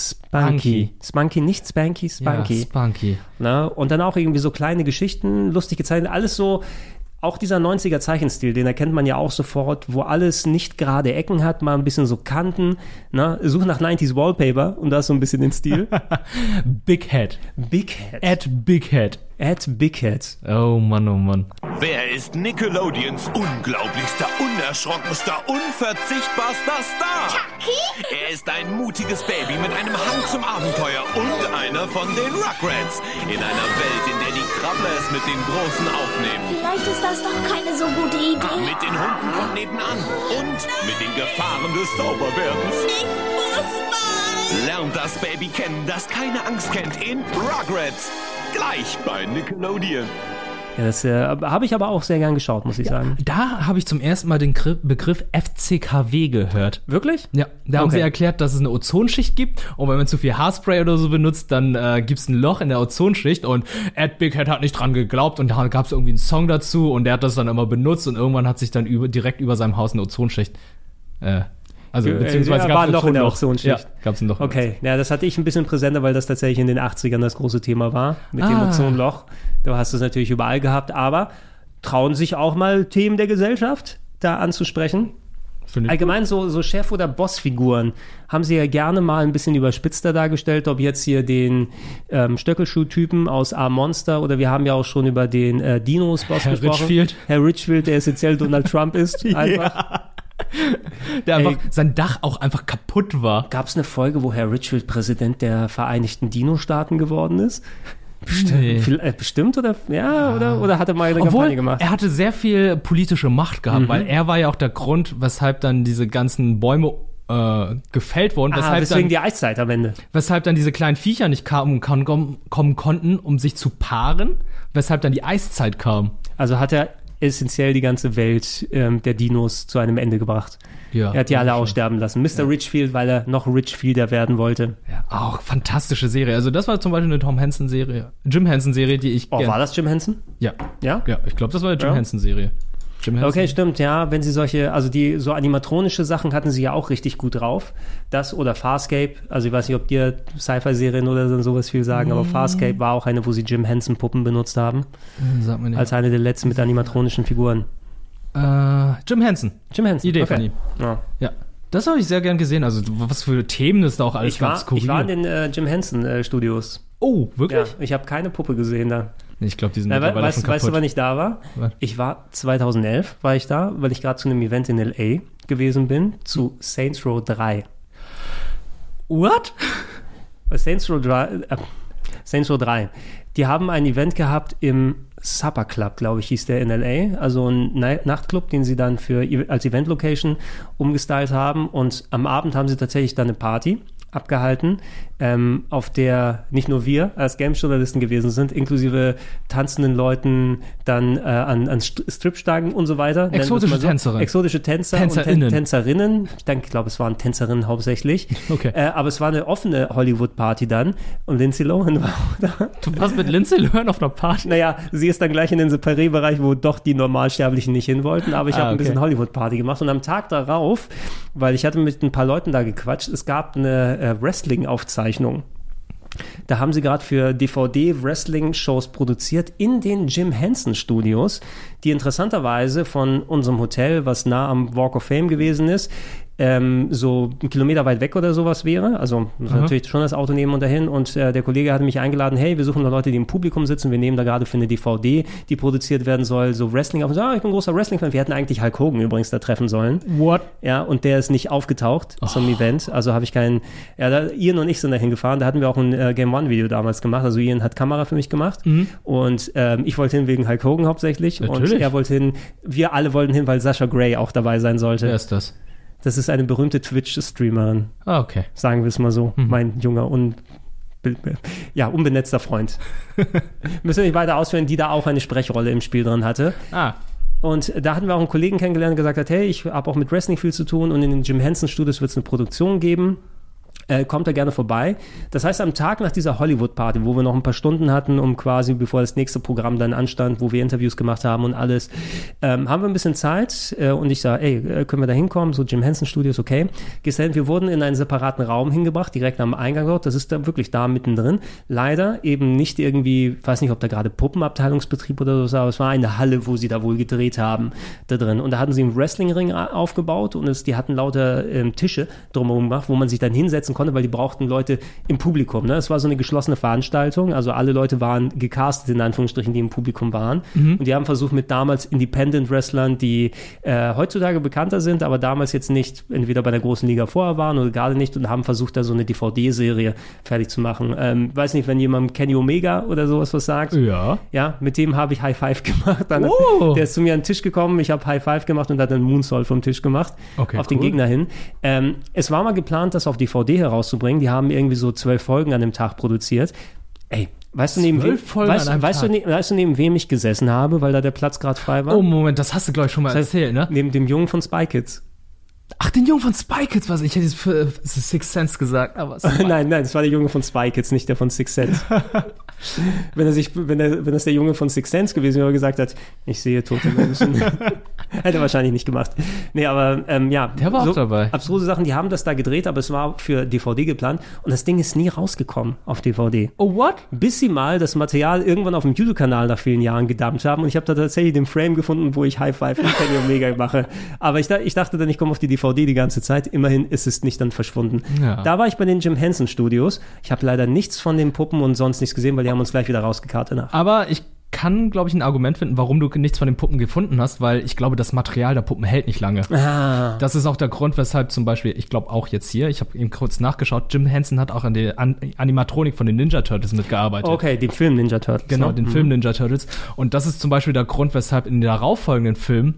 S1: Spunky.
S2: Spunky.
S1: Spunky, nicht Spanky, Spunky.
S2: Ja, Spunky.
S1: Na, und dann auch irgendwie so kleine Geschichten, lustig gezeichnet, alles so. Auch dieser 90er Zeichenstil, den erkennt man ja auch sofort, wo alles nicht gerade Ecken hat, mal ein bisschen so Kanten. Na, suche nach 90s Wallpaper und da ist so ein bisschen den Stil.
S2: Big Head.
S1: Big Head.
S2: At Big Head.
S1: At Big Head.
S2: Oh Mann, oh Mann.
S17: Wer ist Nickelodeons unglaublichster, unerschrockenster, unverzichtbarster Star? Er ist ein mutiges Baby mit einem Hang zum Abenteuer und einer von den Rugrats. In einer Welt, in der die Krabbe es mit den Großen aufnehmen.
S4: Vielleicht ist das doch keine so gute Idee.
S17: Mit den Hunden von nebenan und mit den Gefahren des Zauberwerdens. Lernt das Baby kennen, das keine Angst kennt in Rugrats. Gleich bei Nickelodeon.
S1: Ja, das äh, habe ich aber auch sehr gern geschaut, muss ich sagen.
S2: Da habe ich zum ersten Mal den Kri- Begriff FCKW gehört.
S1: Wirklich?
S2: Ja, da haben
S1: Okay.
S2: sie erklärt, dass es eine Ozonschicht gibt und wenn man zu viel Haarspray oder so benutzt, dann äh, gibt es ein Loch in der Ozonschicht und Ed Bighead hat nicht dran geglaubt und da gab es irgendwie einen Song dazu und der hat das dann immer benutzt und irgendwann hat sich dann über, direkt über seinem Haus eine Ozonschicht äh, also
S1: Äh,
S2: beziehungsweise
S1: ja,
S2: gab's
S1: war ein Loch in der
S2: Ozonloch.
S1: Ozonschicht.
S2: Ja, gab's ein Loch. in der
S1: Okay, ja, das hatte ich ein bisschen präsenter, weil das tatsächlich in den 80ern das große Thema war, mit dem
S2: Ah.
S1: Ozonloch. Da hast du es natürlich überall gehabt, aber trauen sich auch mal Themen der Gesellschaft da anzusprechen.
S2: Finde ich
S1: Allgemein so, so Chef- oder Bossfiguren haben sie ja gerne mal ein bisschen überspitzter dargestellt, ob jetzt hier den ähm, Stöckelschuh-Typen aus A-Monster oder wir haben ja auch schon über den äh, Dinos-Boss
S2: Herr
S1: gesprochen.
S2: Richfield.
S1: Herr Richfield, der essentiell Donald Trump ist.
S2: Ja.
S1: Einfach.
S2: Der einfach sein Dach auch einfach kaputt war.
S1: Gab es eine Folge, wo Herr Richfield Präsident der Vereinigten Dino-Staaten geworden ist? Bestimmt,
S2: Nee. Ah.
S1: viel- äh, bestimmt oder ja, oder oder hatte mal eine Kampagne
S2: Obwohl,
S1: gemacht? Mhm.
S2: er hatte sehr viel politische Macht gehabt, weil er war ja auch der Grund, weshalb dann diese ganzen Bäume äh, gefällt wurden,
S1: Ah,
S2: weshalb,
S1: deswegen die
S2: dann,
S1: Eiszeit am Ende.
S2: weshalb dann diese kleinen Viecher nicht kamen, kann, kommen konnten, um sich zu paaren, weshalb dann die Eiszeit kam.
S1: Also hat er essentiell die ganze Welt ähm, der Dinos zu einem Ende gebracht.
S2: Ja,
S1: er hat die alle aussterben lassen. Mr. Richfield, weil er noch Richfielder werden wollte.
S2: Auch fantastische Serie. Also das war zum Beispiel eine Tom Hansen Serie, Jim Henson Serie, die ich.
S1: Oh,
S2: gern-
S1: war das Jim Henson?
S2: Ja,
S1: ja,
S2: ja. Ich glaube, das war eine Jim
S1: Ja.
S2: Henson Serie. Jim Henson.
S1: Okay, stimmt, ja, wenn sie solche, also die so animatronische Sachen hatten sie ja auch richtig gut drauf. Das oder Farscape, also ich weiß nicht, ob dir Sci-Fi-Serien oder so- sowas viel sagen, aber
S2: Nee.
S1: Farscape war auch eine, wo sie Jim Henson-Puppen benutzt haben.
S2: Sag mir nicht.
S1: Als eine der letzten mit animatronischen Figuren.
S2: Äh, Jim Henson.
S1: Jim Henson.
S2: Idee
S1: okay.
S2: von ihm.
S1: Ja.
S2: Ja. Das habe ich sehr gern gesehen. Also, was für Themen es da auch alles
S1: Ich
S2: gab.
S1: war,
S2: skurril.
S1: ich war in den äh, Jim Henson-Studios.
S2: oh, wirklich?
S1: Ja, ich habe keine Puppe gesehen da.
S2: Ich glaube, die sind
S1: Na, we-
S2: mittlerweile schon
S1: weißt,
S2: kaputt.
S1: weißt du, wann ich da war?
S2: Wann?
S1: Ich war 2011 war ich da, weil ich gerade zu einem Event in L.A. gewesen bin, zu Saints Row 3.
S2: What?
S1: Saints Row 3, äh, Saints Row 3. Die haben ein Event gehabt im Supper Club, glaube ich, hieß der in L.A., also ein Na Nachtclub, den sie dann für, als Event-Location umgestylt haben und am Abend haben sie tatsächlich dann eine Party abgehalten, ähm, auf der nicht nur wir als Games-Journalisten gewesen sind, inklusive tanzenden Leuten dann äh, an, an St Stripstangen und so weiter. Nennen wir es mal
S2: Exotische Tänzerin.
S1: Exotische Tänzer und Tän
S2: Tänzerinnen.
S1: Tänzerinnen. Ich denke, ich glaube, es waren Tänzerinnen hauptsächlich.
S2: Okay.
S1: Äh, aber es war eine offene Hollywood-Party dann und Lindsay Lohan war auch da.
S2: Du warst mit Lindsay Lohan auf einer Party?
S1: Naja, sie ist dann gleich in den Separé-Bereich, wo doch die Normalsterblichen nicht hin wollten, aber ich
S2: Ah,
S1: habe ein
S2: okay.
S1: bisschen Hollywood-Party gemacht und am Tag darauf, weil ich hatte mit ein paar Leuten da gequatscht, es gab eine äh, Wrestling-Aufzeichnung. Da haben sie gerade für DVD Wrestling-Shows produziert in den Jim Henson Studios, die interessanterweise von unserem Hotel, was nah am Walk of Fame gewesen ist, ähm, so einen Kilometer weit weg oder sowas wäre. Also muss
S2: Aha.
S1: natürlich schon das Auto nehmen und dahin. Und äh, der Kollege hatte mich eingeladen, hey, wir suchen noch Leute, die im Publikum sitzen. Wir nehmen da gerade für eine DVD, die produziert werden soll, so Wrestling auf. Und so, ah, ich bin großer Wrestling-Fan. Wir hätten eigentlich Hulk Hogan übrigens da treffen sollen.
S2: What?
S1: Ja, und der ist nicht aufgetaucht
S2: Oh.
S1: zum Event. Also habe ich keinen. Ja, da, Ian und ich sind dahin gefahren. Da hatten wir auch ein äh, Game One-Video damals gemacht. Also Ian hat Kamera für mich gemacht.
S2: Mhm.
S1: Und ähm, ich wollte hin wegen Hulk Hogan hauptsächlich. Und
S2: Natürlich.
S1: er wollte hin. Wir alle wollten hin, weil Sascha Gray auch dabei sein sollte. Wer
S2: ist das?
S1: Das ist eine berühmte Twitch-Streamerin.
S2: Ah, okay.
S1: Sagen wir es mal so.
S2: Mhm.
S1: Mein junger, un ja, unbenetzter Freund. Müssen wir nicht weiter ausführen, die da auch eine Sprechrolle im Spiel drin hatte.
S2: Ah.
S1: Und da hatten wir auch einen Kollegen kennengelernt, der gesagt hat, hey, ich habe auch mit Wrestling viel zu tun und in den Jim Henson Studios wird es eine Produktion geben. Äh, kommt da gerne vorbei. Das heißt, am Tag nach dieser Hollywood-Party, wo wir noch ein paar Stunden hatten, um quasi, bevor das nächste Programm dann anstand, wo wir Interviews gemacht haben und alles, ähm, haben wir ein bisschen Zeit äh, und ich sage, ey, äh, können wir da hinkommen? So Jim Henson Studios, okay. Gestellt, wir wurden in einen separaten Raum hingebracht, direkt am Eingang dort. Das ist dann wirklich da mittendrin. Leider eben nicht irgendwie, weiß nicht, ob da gerade Puppenabteilungsbetrieb oder so, war, aber es war eine Halle, wo sie da wohl gedreht haben, da drin. Und da hatten sie einen Wrestlingring a- aufgebaut und es, die hatten lauter ähm, Tische drumherum gemacht, wo man sich dann hinsetzen konnte, weil die brauchten Leute im Publikum. Ne? Es war so eine geschlossene Veranstaltung, also alle Leute waren gecastet, in Anführungsstrichen, die im Publikum waren.
S2: Mhm.
S1: Und die haben versucht, mit damals Independent-Wrestlern, die äh, heutzutage bekannter sind, aber damals jetzt nicht entweder bei der großen Liga vorher waren oder gerade nicht und haben versucht, da so eine DVD-Serie fertig zu machen. Ähm, weiß nicht, wenn jemand Kenny Omega oder sowas was sagt.
S2: Ja.
S1: Ja, mit dem habe ich High Five gemacht. Dann
S2: Oh.
S1: Der ist zu mir an den Tisch gekommen, ich habe High Five gemacht und hat dann Moonsault vom Tisch gemacht
S2: Okay,
S1: auf den
S2: cool.
S1: Gegner hin. Ähm, es war mal geplant, das auf DVD herauszubringen. Die haben irgendwie so zwölf Folgen an dem Tag produziert. Ey, weißt du, neben wem,
S2: Zwölf Folgen
S1: weißt,
S2: an einem
S1: weißt, du,
S2: Tag.
S1: ne, weißt du, neben wem ich gesessen habe, weil da der Platz gerade frei war?
S2: Oh, Moment, das hast du, glaube ich, schon mal
S1: Das heißt,
S2: erzählt, ne?
S1: Neben dem Jungen von Spy Kids.
S2: Ach, den Jungen von Spy Kids was? Ich hätte jetzt für, für Six Sense gesagt, aber es
S1: nein, nein, das war der Junge von Spy Kids, nicht der von Six Sense. wenn, er sich, wenn, er, wenn das der Junge von Six Sense gewesen wäre, gesagt hat, ich sehe tote Menschen. Hätte er wahrscheinlich nicht gemacht. Nee, aber ähm, ja. Der
S2: war auch dabei.
S1: Abstruse Sachen, die haben das da gedreht, aber es war für DVD geplant und das Ding ist nie rausgekommen auf DVD.
S2: Oh, what?
S1: Bis sie mal das Material irgendwann auf dem YouTube-Kanal nach vielen Jahren gedumpt haben und ich habe da tatsächlich den Frame gefunden, wo ich High Five mit Kenny Omega mache. Aber ich, da- ich dachte dann, ich komme auf die DVD die ganze Zeit. Immerhin ist es nicht dann verschwunden.
S2: Ja.
S1: Da war ich bei den Jim Henson Studios. Ich habe leider nichts von den Puppen und sonst nichts gesehen, weil die haben uns gleich wieder rausgekarrt danach.
S2: Aber ich kann, glaube ich, ein Argument finden, warum du nichts von den Puppen gefunden hast, weil ich glaube, das Material der Puppen hält nicht lange.
S1: Ah.
S2: Das ist auch der Grund, weshalb zum Beispiel, ich glaube auch jetzt hier, ich habe eben kurz nachgeschaut, Jim Henson hat auch an der an Animatronik von den Ninja Turtles mitgearbeitet.
S1: Okay, den Film Ninja Turtles.
S2: Ah, Genau,
S1: ne?
S2: den
S1: Mhm.
S2: Film Ninja Turtles. Und das ist zum Beispiel der Grund, weshalb in den darauffolgenden Filmen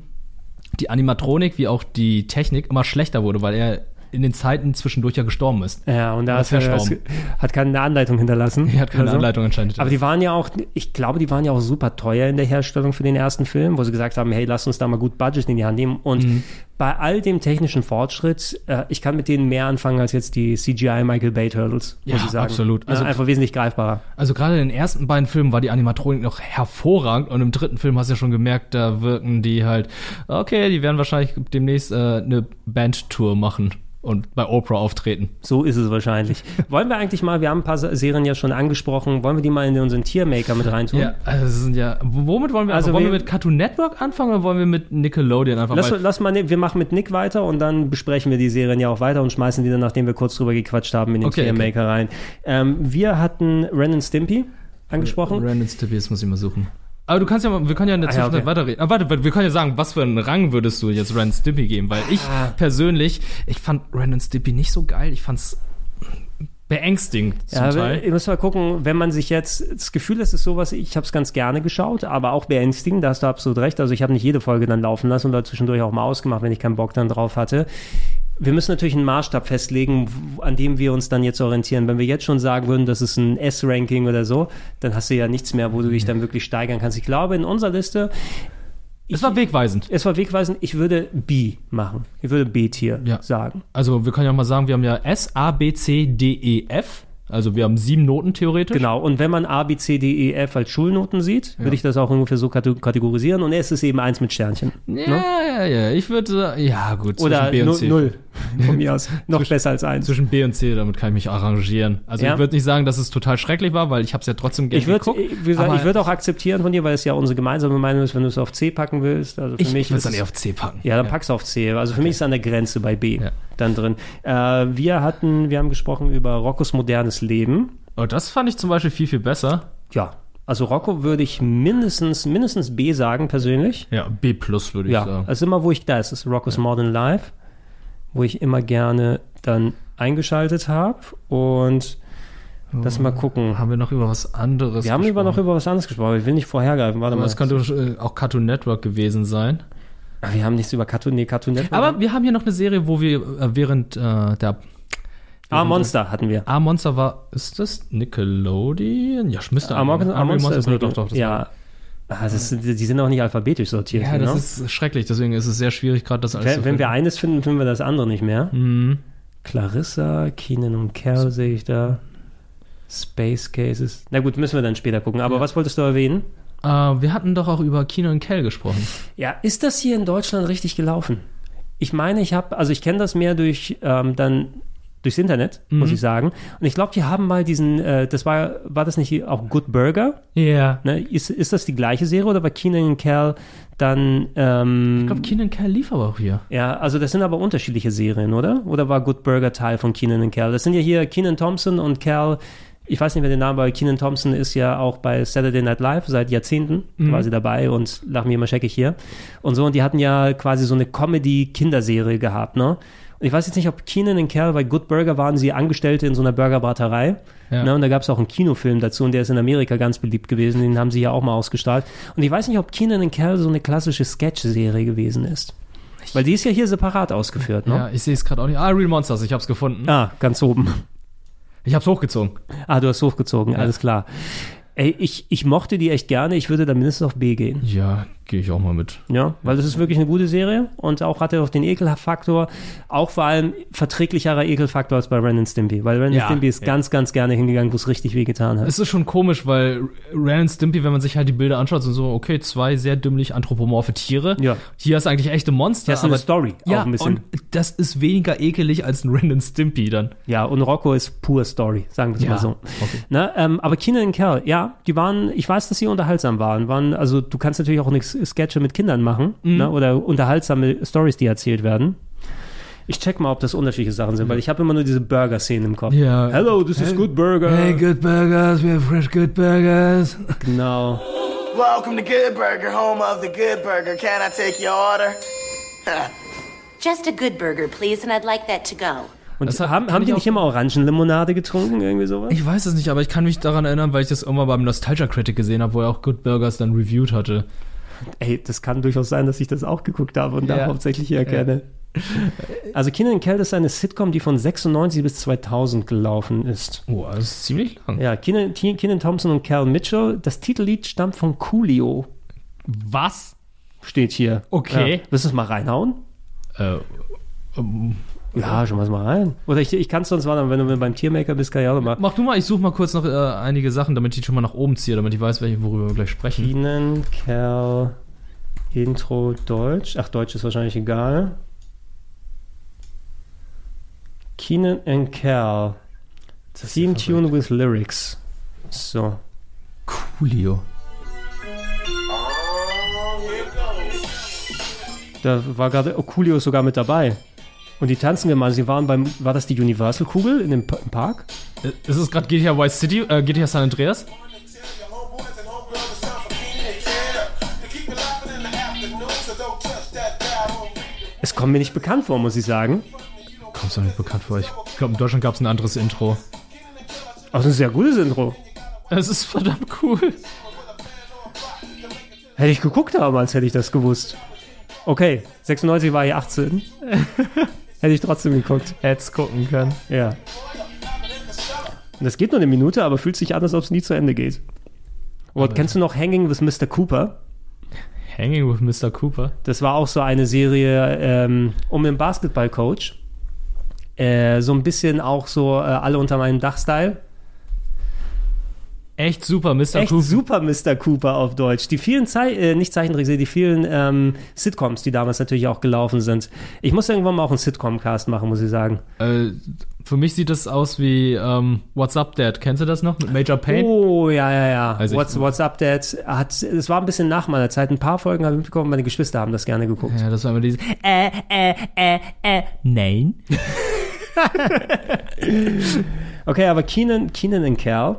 S2: die Animatronik wie auch die Technik immer schlechter wurde, weil er in den Zeiten zwischendurch ja gestorben ist.
S1: Ja, und da
S2: Das
S1: hat, er,
S2: Verstorben.
S1: hat keine Anleitung hinterlassen. Also
S2: Er hat keine Anleitung anscheinend.
S1: Aber die waren ja auch, ich glaube, die waren ja auch super teuer in der Herstellung für den ersten Film, wo sie gesagt haben, hey, lass uns da mal gut Budget in die Hand nehmen. Und
S2: Mhm.
S1: bei all dem technischen Fortschritt, äh, ich kann mit denen mehr anfangen als jetzt die CGI Michael Bay Turtles, muss
S2: Ja,
S1: ich sagen.
S2: absolut.
S1: Also
S2: Also-
S1: ja, einfach wesentlich greifbarer.
S2: Also gerade in den ersten beiden Filmen war die Animatronik noch hervorragend und im dritten Film hast du ja schon gemerkt, da wirken die halt, okay, die werden wahrscheinlich demnächst äh, eine Bandtour machen und bei Oprah auftreten.
S1: So ist es wahrscheinlich. Wollen wir eigentlich mal, wir haben ein paar Serien ja schon angesprochen, wollen wir die mal in unseren Tiermaker mit reintun?
S2: Ja, also es sind ja, womit wollen wir,
S1: Also
S2: also wollen wir
S1: wir-
S2: mit Cartoon Network anfangen oder wollen wir mit Nickelodeon anfangen?
S1: Lass,
S2: Weil-
S1: lass mal, Nick- wir machen mit Nick weiter und dann besprechen wir die Serien ja auch weiter und schmeißen die dann, nachdem wir kurz drüber gequatscht haben, in den
S2: Okay,
S1: okay, Maker rein. Ähm, wir hatten Ren and Stimpy angesprochen.
S2: Random Stippies muss ich mal suchen. Aber du kannst ja, mal- wir können ja in der
S1: Ah, ja,
S2: Zwischenzeit
S1: okay.
S2: weiterreden. Ah, warte, warte, wir können ja sagen, was für einen Rang würdest du jetzt Ren Stimpy geben? Weil ich
S1: Ah.
S2: persönlich, ich fand Ren Stimpy nicht so geil. Ich fand's beängstigend zum
S1: Ja, aber
S2: Teil.
S1: ihr müsst mal gucken, wenn man sich jetzt, das Gefühl ist es sowas, ich habe es ganz gerne geschaut, aber auch beängstigend, da hast du absolut recht. Also ich habe nicht jede Folge dann laufen lassen und da zwischendurch auch mal ausgemacht, wenn ich keinen Bock dann drauf hatte. Wir müssen natürlich einen Maßstab festlegen, w- an dem wir uns dann jetzt orientieren. Wenn wir jetzt schon sagen würden, das ist ein S-Ranking oder so, dann hast du ja nichts mehr, wo du dich dann wirklich steigern kannst. Ich glaube, in unserer Liste
S2: es war wegweisend.
S1: Es war wegweisend. Ich würde B machen. Ich würde B-Tier sagen.
S2: Also wir können ja mal sagen, wir haben ja S, A, B, C, D, E, F. Also wir haben sieben Noten theoretisch.
S1: Genau. Und wenn man A, B, C, D, E, F als Schulnoten sieht,
S2: Ja.
S1: würde ich das auch ungefähr so kate- kategorisieren. Und es ist eben eins mit Sternchen.
S2: Ja,
S1: Ne?
S2: ja, ja. Ich würde, ja gut.
S1: Oder
S2: zwischen
S1: nu- null. Von mir aus noch besser als eins.
S2: Zwischen B und C, damit kann ich mich arrangieren. Also
S1: Ja.
S2: ich würde nicht sagen, dass es total schrecklich war, weil ich habe es ja trotzdem gerne
S1: Ich würde,
S2: geguckt.
S1: wie gesagt, ich würde auch akzeptieren von dir, weil es ja unsere gemeinsame Meinung ist, wenn du es auf C packen willst. Also für
S2: Ich-
S1: mich
S2: ich würd's
S1: ist
S2: dann
S1: es-
S2: eher auf C packen.
S1: Ja, dann
S2: Ja.
S1: pack's auf C. Also für mich ist es an der Grenze bei B dann drin. Äh, wir hatten, wir haben gesprochen über Roccos modernes Leben.
S2: Oh, das fand ich zum Beispiel viel, viel besser.
S1: Ja. Also Rocco würde ich mindestens, mindestens B sagen, persönlich.
S2: Ja, B plus würde ich
S1: ja.
S2: sagen.
S1: Also immer, wo ich da ist, ist Rocco's Modern Life, wo ich immer gerne dann eingeschaltet habe und Lass mal gucken.
S2: Oh, Haben wir noch über was anderes
S1: Also, wir haben über noch über was anderes gesprochen, aber ich will nicht vorhergreifen. Warte
S2: Aber
S1: mal.
S2: es könnte äh, auch Cartoon Network gewesen sein.
S1: Ah, Wir haben nichts über Cartoon, nee, Cartoon Network.
S2: Aber wir haben hier noch eine Serie, wo wir äh, während äh, der.
S1: Ah, Monster hatten wir.
S2: Ah, Monster war. Ist das Nickelodeon? Ja, müsste
S1: Amok,
S2: Angry
S1: Amok Ah, Monster ist
S2: Monster-
S1: nicht,
S2: doch, doch, das
S1: ja. Ah, das ist, die sind auch nicht alphabetisch sortiert.
S2: Ja, das
S1: ne?
S2: ist schrecklich, deswegen ist es sehr schwierig, gerade das alles
S1: wenn,
S2: zu
S1: wenn
S2: finden.
S1: wir eines finden, finden wir das andere nicht mehr.
S2: Mhm.
S1: Clarissa, Keenan und Kel sehe ich da. Space Cases. Na gut, müssen wir dann später gucken. Aber was wolltest du erwähnen?
S2: Äh, wir hatten doch auch über Kino und Kell gesprochen.
S1: Ja, ist das hier in Deutschland richtig gelaufen? Ich meine, ich habe, also ich kenne das mehr durch ähm, dann durchs Internet, muss
S2: Mhm.
S1: ich sagen. Und ich glaube, die haben mal diesen, äh, das war, war das nicht auch Good Burger?
S2: Ja.
S1: Ne? Ist, ist das die gleiche Serie oder war Keenan und Kel dann? Ähm, ich
S2: glaube, Keenan Kell lief aber auch hier.
S1: Ja, also das sind aber unterschiedliche Serien, oder? Oder war Good Burger Teil von Keenan und Kel? Das sind ja hier Keenan Thompson und Kel. Ich weiß nicht, wer den Namen war. Keenan Thompson ist ja auch bei Saturday Night Live seit Jahrzehnten
S2: Mhm.
S1: quasi dabei und lach mir immer scheckig hier. Und so, und die hatten ja quasi so eine Comedy-Kinderserie gehabt, ne? Und ich weiß jetzt nicht, ob Keenan und Kel bei Good Burger waren sie Angestellte in so einer Burgerbraterei.
S2: Ja.
S1: Ne? Und da gab es auch einen Kinofilm dazu und der ist in Amerika ganz beliebt gewesen. Den haben sie ja auch mal ausgestrahlt. Und ich weiß nicht, ob Keenan und Kel so eine klassische Sketch-Serie gewesen ist. Weil die ist ja hier separat ausgeführt, ne?
S2: Ja, ich sehe es gerade auch nicht. Ah, Real Monsters, ich hab's gefunden.
S1: Ah, ganz oben.
S2: Ich hab's hochgezogen.
S1: Ah, du hast hochgezogen, alles klar. Ey, ich, ich mochte die echt gerne, ich würde da mindestens auf B gehen.
S2: Ja, gehe ich auch mal mit.
S1: Ja, weil das ist wirklich eine gute Serie und auch hat er doch den Ekelfaktor, auch vor allem verträglicherer Ekelfaktor als bei Ren and Stimpy, weil Ren
S2: Ja,
S1: and Stimpy ist
S2: ja.
S1: ganz, ganz gerne hingegangen, wo es richtig wehgetan hat.
S2: Es ist schon komisch, weil Ren und Stimpy, wenn man sich halt die Bilder anschaut, sind so, okay, zwei sehr dümmlich anthropomorphe Tiere.
S1: Ja.
S2: Hier ist eigentlich echte Monster.
S1: Das ist eine
S2: aber-
S1: Story,
S2: ja,
S1: auch ein bisschen.
S2: Und das ist weniger ekelig als ein Ren und Stimpy dann.
S1: Ja, und Rocco ist pure Story, sagen wir es
S2: Ja,
S1: mal so.
S2: okay.
S1: Ne, ähm, aber Kinder und Kerl, ja, die waren, ich weiß, dass sie unterhaltsam waren. waren also du kannst natürlich auch eine S- Sketche mit Kindern machen
S2: Mhm.
S1: ne, oder unterhaltsame Stories, die erzählt werden. Ich check mal, ob das unterschiedliche Sachen sind, weil ich habe immer nur diese Burger-Szenen im Kopf.
S2: Ja.
S1: Hello, this is Good Burger.
S2: Hey, good burgers, we have fresh good burgers.
S1: Genau.
S18: Welcome to Good Burger, home of the Good Burger. Can I take your order?
S19: Just a good burger, please, and I'd like that to go.
S1: Und haben, haben die nicht immer Orangenlimonade getrunken, irgendwie sowas?
S2: Ich weiß es nicht, aber ich kann mich daran erinnern, weil ich das irgendwann beim Nostalgia Critic gesehen habe, wo er auch Good Burgers dann reviewed hatte.
S1: Ey, das kann durchaus sein, dass ich das auch geguckt habe und da
S2: Ja.
S1: hauptsächlich hier erkenne. Also Kinder in Kälte ist eine Sitcom, die von 96 bis 2000 gelaufen ist.
S2: Oh, das ist ziemlich lang.
S1: Ja, Kenan, T- Kenan Thompson und Cal Mitchell. Das Titellied stammt von Coolio.
S2: Was?
S1: Steht hier.
S2: Okay.
S1: Ja. Willst du es mal reinhauen?
S2: Äh, ähm,
S1: Ja, schon mal mal rein. Oder ich, ich kann es sonst warten, wenn du beim Tiermaker bist, kann ich auch noch mal.
S2: Mach du mal, ich suche mal kurz noch äh, einige Sachen, damit ich die schon mal nach oben ziehe, damit ich weiß, welche, worüber wir gleich sprechen.
S1: Kenan, Cal, Intro, Deutsch. Ach, Deutsch ist wahrscheinlich egal. Keenan and Cal. Theme Tune with Lyrics. So.
S2: Coolio.
S1: Da war gerade Oculio sogar mit dabei. Und die tanzen gemeinsam. Sie waren beim. War das die Universal-Kugel in dem Pa- im Park?
S2: Äh, Ist es gerade GTA Vice City, äh, GTA San Andreas?
S1: Es kommt mir nicht bekannt vor, muss ich sagen.
S2: Kommst du mir nicht bekannt vor? Ich glaube, in Deutschland gab es ein anderes Intro.
S1: Aber es ist ein sehr gutes Intro.
S2: Es ist verdammt cool.
S1: Hätte ich geguckt damals, hätte ich das gewusst. Okay, 96 war ich 18. hätte ich trotzdem geguckt.
S2: Hätt's gucken können.
S1: Ja. Und das geht nur eine Minute, aber fühlt sich an, als ob es nie zu Ende geht. Und kennst du noch Hanging with Mr. Cooper?
S2: Hanging with Mr. Cooper.
S1: Das war auch so eine Serie ähm, um den Basketballcoach. Äh, so ein bisschen auch so äh, alle unter meinem Dach-Style.
S2: Echt super, Mr.
S1: Echt super Mr. Cooper auf Deutsch. Die vielen, Zei äh, nicht Zeichentrickserien, die vielen ähm, Sitcoms, die damals natürlich auch gelaufen sind. Ich muss irgendwann mal auch einen Sitcom-Cast machen, muss ich sagen.
S2: Äh, für mich sieht das aus wie ähm, What's Up Dad. Kennst du das noch mit Major Payne?
S1: Oh, ja, ja, ja.
S2: Weiß Also ich
S1: What's,
S2: nicht.
S1: What's Up Dad? Hat, es war ein bisschen nach meiner Zeit. Ein paar Folgen habe ich mitbekommen, meine Geschwister haben das gerne geguckt.
S2: Ja, das war immer dieses Äh, äh, äh, äh. Nein.
S1: Okay, aber Keenan, Keenan und Cal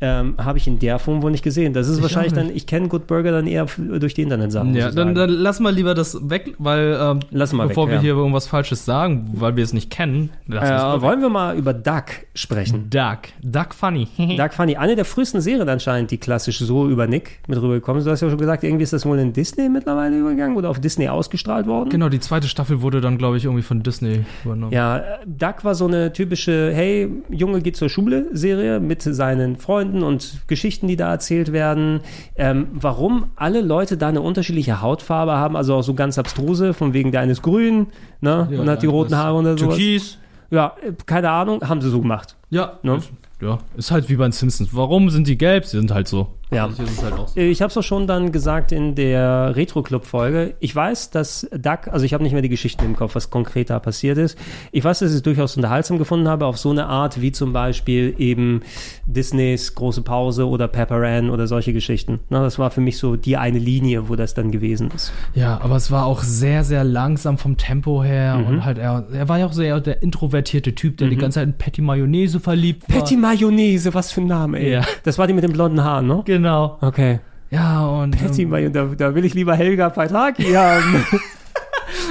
S1: ähm, habe ich in der Form wohl nicht gesehen. Das ist
S2: Ich
S1: wahrscheinlich
S2: auch nicht.
S1: dann, ich kenne Good Burger dann eher f- durch die Internetsachen. muss
S2: Ja,
S1: ich sagen.
S2: dann, dann lass mal lieber das weg, weil ähm,
S1: mal
S2: bevor
S1: weg,
S2: wir
S1: ja.
S2: hier irgendwas Falsches sagen, weil wir es nicht kennen. lass uns
S1: äh,
S2: mal
S1: wollen wir mal über Duck sprechen?
S2: Duck. Duck Funny.
S1: Duck Funny. Eine der frühesten Serien anscheinend, die klassisch so über Nick mit rübergekommen ist. Du hast ja schon gesagt, irgendwie ist das wohl in Disney mittlerweile übergegangen oder auf Disney ausgestrahlt worden.
S2: Genau, die zweite Staffel wurde dann, glaube ich, irgendwie von Disney übernommen.
S1: Ja, äh, Duck war so eine typische Hey, Junge geht zur Schule Serie mit seinen Freunden und Geschichten, die da erzählt werden. Ähm, warum alle Leute da eine unterschiedliche Hautfarbe haben, also auch so ganz abstruse, von wegen der eine ist grün ne,
S2: Ja,
S1: und hat die
S2: der
S1: roten
S2: ist
S1: Haare oder sowas.
S2: türkis.
S1: Ja, äh, keine Ahnung, haben sie so gemacht.
S2: Ja,
S1: Ne?
S2: ist, ja, ist halt wie bei den Simpsons. Warum sind die gelb? Sie sind halt so.
S1: Ja. Äh,
S2: Hier ist es halt auch so.
S1: Ich habe es auch schon dann gesagt in der Retro-Club-Folge. Ich weiß, dass Duck, also ich habe nicht mehr die Geschichten im Kopf, was konkret da passiert ist. Ich weiß, dass ich es durchaus unterhaltsam gefunden habe, auf so eine Art wie zum Beispiel eben Disneys Große Pause oder Pepper Ann oder solche Geschichten. Na, das war für mich so die eine Linie, wo das dann gewesen ist.
S2: Ja, aber es war auch sehr, sehr langsam vom Tempo her
S1: Mhm.
S2: und halt er, er war ja auch sehr der introvertierte Typ, der die ganze Zeit in Patty Mayonnaise verliebt war.
S1: Patty Mayonnaise, was für ein Name, ey.
S2: Ja.
S1: Das war die mit den blonden Haaren, ne?
S2: Genau.
S1: Okay.
S2: Ja, und
S1: Patty Mayonnaise, da, da will ich lieber Helga Pataki haben.
S2: ähm,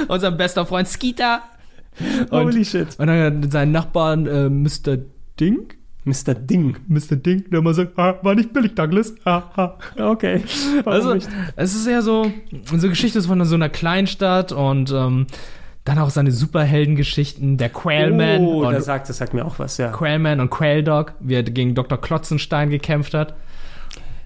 S2: unser bester Freund Skeeter. Und,
S1: Holy shit.
S2: Und dann seinen Nachbarn äh, Mr. Dink.
S1: Mr. Ding.
S2: Mr. Ding, der immer sagt, ha, war nicht billig, Douglas. Ha, ha.
S1: Okay. Warum
S2: Also,
S1: nicht?
S2: es ist ja so, unsere Geschichte ist von so einer Kleinstadt und ähm, dann auch seine Superheldengeschichten, der Quailman
S1: Oh,
S2: und
S1: das sagt, das sagt mir auch was, ja.
S2: Quailman und Quaildog, wie er gegen Dr. Klotzenstein gekämpft hat.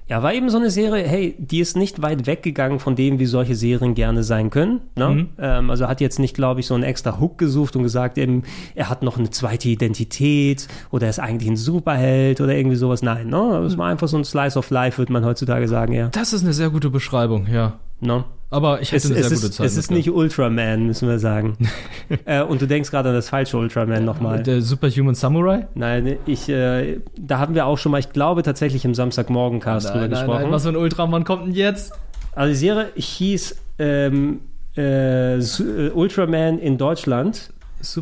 S1: Ja, war eben so eine Serie, hey, die ist nicht weit weggegangen von dem, wie solche Serien gerne sein können. Ne?
S2: Mhm.
S1: Ähm, also hat jetzt nicht, glaube ich, so einen extra Hook gesucht und gesagt, eben, er hat noch eine zweite Identität oder er ist eigentlich ein Superheld oder irgendwie sowas. Nein, ne? Aber es war einfach so ein Slice of Life, würde man heutzutage sagen, ja.
S2: Das ist eine sehr gute Beschreibung, ja.
S1: Ne?
S2: Aber ich hätte eine sehr
S1: es
S2: gute
S1: ist,
S2: Zeit.
S1: Es ist
S2: mit,
S1: nicht Ultraman, müssen wir sagen. äh, und du denkst gerade an das falsche Ultraman nochmal.
S2: ja. Der Superhuman Samurai?
S1: Nein, ich, äh, da haben wir auch schon mal, ich glaube, tatsächlich im
S2: Ah,
S1: Samstagmorgen-Cast drüber gesprochen.
S2: was für ein Ultraman kommt denn jetzt?
S1: Also die Serie hieß ähm, äh, Su- äh, Ultraman in Deutschland.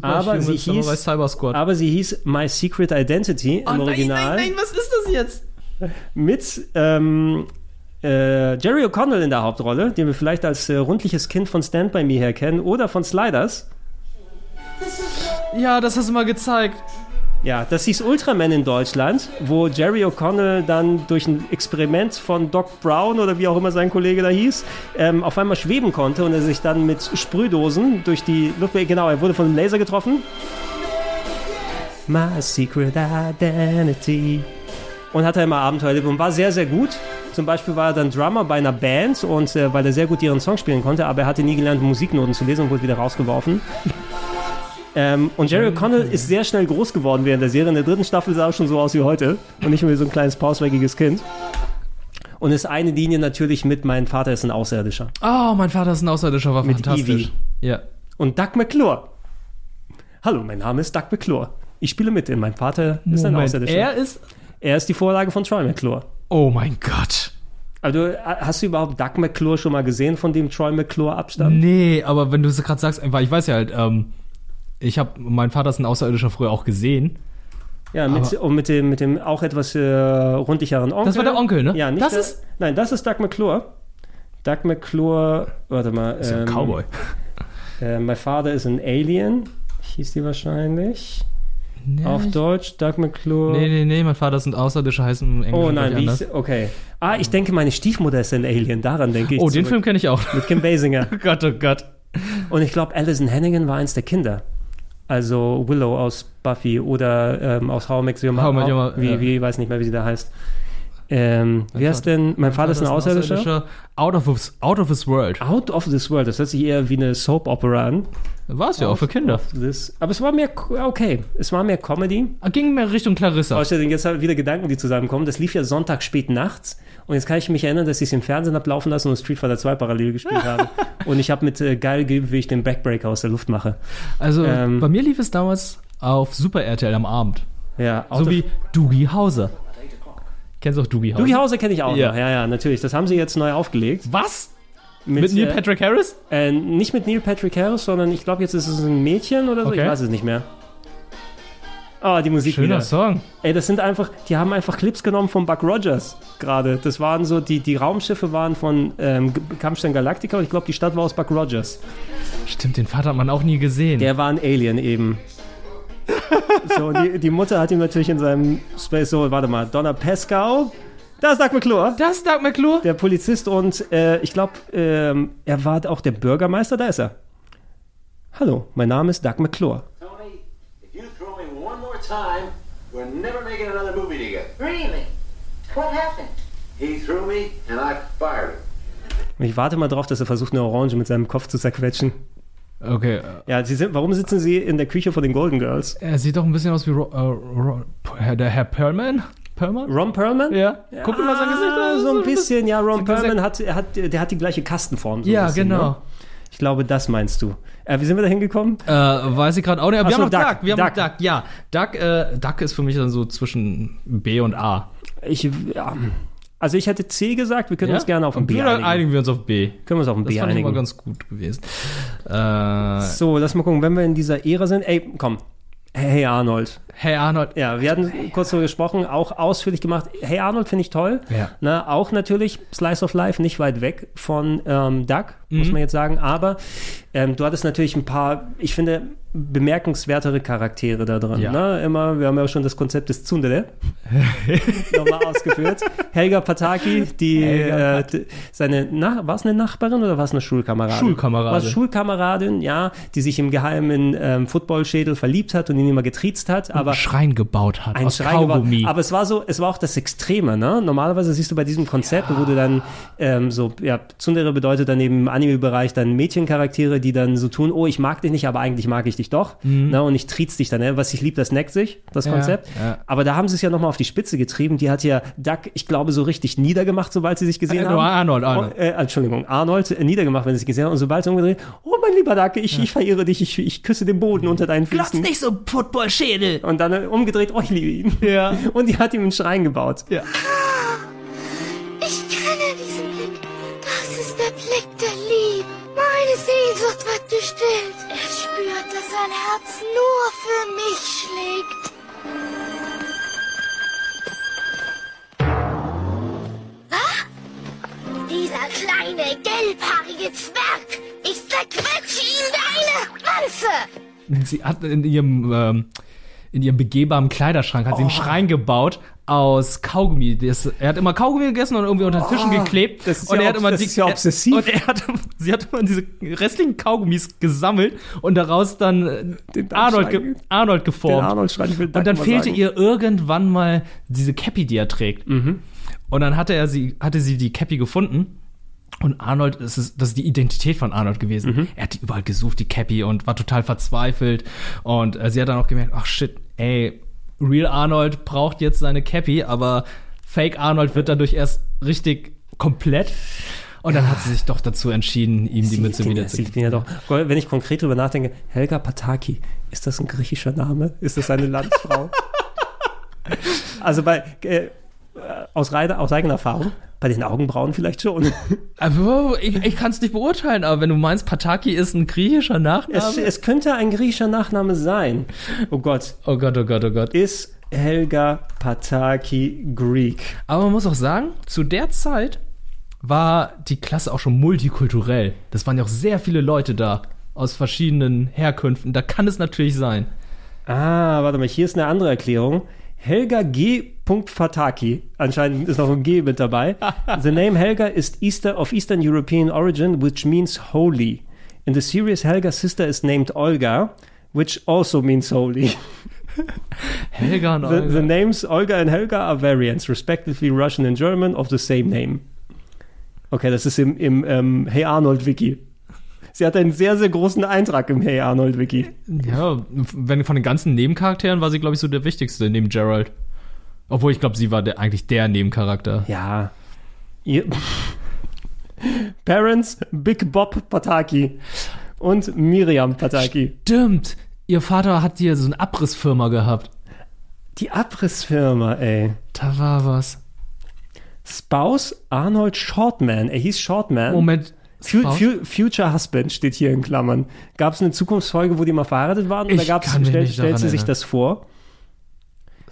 S1: aber sie,
S2: Samurai
S1: hieß,
S2: Cyber Squad.
S1: aber sie hieß My Secret Identity im Original
S2: Oh, Nein, nein, was ist das jetzt?
S1: mit ähm, äh, Jerry O'Connell in der Hauptrolle, den wir vielleicht als äh, rundliches Kind von Stand By Me her kennen oder von Sliders.
S2: Ja, das hast du mal gezeigt.
S1: Ja, das hieß Ultraman in Deutschland, wo Jerry O'Connell dann durch ein Experiment von Doc Brown oder wie auch immer sein Kollege da hieß, ähm, auf einmal schweben konnte und er sich dann mit Sprühdosen durch die Luft. Genau, er wurde von einem Laser getroffen. My Secret Identity. Und hatte immer Abenteuer erlebt und war sehr, sehr gut. Zum Beispiel war er dann Drummer bei einer Band und äh, weil er sehr gut ihren Song spielen konnte, aber er hatte nie gelernt, Musiknoten zu lesen und wurde wieder rausgeworfen. Ähm, und Jerry
S2: Mhm.
S1: O'Connell ist sehr schnell groß geworden während der Serie. In der dritten Staffel sah er schon so aus wie heute und nicht mehr wie so ein kleines pausbäckiges Kind. Und ist eine Linie natürlich mit Mein Vater ist ein Außerirdischer.
S2: Oh, mein Vater ist ein Außerirdischer, war
S1: Mit
S2: fantastisch.
S1: Evie.
S2: Ja.
S1: Und Doug McClure. Hallo, mein Name ist Doug McClure. Ich spiele mit in Mein Vater ist ein
S2: Moment,
S1: Außerirdischer.
S2: er ist.
S1: Er ist die Vorlage von Troy McClure.
S2: Oh mein Gott.
S1: Also äh, hast du überhaupt Doug McClure schon mal gesehen, von dem Troy McClure abstammt?
S2: Nee, aber wenn du es gerade sagst, weil ich weiß ja halt, ähm, ich habe mein Vater ist ein Außerirdischer früher auch gesehen.
S1: Ja, mit,
S2: Aber-
S1: und mit dem, mit dem auch etwas äh, rundlicheren Onkel.
S2: Das war der Onkel, ne?
S1: Ja, nicht
S2: Das
S1: der,
S2: ist-
S1: Nein, das ist Doug McClure. Doug McClure, warte mal. ähm,
S2: Ist ja ein Cowboy.
S1: Äh, My Father is an Alien, hieß die wahrscheinlich. Auf
S2: ich-
S1: Deutsch, Doug McClure.
S2: Nee, nee, nee, mein Vater ist ein Außerirdischer, heißt im Englischen
S1: oh nein,
S2: glaub
S1: wie
S2: ich
S1: ist, okay. Ah, ich denke, meine Stiefmutter ist ein Alien, daran denke ich.
S2: Oh, den Film
S1: zurück.
S2: kenne ich auch.
S1: Mit Kim Basinger.
S2: Oh Gott, oh Gott.
S1: Und ich glaube, Alison Hannigan war eins der Kinder. Also Willow aus Buffy oder ähm, aus How I Met Your
S2: How I Met
S1: Mother.
S2: Your Mother,
S1: Wie,
S2: ja.
S1: wie, weiß nicht mehr, wie sie da heißt. Ähm, wie heißt denn, mein Vater ist ein Außerirdischer?
S2: Out of, his, out of his world.
S1: Out of this World, das hört sich eher wie eine Soap Opera an.
S2: War es ja auch für Kinder.
S1: Aber es war mehr, okay, es war mehr Comedy.
S2: Ah, Ging mehr Richtung Clarissa.
S1: Außerdem jetzt halt wieder Gedanken, die zusammenkommen. Das lief ja Sonntag spät nachts. Und jetzt kann ich mich erinnern, dass ich es im Fernsehen habe laufen lassen und Street Fighter 2 parallel gespielt habe. Und ich habe mit äh, geil geübt, wie ich den Backbreaker aus der Luft mache.
S2: Also
S1: Ähm,
S2: bei mir lief es damals auf Super RTL am Abend.
S1: Ja,
S2: so wie Doogie Hauser. Kennst du auch Doogie Hauser?
S1: Doogie Hauser kenne ich auch
S2: Also- Ja.
S1: noch. Ja, ja, natürlich. Das haben sie jetzt neu aufgelegt.
S2: Was? Mit, Neil Patrick Harris?
S1: Äh, nicht mit Neil Patrick Harris, sondern ich glaube, jetzt ist es ein Mädchen oder so.
S2: Okay.
S1: Ich weiß es nicht mehr. Ah, die Musik
S2: Schöner
S1: wieder.
S2: Song.
S1: Ey, das sind einfach, die haben einfach Clips genommen von Buck Rogers gerade. Das waren so, die, die Raumschiffe waren von ähm, G- Kampfstein Galactica und ich glaube, die Stadt war aus Buck Rogers.
S2: Stimmt, den Vater hat man auch nie gesehen.
S1: Der war ein Alien eben. so, und die, die Mutter hat ihm natürlich in seinem Space Soul, warte mal, Donna Pascal. Da ist Doug McClure.
S2: Das ist Doug McClure.
S1: Der Polizist und äh, ich glaube, ähm, er war auch der Bürgermeister, da ist er. Hallo, mein Name ist Doug McClure.
S20: Throw me one more time, we're never making another movie together.
S21: Really? What happened?
S20: He threw me, and I fired him.
S1: Ich warte mal drauf, dass er versucht, eine Orange mit seinem Kopf zu zerquetschen.
S2: Okay.
S1: Ja, sie sind, warum sitzen sie in der Küche von den Golden Girls?
S2: Er sieht doch ein bisschen aus wie Ro äh, Ro P- der Herr Perlman. Perlman?
S1: Ron Perlman?
S2: Ja. Guck dir mal sein Gesicht
S1: Ah,
S2: an.
S1: So ein bisschen, ja, Ron
S2: so ein bisschen-
S1: Perlman hat, er hat, der hat die gleiche Kastenform. So ein
S2: Ja,
S1: bisschen,
S2: genau.
S1: Ne? Ich glaube, das meinst du. Äh, wie sind wir da hingekommen?
S2: Äh, weiß ich gerade auch nicht. Aber
S1: Ach
S2: wir
S1: so,
S2: haben noch
S1: Duck,
S2: Duck. Wir haben
S1: Duck.
S2: noch Duck. Ja, Duck, äh, Duck ist für mich dann so zwischen B und A.
S1: Ich, ja. Also ich hätte C gesagt, wir können
S2: Ja?
S1: uns gerne auf ein
S2: Und
S1: B
S2: du, dann
S1: einigen.
S2: einigen wir uns auf B.
S1: Können wir uns auf ein
S2: Das
S1: B
S2: fand ich
S1: einigen.
S2: immer ganz gut gewesen. Äh,
S1: So, lass mal gucken, wenn wir in dieser Ära sind. Ey, komm. Hey Arnold.
S2: Hey Arnold.
S1: Ja, wir hatten kurz darüber gesprochen, auch ausführlich gemacht. Hey Arnold finde ich toll.
S2: Ja.
S1: Ne, auch natürlich Slice of Life nicht weit weg von ähm, Duck, muss
S2: Mhm.
S1: man jetzt sagen. Aber ähm, du hattest natürlich ein paar, ich finde, bemerkenswertere Charaktere da drin.
S2: Ja.
S1: Ne? Immer, wir haben ja schon das Konzept des Tsundere nochmal ausgeführt. Helga Pataki, die
S2: Helga
S1: äh, d- seine, na, war es eine Nachbarin oder war es eine Schulkameradin?
S2: Schulkameradin.
S1: War es Schulkameradin, ja, die sich im geheimen ähm, Footballschädel verliebt hat und ihn immer getriezt hat. Aber
S2: Ein Schrein gebaut hat.
S1: ein
S2: aus
S1: Schrei
S2: Kaugummi.
S1: gebaut. Aber es war so, es war auch das Extreme, ne? Normalerweise siehst du bei diesem Konzept, wo du dann ähm, so, ja, Tsundere bedeutet dann eben im Anime-Bereich dann Mädchencharaktere, die dann so tun, oh, ich mag dich nicht, aber eigentlich mag ich dich doch.
S2: Mhm.
S1: Ne? Und ich triez dich dann, ne? was ich lieb, das neckt sich, das
S2: Ja,
S1: Konzept.
S2: ja.
S1: Aber da haben sie es ja nochmal auf die Spitze getrieben. Die hat ja Duck, ich glaube, so richtig niedergemacht, sobald sie sich gesehen
S2: Äh,
S1: haben.
S2: nur Arnold, Arnold.
S1: Oh, äh, Entschuldigung, Arnold äh, niedergemacht, wenn sie sich gesehen haben. Und sobald sie umgedreht, oh mein lieber Duck, ich, ich verirre dich, ich, ich küsse den Boden unter deinen Füßen.
S2: Glotz nicht so, Footballschädel.
S1: Und dann äh, umgedreht, oh, ich liebe ihn.
S2: Ja.
S1: Und die hat ihm einen Schrein gebaut.
S2: Ja.
S6: Ich kenne diesen Blick. Das ist der Blick der Liebe. Meine Sehnsucht wird gestillt. Er spürt, dass sein Herz nur für mich schlägt. Ah! Dieser kleine, gelbhaarige Zwerg. Ich zerquetsche ihm deine Wanze.
S2: Sie hat in ihrem, ähm, in ihrem begehbaren Kleiderschrank hat
S1: Oh.
S2: sie einen Schrein gebaut aus Kaugummi. Das, er hat immer Kaugummi gegessen und irgendwie unter den Tischen
S1: Oh,
S2: geklebt.
S1: das ist
S2: und
S1: ja
S2: er hat
S1: obs-
S2: immer
S1: das
S2: die-
S1: ist ja
S2: er-
S1: obsessiv.
S2: Und er hat, sie hat immer diese restlichen Kaugummis gesammelt und daraus dann äh, Arnold, ge, Arnold geformt.
S1: Den Arnold-Schrein, ich will
S2: und dann
S1: Dagmar
S2: fehlte
S1: sagen.
S2: ihr irgendwann mal diese Cappy, die er trägt.
S1: Mhm.
S2: Und dann hatte er sie, hatte sie die Cappy gefunden. Und Arnold, das ist, das ist die Identität von Arnold gewesen.
S1: Mhm.
S2: Er hat die überall gesucht, die Cappy, und war total verzweifelt. Und äh, sie hat dann auch gemerkt, ach shit, ey, Real Arnold braucht jetzt seine Cappy, aber Fake Arnold wird dadurch erst richtig komplett. Und dann hat sie sich doch dazu entschieden, ihm die Mütze wieder zu
S1: Sie liebt ihn ja doch. Wenn ich konkret drüber nachdenke, Helga Pataki, ist das ein griechischer Name? Ist das eine Landsfrau? also bei, äh, äh, aus, reiner- aus eigener Erfahrung, bei den Augenbrauen vielleicht schon.
S2: Aber Äh, ich, ich kann es nicht beurteilen, aber wenn du meinst, Pataki ist ein griechischer Nachname.
S1: Es, es könnte ein griechischer Nachname sein. Oh Gott.
S2: Oh Gott, oh Gott, oh Gott.
S1: Ist Helga Pataki Greek?
S2: Aber man muss auch sagen, zu der Zeit war die Klasse auch schon multikulturell. Das waren ja auch sehr viele Leute da aus verschiedenen Herkünften. Da kann es natürlich sein.
S1: Ah, warte mal, hier ist eine andere Erklärung. Helga G. Fataki. Anscheinend ist noch ein G mit dabei. The name Helga is Easter of Eastern European origin, which means holy. In the series, Helga's sister is named Olga, which also means holy.
S2: Helga und
S1: The,
S2: Olga.
S1: the names Olga and Helga are variants, respectively Russian and German, of the same name. Okay, das ist im, im ähm, Hey Arnold Wiki. Sie hat einen sehr, sehr großen Eintrag im Hey Arnold Wiki.
S2: Ja, wenn von den ganzen Nebencharakteren war sie, glaube ich, so der wichtigste neben Gerald. Obwohl ich glaube, sie war der, eigentlich der Nebencharakter.
S1: Ja. Ihr- Parents, Big Bob Pataki und Miriam Pataki.
S2: Stimmt. Ihr Vater hat hier so eine Abrissfirma gehabt.
S1: Die Abrissfirma, ey.
S2: Da war was.
S1: Spouse Arnold Shortman. Er hieß Shortman.
S2: Moment.
S1: Fu
S2: Spouse?
S1: Fu Future Husband steht hier in Klammern. Gab es eine Zukunftsfolge, wo die mal verheiratet waren? Oder
S2: Ich
S1: gab's,
S2: kann mich
S1: stell,
S2: nicht
S1: stellt
S2: daran
S1: sie sich
S2: erinnern.
S1: das vor?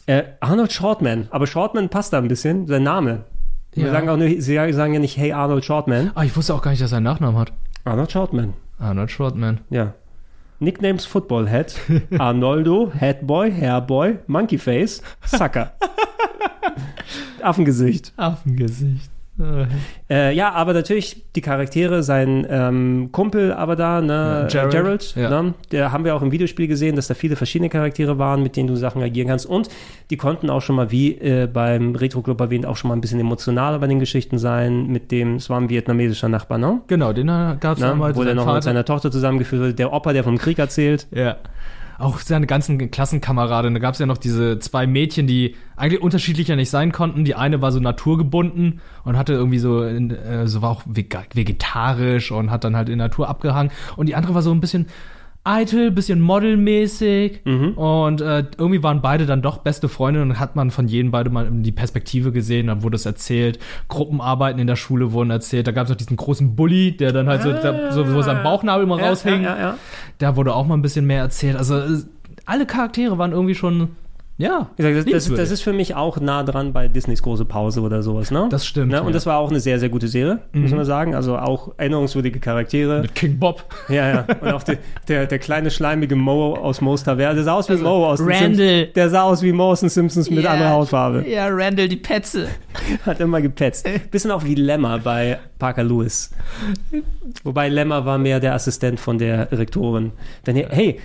S1: Äh, Arnold Shortman. Aber Shortman passt da ein bisschen. Sein Name. Wir
S2: Ja.
S1: sagen auch nur, sie sagen ja nicht, hey Arnold Shortman.
S2: Ah, ich wusste auch gar nicht, dass er einen Nachnamen hat.
S1: Arnold Shortman.
S2: Arnold Schwartman.
S1: Ja. Nicknames Football Head, Arnoldo, Headboy, Hairboy, Monkeyface, Sucker. Affengesicht.
S2: Affengesicht. Äh,
S1: Äh, ja, aber natürlich die Charaktere, sein ähm, Kumpel, aber da, ne,
S2: Ja, Gerald.
S1: Gerald,
S2: Ja.
S1: ne, der haben wir auch im Videospiel gesehen, dass da viele verschiedene Charaktere waren, mit denen du Sachen agieren kannst. Und die konnten auch schon mal, wie äh, beim Retro Club erwähnt, auch schon mal ein bisschen emotionaler bei den Geschichten sein, mit dem, es war ein vietnamesischer Nachbar, ne?
S2: Genau, den gab es
S1: Ne?
S2: einmal.
S1: Wo der
S2: sein
S1: noch mit
S2: Vater.
S1: seiner Tochter zusammengeführt wurde, der Opa, der vom Krieg erzählt.
S2: Ja. Auch seine ganzen Klassenkameraden. Da gab es ja noch diese zwei Mädchen, die eigentlich unterschiedlicher nicht sein konnten. Die eine war so naturgebunden und hatte irgendwie so, in, äh, so war auch vega- vegetarisch und hat dann halt in Natur abgehangen. Und die andere war so ein bisschen eitel, bisschen modelmäßig.
S1: Mhm.
S2: Und äh, irgendwie waren beide dann doch beste Freundinnen und hat man von jedem beide mal die Perspektive gesehen. Dann wurde es erzählt. Gruppenarbeiten in der Schule wurden erzählt. Da gab es noch diesen großen Bully, der dann halt so, da, so, so sein Bauchnabel immer
S1: Ja,
S2: raushing.
S1: ja, ja, ja.
S2: Da wurde auch mal ein bisschen mehr erzählt. Also es- alle Charaktere waren irgendwie schon, ja,
S1: Wie gesagt, das, das,
S2: liebenswürdig.
S1: das ist für mich auch nah dran bei Disneys große Pause oder sowas, ne?
S2: Das stimmt,
S1: Ne? Und
S2: ja. Mhm.
S1: das war auch eine sehr, sehr gute Serie, muss man sagen. Also auch erinnerungswürdige Charaktere.
S2: mit King Bob.
S1: Ja, ja. Und auch der, der, der kleine schleimige Mo aus Mo's Taverne, der sah aus wie Mo aus den
S2: Also Randall.
S1: Simpsons. Der sah aus wie Mo aus den Simpsons mit
S2: Ja.
S1: anderer Hautfarbe.
S2: Ja, Randall, die Petze.
S1: Hat immer gepetzt. Bisschen auch wie Lemmer bei Parker Lewis. Wobei Lemmer war mehr der Assistent von der Rektorin. Denn hier, hey,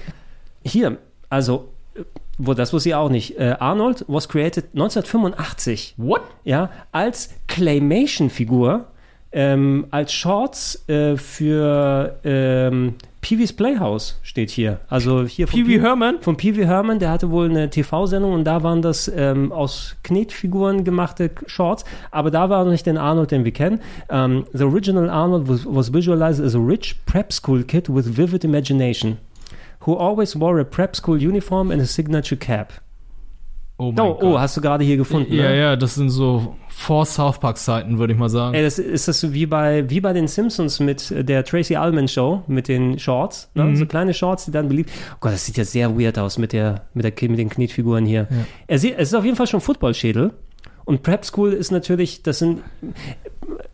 S1: hier, also, äh, wo, das wusste ich auch nicht. Äh, Arnold was created 1985.
S2: What?
S1: Ja, als Claymation-Figur, ähm, als Shorts äh, für ähm, Pee-Wee's Playhouse steht hier. Also hier von
S2: Pee-wee
S1: Pee-
S2: Herman?
S1: Von Pee-Wee Herman, der hatte wohl eine TV-Sendung und da waren das ähm, aus Knetfiguren gemachte Shorts, aber da war noch nicht den Arnold, den wir kennen. Ähm, the original Arnold was, was visualized as a rich prep school kid with vivid imagination. Who always wore a prep school uniform and a signature cap.
S2: Oh mein
S1: Oh,
S2: Gott.
S1: oh hast du gerade hier gefunden?
S2: ja,
S1: ne?
S2: ja, das sind so vor South Park Zeiten, würde ich mal sagen.
S1: Ey, das ist das so wie bei, wie bei den Simpsons mit äh, der Tracy Allman Show, mit den Shorts, ne?
S2: Mhm.
S1: so kleine Shorts, die dann beliebt. Oh Gott, das sieht ja sehr weird aus mit, der, mit, der, mit den Knetfiguren hier. Er sieht, es ist auf jeden Fall schon Footballschädel. Und Prep School ist natürlich, das sind,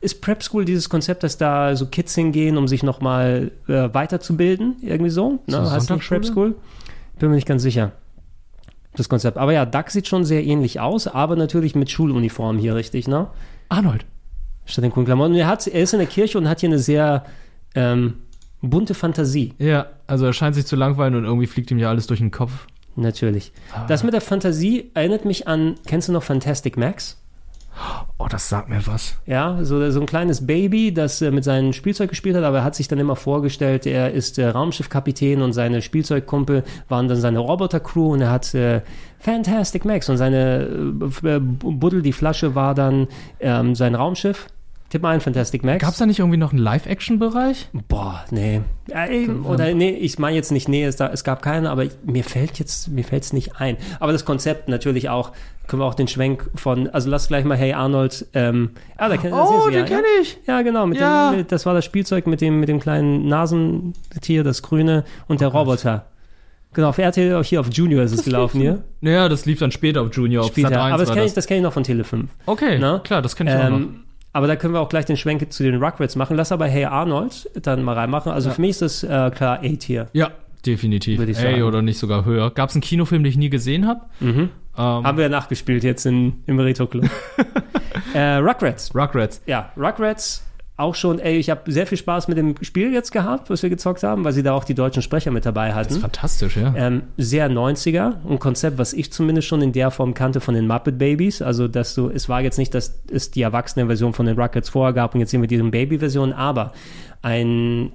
S1: ist Prep School dieses Konzept, dass da so Kids hingehen, um sich nochmal äh, weiterzubilden, irgendwie so?
S2: So
S1: Ne? Heißt nicht
S2: Sonntagsschule?
S1: Prep School? Bin mir nicht ganz sicher. Das Konzept. Aber ja, Duck sieht schon sehr ähnlich aus, aber natürlich mit Schuluniform hier richtig, ne?
S2: Arnold.
S1: statt den coolen Klamotten. Und Er, hat, er ist in der Kirche und hat hier eine sehr ähm, bunte Fantasie,
S2: Ja, also er scheint sich zu langweilen und irgendwie fliegt ihm ja alles durch den Kopf.
S1: natürlich. Das mit der Fantasie erinnert mich an, kennst du noch Fantastic Max?
S2: Oh, das sagt mir was.
S1: Ja, so, so ein kleines Baby, das äh, mit seinem Spielzeug gespielt hat, aber er hat sich dann immer vorgestellt, er ist äh, Raumschiffkapitän und seine Spielzeugkumpel waren dann seine Robotercrew und er hat äh, Fantastic Max und seine äh, f- äh, Buddel, die Flasche war dann ähm, sein Raumschiff. Tipp mal ein, Fantastic Max.
S2: Gab's da nicht irgendwie noch einen Live-Action-Bereich?
S1: Boah, nee. Ja, eben, oder nee, ich meine jetzt nicht, nee, es, da, es gab keine, aber ich, mir fällt jetzt, mir fällt es nicht ein. Aber das Konzept natürlich auch, können wir auch den Schwenk von, also lass gleich mal, hey Arnold, ähm, ah, da kenn, da
S2: Oh,
S1: siehst du ja,
S2: den kenn
S1: ja.
S2: ich.
S1: Ja, genau, mit
S2: Ja.
S1: Dem, mit, das war das Spielzeug mit dem, mit dem kleinen Nasentier, das grüne und der Roboter. Genau, auf RTL, auch hier auf Junior ist es gelaufen hier.
S2: Naja, das lief dann später auf Junior, auf
S1: Später.
S2: Sat 1
S1: Aber das
S2: war
S1: kenne ich, das kenn ich noch von Tele5.
S2: Okay,
S1: Na?
S2: klar, das kenne ich auch noch.
S1: Ne? Ähm, aber da können wir auch gleich den Schwenk zu den Rugrats machen. Lass aber Hey Arnold dann mal reinmachen. Also für mich ist das äh, klar A-Tier.
S2: Ja, definitiv.
S1: Würde ich
S2: Ey,
S1: sagen.
S2: oder nicht sogar höher. Gab's einen Kinofilm, den ich nie gesehen Ähm, habe?
S1: Mhm. Haben wir nachgespielt jetzt in, im Retro Club. äh, Rugrats.
S2: Rugrats.
S1: Ja, Rugrats auch schon, ey, ich habe sehr viel Spaß mit dem Spiel jetzt gehabt, was wir gezockt haben, weil sie da auch die deutschen Sprecher mit dabei hatten.
S2: Das ist fantastisch, ja.
S1: ähm, sehr 90er, ein Konzept, was ich zumindest schon in der Form kannte von den Muppet Babies. Also, dass du, es war jetzt nicht, dass es die erwachsene Version von den Rugrats vorher gab und jetzt sehen wir diese Baby-Version, aber ein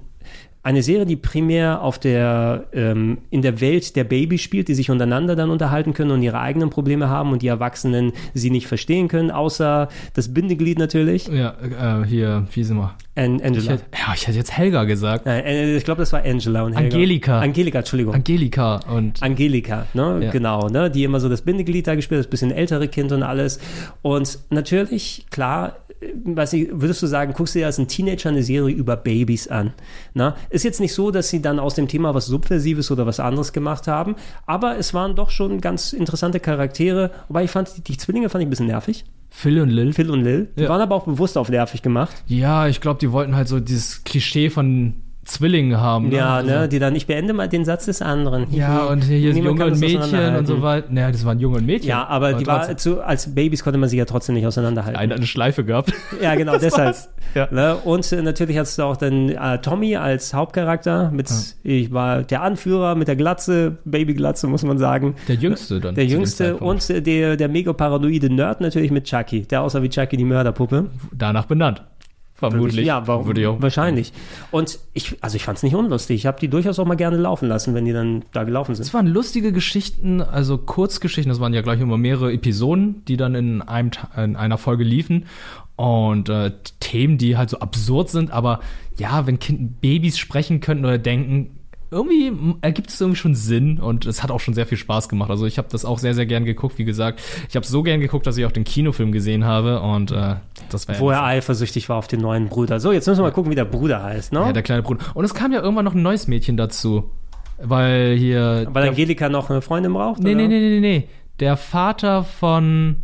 S1: Eine Serie, die primär auf der, ähm, in der Welt der Babys spielt, die sich untereinander dann unterhalten können und ihre eigenen Probleme haben und die Erwachsenen sie nicht verstehen können, außer das Bindeglied natürlich.
S2: Ja, äh, hier, wie sind wir?
S1: An Angela.
S2: Ich hätte, ja, ich hätte jetzt Helga gesagt.
S1: Nein, äh, ich glaube, das war Angela und Helga.
S2: Angelika.
S1: Angelika, Entschuldigung.
S2: Angelika und
S1: Angelika, ne?
S2: Ja.
S1: Genau, ne? Die immer so das Bindeglied da gespielt hat, das bisschen ältere Kind und alles. Und natürlich, klar, äh, weiß nicht, würdest du sagen, guckst du dir als ein Teenager eine Serie über Babys an. Ne? Ist jetzt nicht so, dass sie dann aus dem Thema was Subversives oder was anderes gemacht haben, aber es waren doch schon ganz interessante Charaktere. Wobei ich fand, die, die Zwillinge fand ich ein bisschen nervig.
S2: Phil und Lil.
S1: Phil und Lil. Die
S2: Ja.
S1: waren aber auch bewusst auf nervig gemacht.
S2: Ja, ich glaube, die wollten halt so dieses Klischee von Zwillingen haben.
S1: Ja,
S2: Also-
S1: ne, die dann, ich beende mal den Satz des anderen.
S2: Ja, und hier sind
S1: Niemand
S2: Junge
S1: kann
S2: und
S1: das
S2: Mädchen und so
S1: auseinanderhalten.
S2: weiter. Naja, das waren Junge und Mädchen.
S1: Ja, aber die war, zu, als Babys konnte man sie ja trotzdem nicht auseinanderhalten.
S2: eine, eine Schleife gehabt.
S1: Ja, genau,
S2: Das
S1: deshalb.
S2: war's.
S1: Ne? Und äh, natürlich hast du auch dann äh, Tommy als Hauptcharakter mit, ich war der Anführer mit der Glatze, Babyglatze, muss man sagen.
S2: Der Jüngste dann.
S1: Der
S2: zu dem
S1: Jüngste
S2: Zeitpunkt.
S1: und äh, der, der mega paranoide Nerd natürlich mit Chucky, der aussah wie Chucky die Mörderpuppe.
S2: Danach benannt. Vermutlich.
S1: Ja, warum?
S2: Würde ich auch.
S1: Wahrscheinlich. Und ich, also ich fand es nicht unlustig. Ich habe die durchaus auch mal gerne laufen lassen, wenn die dann da gelaufen sind.
S2: Das waren lustige Geschichten, also Kurzgeschichten. Das waren ja gleich immer mehrere Episoden, die dann in, einem, Ta- in einer Folge liefen. Und äh, Themen, die halt so absurd sind, aber ja, wenn kind, Babys sprechen könnten oder denken, irgendwie m- ergibt es irgendwie schon Sinn und es hat auch schon sehr viel Spaß gemacht. Also ich habe das auch sehr, sehr gern geguckt, wie gesagt. Ich habe so gern geguckt, dass ich auch den Kinofilm gesehen habe und äh, das war ja-
S1: Wo er eifersüchtig war auf den neuen Bruder. So, jetzt müssen wir mal gucken, wie der Bruder heißt, ne?
S2: ja der kleine Bruder. Und es kam ja irgendwann noch ein neues Mädchen dazu, weil hier...
S1: Weil
S2: der-
S1: Angelika noch eine Freundin braucht?
S2: Nee,
S1: oder?
S2: nee, nee, nee, nee, nee. Der Vater von.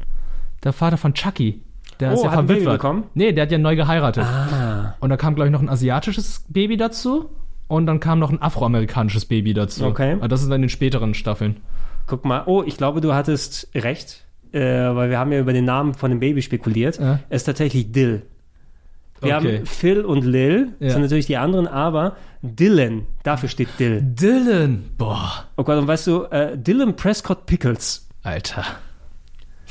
S2: Der Vater von Chucky. Der
S1: Oh,
S2: ist ja
S1: hat ein Baby
S2: verwitwet.
S1: bekommen?
S2: Nee, der hat ja neu geheiratet.
S1: Ah.
S2: Und da kam, glaube ich, noch ein asiatisches Baby dazu. Und dann kam noch ein afroamerikanisches Baby dazu.
S1: Okay.
S2: Aber das ist dann in den späteren Staffeln.
S1: Guck mal, oh, ich glaube, du hattest recht, äh, weil wir haben ja über den Namen von dem Baby spekuliert.
S2: Ja.
S1: Es ist tatsächlich Dill. Wir
S2: Okay.
S1: haben Phil und Lil, das
S2: Ja.
S1: sind natürlich die anderen, aber Dylan, dafür steht Dill.
S2: Dylan! Boah,
S1: Oh Gott, und weißt du, äh, Dylan Prescott Pickles,
S2: Alter.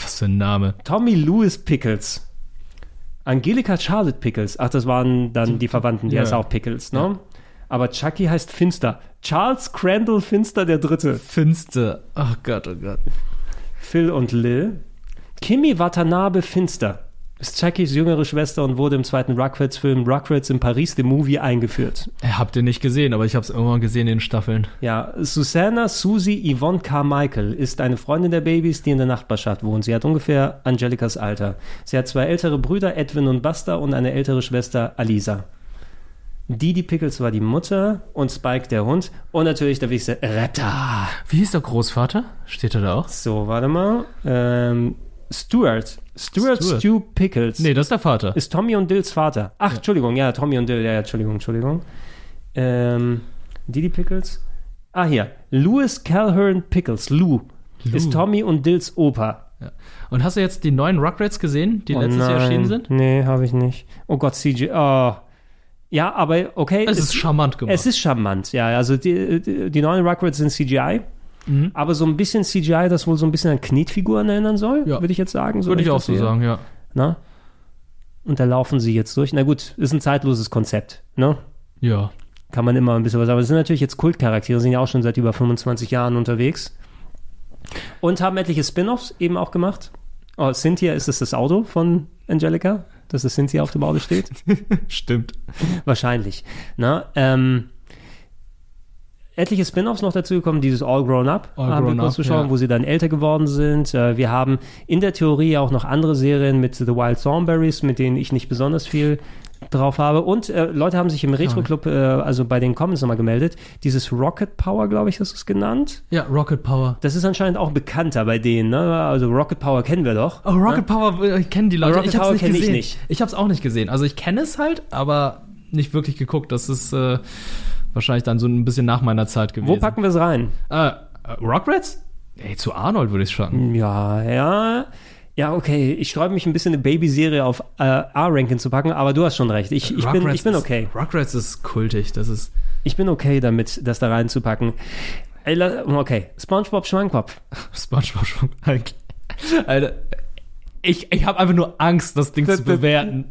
S2: Was für ein Name.
S1: Tommy Lewis Pickles, Angelika Charlotte Pickles, ach, das waren dann die Verwandten, die
S2: Ja.
S1: heißt auch Pickles, ne? Aber Chucky heißt Finster. Charles Crandall Finster der Dritte.
S2: Finster. Ach Gott, oh Gott.
S1: Phil und Lil. Kimi Watanabe Finster ist Chuckys jüngere Schwester und wurde im zweiten Rugrats-Film Rugrats in Paris, The Movie, eingeführt.
S2: Äh, Habt ihr nicht gesehen, aber ich hab's irgendwann gesehen in den Staffeln.
S1: Ja, Susanna Susie Yvonne Carmichael ist eine Freundin der Babys, die in der Nachbarschaft wohnt. Sie hat ungefähr Angelicas Alter. Sie hat zwei ältere Brüder, Edwin und Buster, und eine ältere Schwester, Alisa. Didi Pickles war die Mutter und Spike der Hund und natürlich der wichtigste Retter.
S2: Wie hieß der Großvater? Steht er da auch?
S1: So, warte mal. Ähm, Stuart. Stuart.
S2: Stuart.
S1: Stu Pickles.
S2: Nee, das ist der Vater.
S1: Ist Tommy und Dills Vater. Ach, Entschuldigung, ja, Tommy und Dill, ja, ja, Entschuldigung, Entschuldigung. Ähm, Didi Pickles. Ah, hier. Louis Calhoun Pickles, Lou,
S2: Lou.
S1: ist Tommy und Dills Opa.
S2: Und hast du jetzt die neuen Rugrats gesehen, die
S1: Oh
S2: letztes Jahr
S1: nein.
S2: erschienen sind?
S1: Nee, habe ich nicht. Oh Gott, CJ. Oh. Ja, aber okay.
S2: Es ist charmant gemacht.
S1: Es ist charmant, ja. Also die, die, die neuen Rugrats sind CGI.
S2: Mhm.
S1: Aber so ein bisschen CGI, das wohl so ein bisschen an Knetfiguren erinnern soll, würde ich jetzt sagen.
S2: Würde
S1: wenn
S2: ich auch
S1: das
S2: so
S1: sehe.
S2: sagen, ja.
S1: Na? Und da laufen sie jetzt durch. Na gut, ist ein zeitloses Konzept, ne?
S2: Ja.
S1: Kann man immer ein bisschen was sagen. Aber es sind natürlich jetzt Kultcharaktere, sind ja auch schon seit über 25 Jahren unterwegs. Und haben etliche Spin-Offs eben auch gemacht. Oh, Cynthia ist es das Auto von Angelica, dass es Cynthia auf dem Auto steht.
S2: Stimmt.
S1: Wahrscheinlich. Na, ähm, etliche Spin-offs noch dazu gekommen, dieses All Grown Up
S2: All
S1: haben
S2: Grown
S1: wir kurz
S2: Up,
S1: geschaut,
S2: ja.
S1: wo sie dann älter geworden sind. Äh, Wir haben in der Theorie auch noch andere Serien mit The Wild Thornberries, mit denen ich nicht besonders viel drauf habe. Und äh, Leute haben sich im Retro Club, äh, also bei den Comments nochmal gemeldet. Dieses Rocket Power, glaube ich, ist es genannt.
S2: Ja, Rocket Power.
S1: Das ist anscheinend auch bekannter bei denen. Ne? Also Rocket Power kennen wir doch.
S2: Oh, Rocket Power äh, kennen die Leute.
S1: Rocket
S2: ich hab's
S1: Power
S2: nicht
S1: kenn ich
S2: gesehen.
S1: nicht.
S2: Ich hab's auch nicht gesehen. Also ich kenne es halt, aber nicht wirklich geguckt. Das ist äh, wahrscheinlich dann so ein bisschen nach meiner Zeit gewesen.
S1: Wo packen wir es rein?
S2: äh, äh, Rugrats? Ey, zu Arnold würde ich schauen.
S1: Ja, ja. Ja, okay. Ich sträube mich ein bisschen eine Babyserie auf äh, R-Ranking zu packen, aber du hast schon recht. Ich, ich, bin, ich bin okay.
S2: Ist, Rugrats ist kultig. Das ist.
S1: Ich bin okay damit, das da reinzupacken. Ey, la- Okay, SpongeBob Schwankopf.
S2: SpongeBob schon Alter. Ich, ich habe einfach nur Angst, das Ding zu bewerten.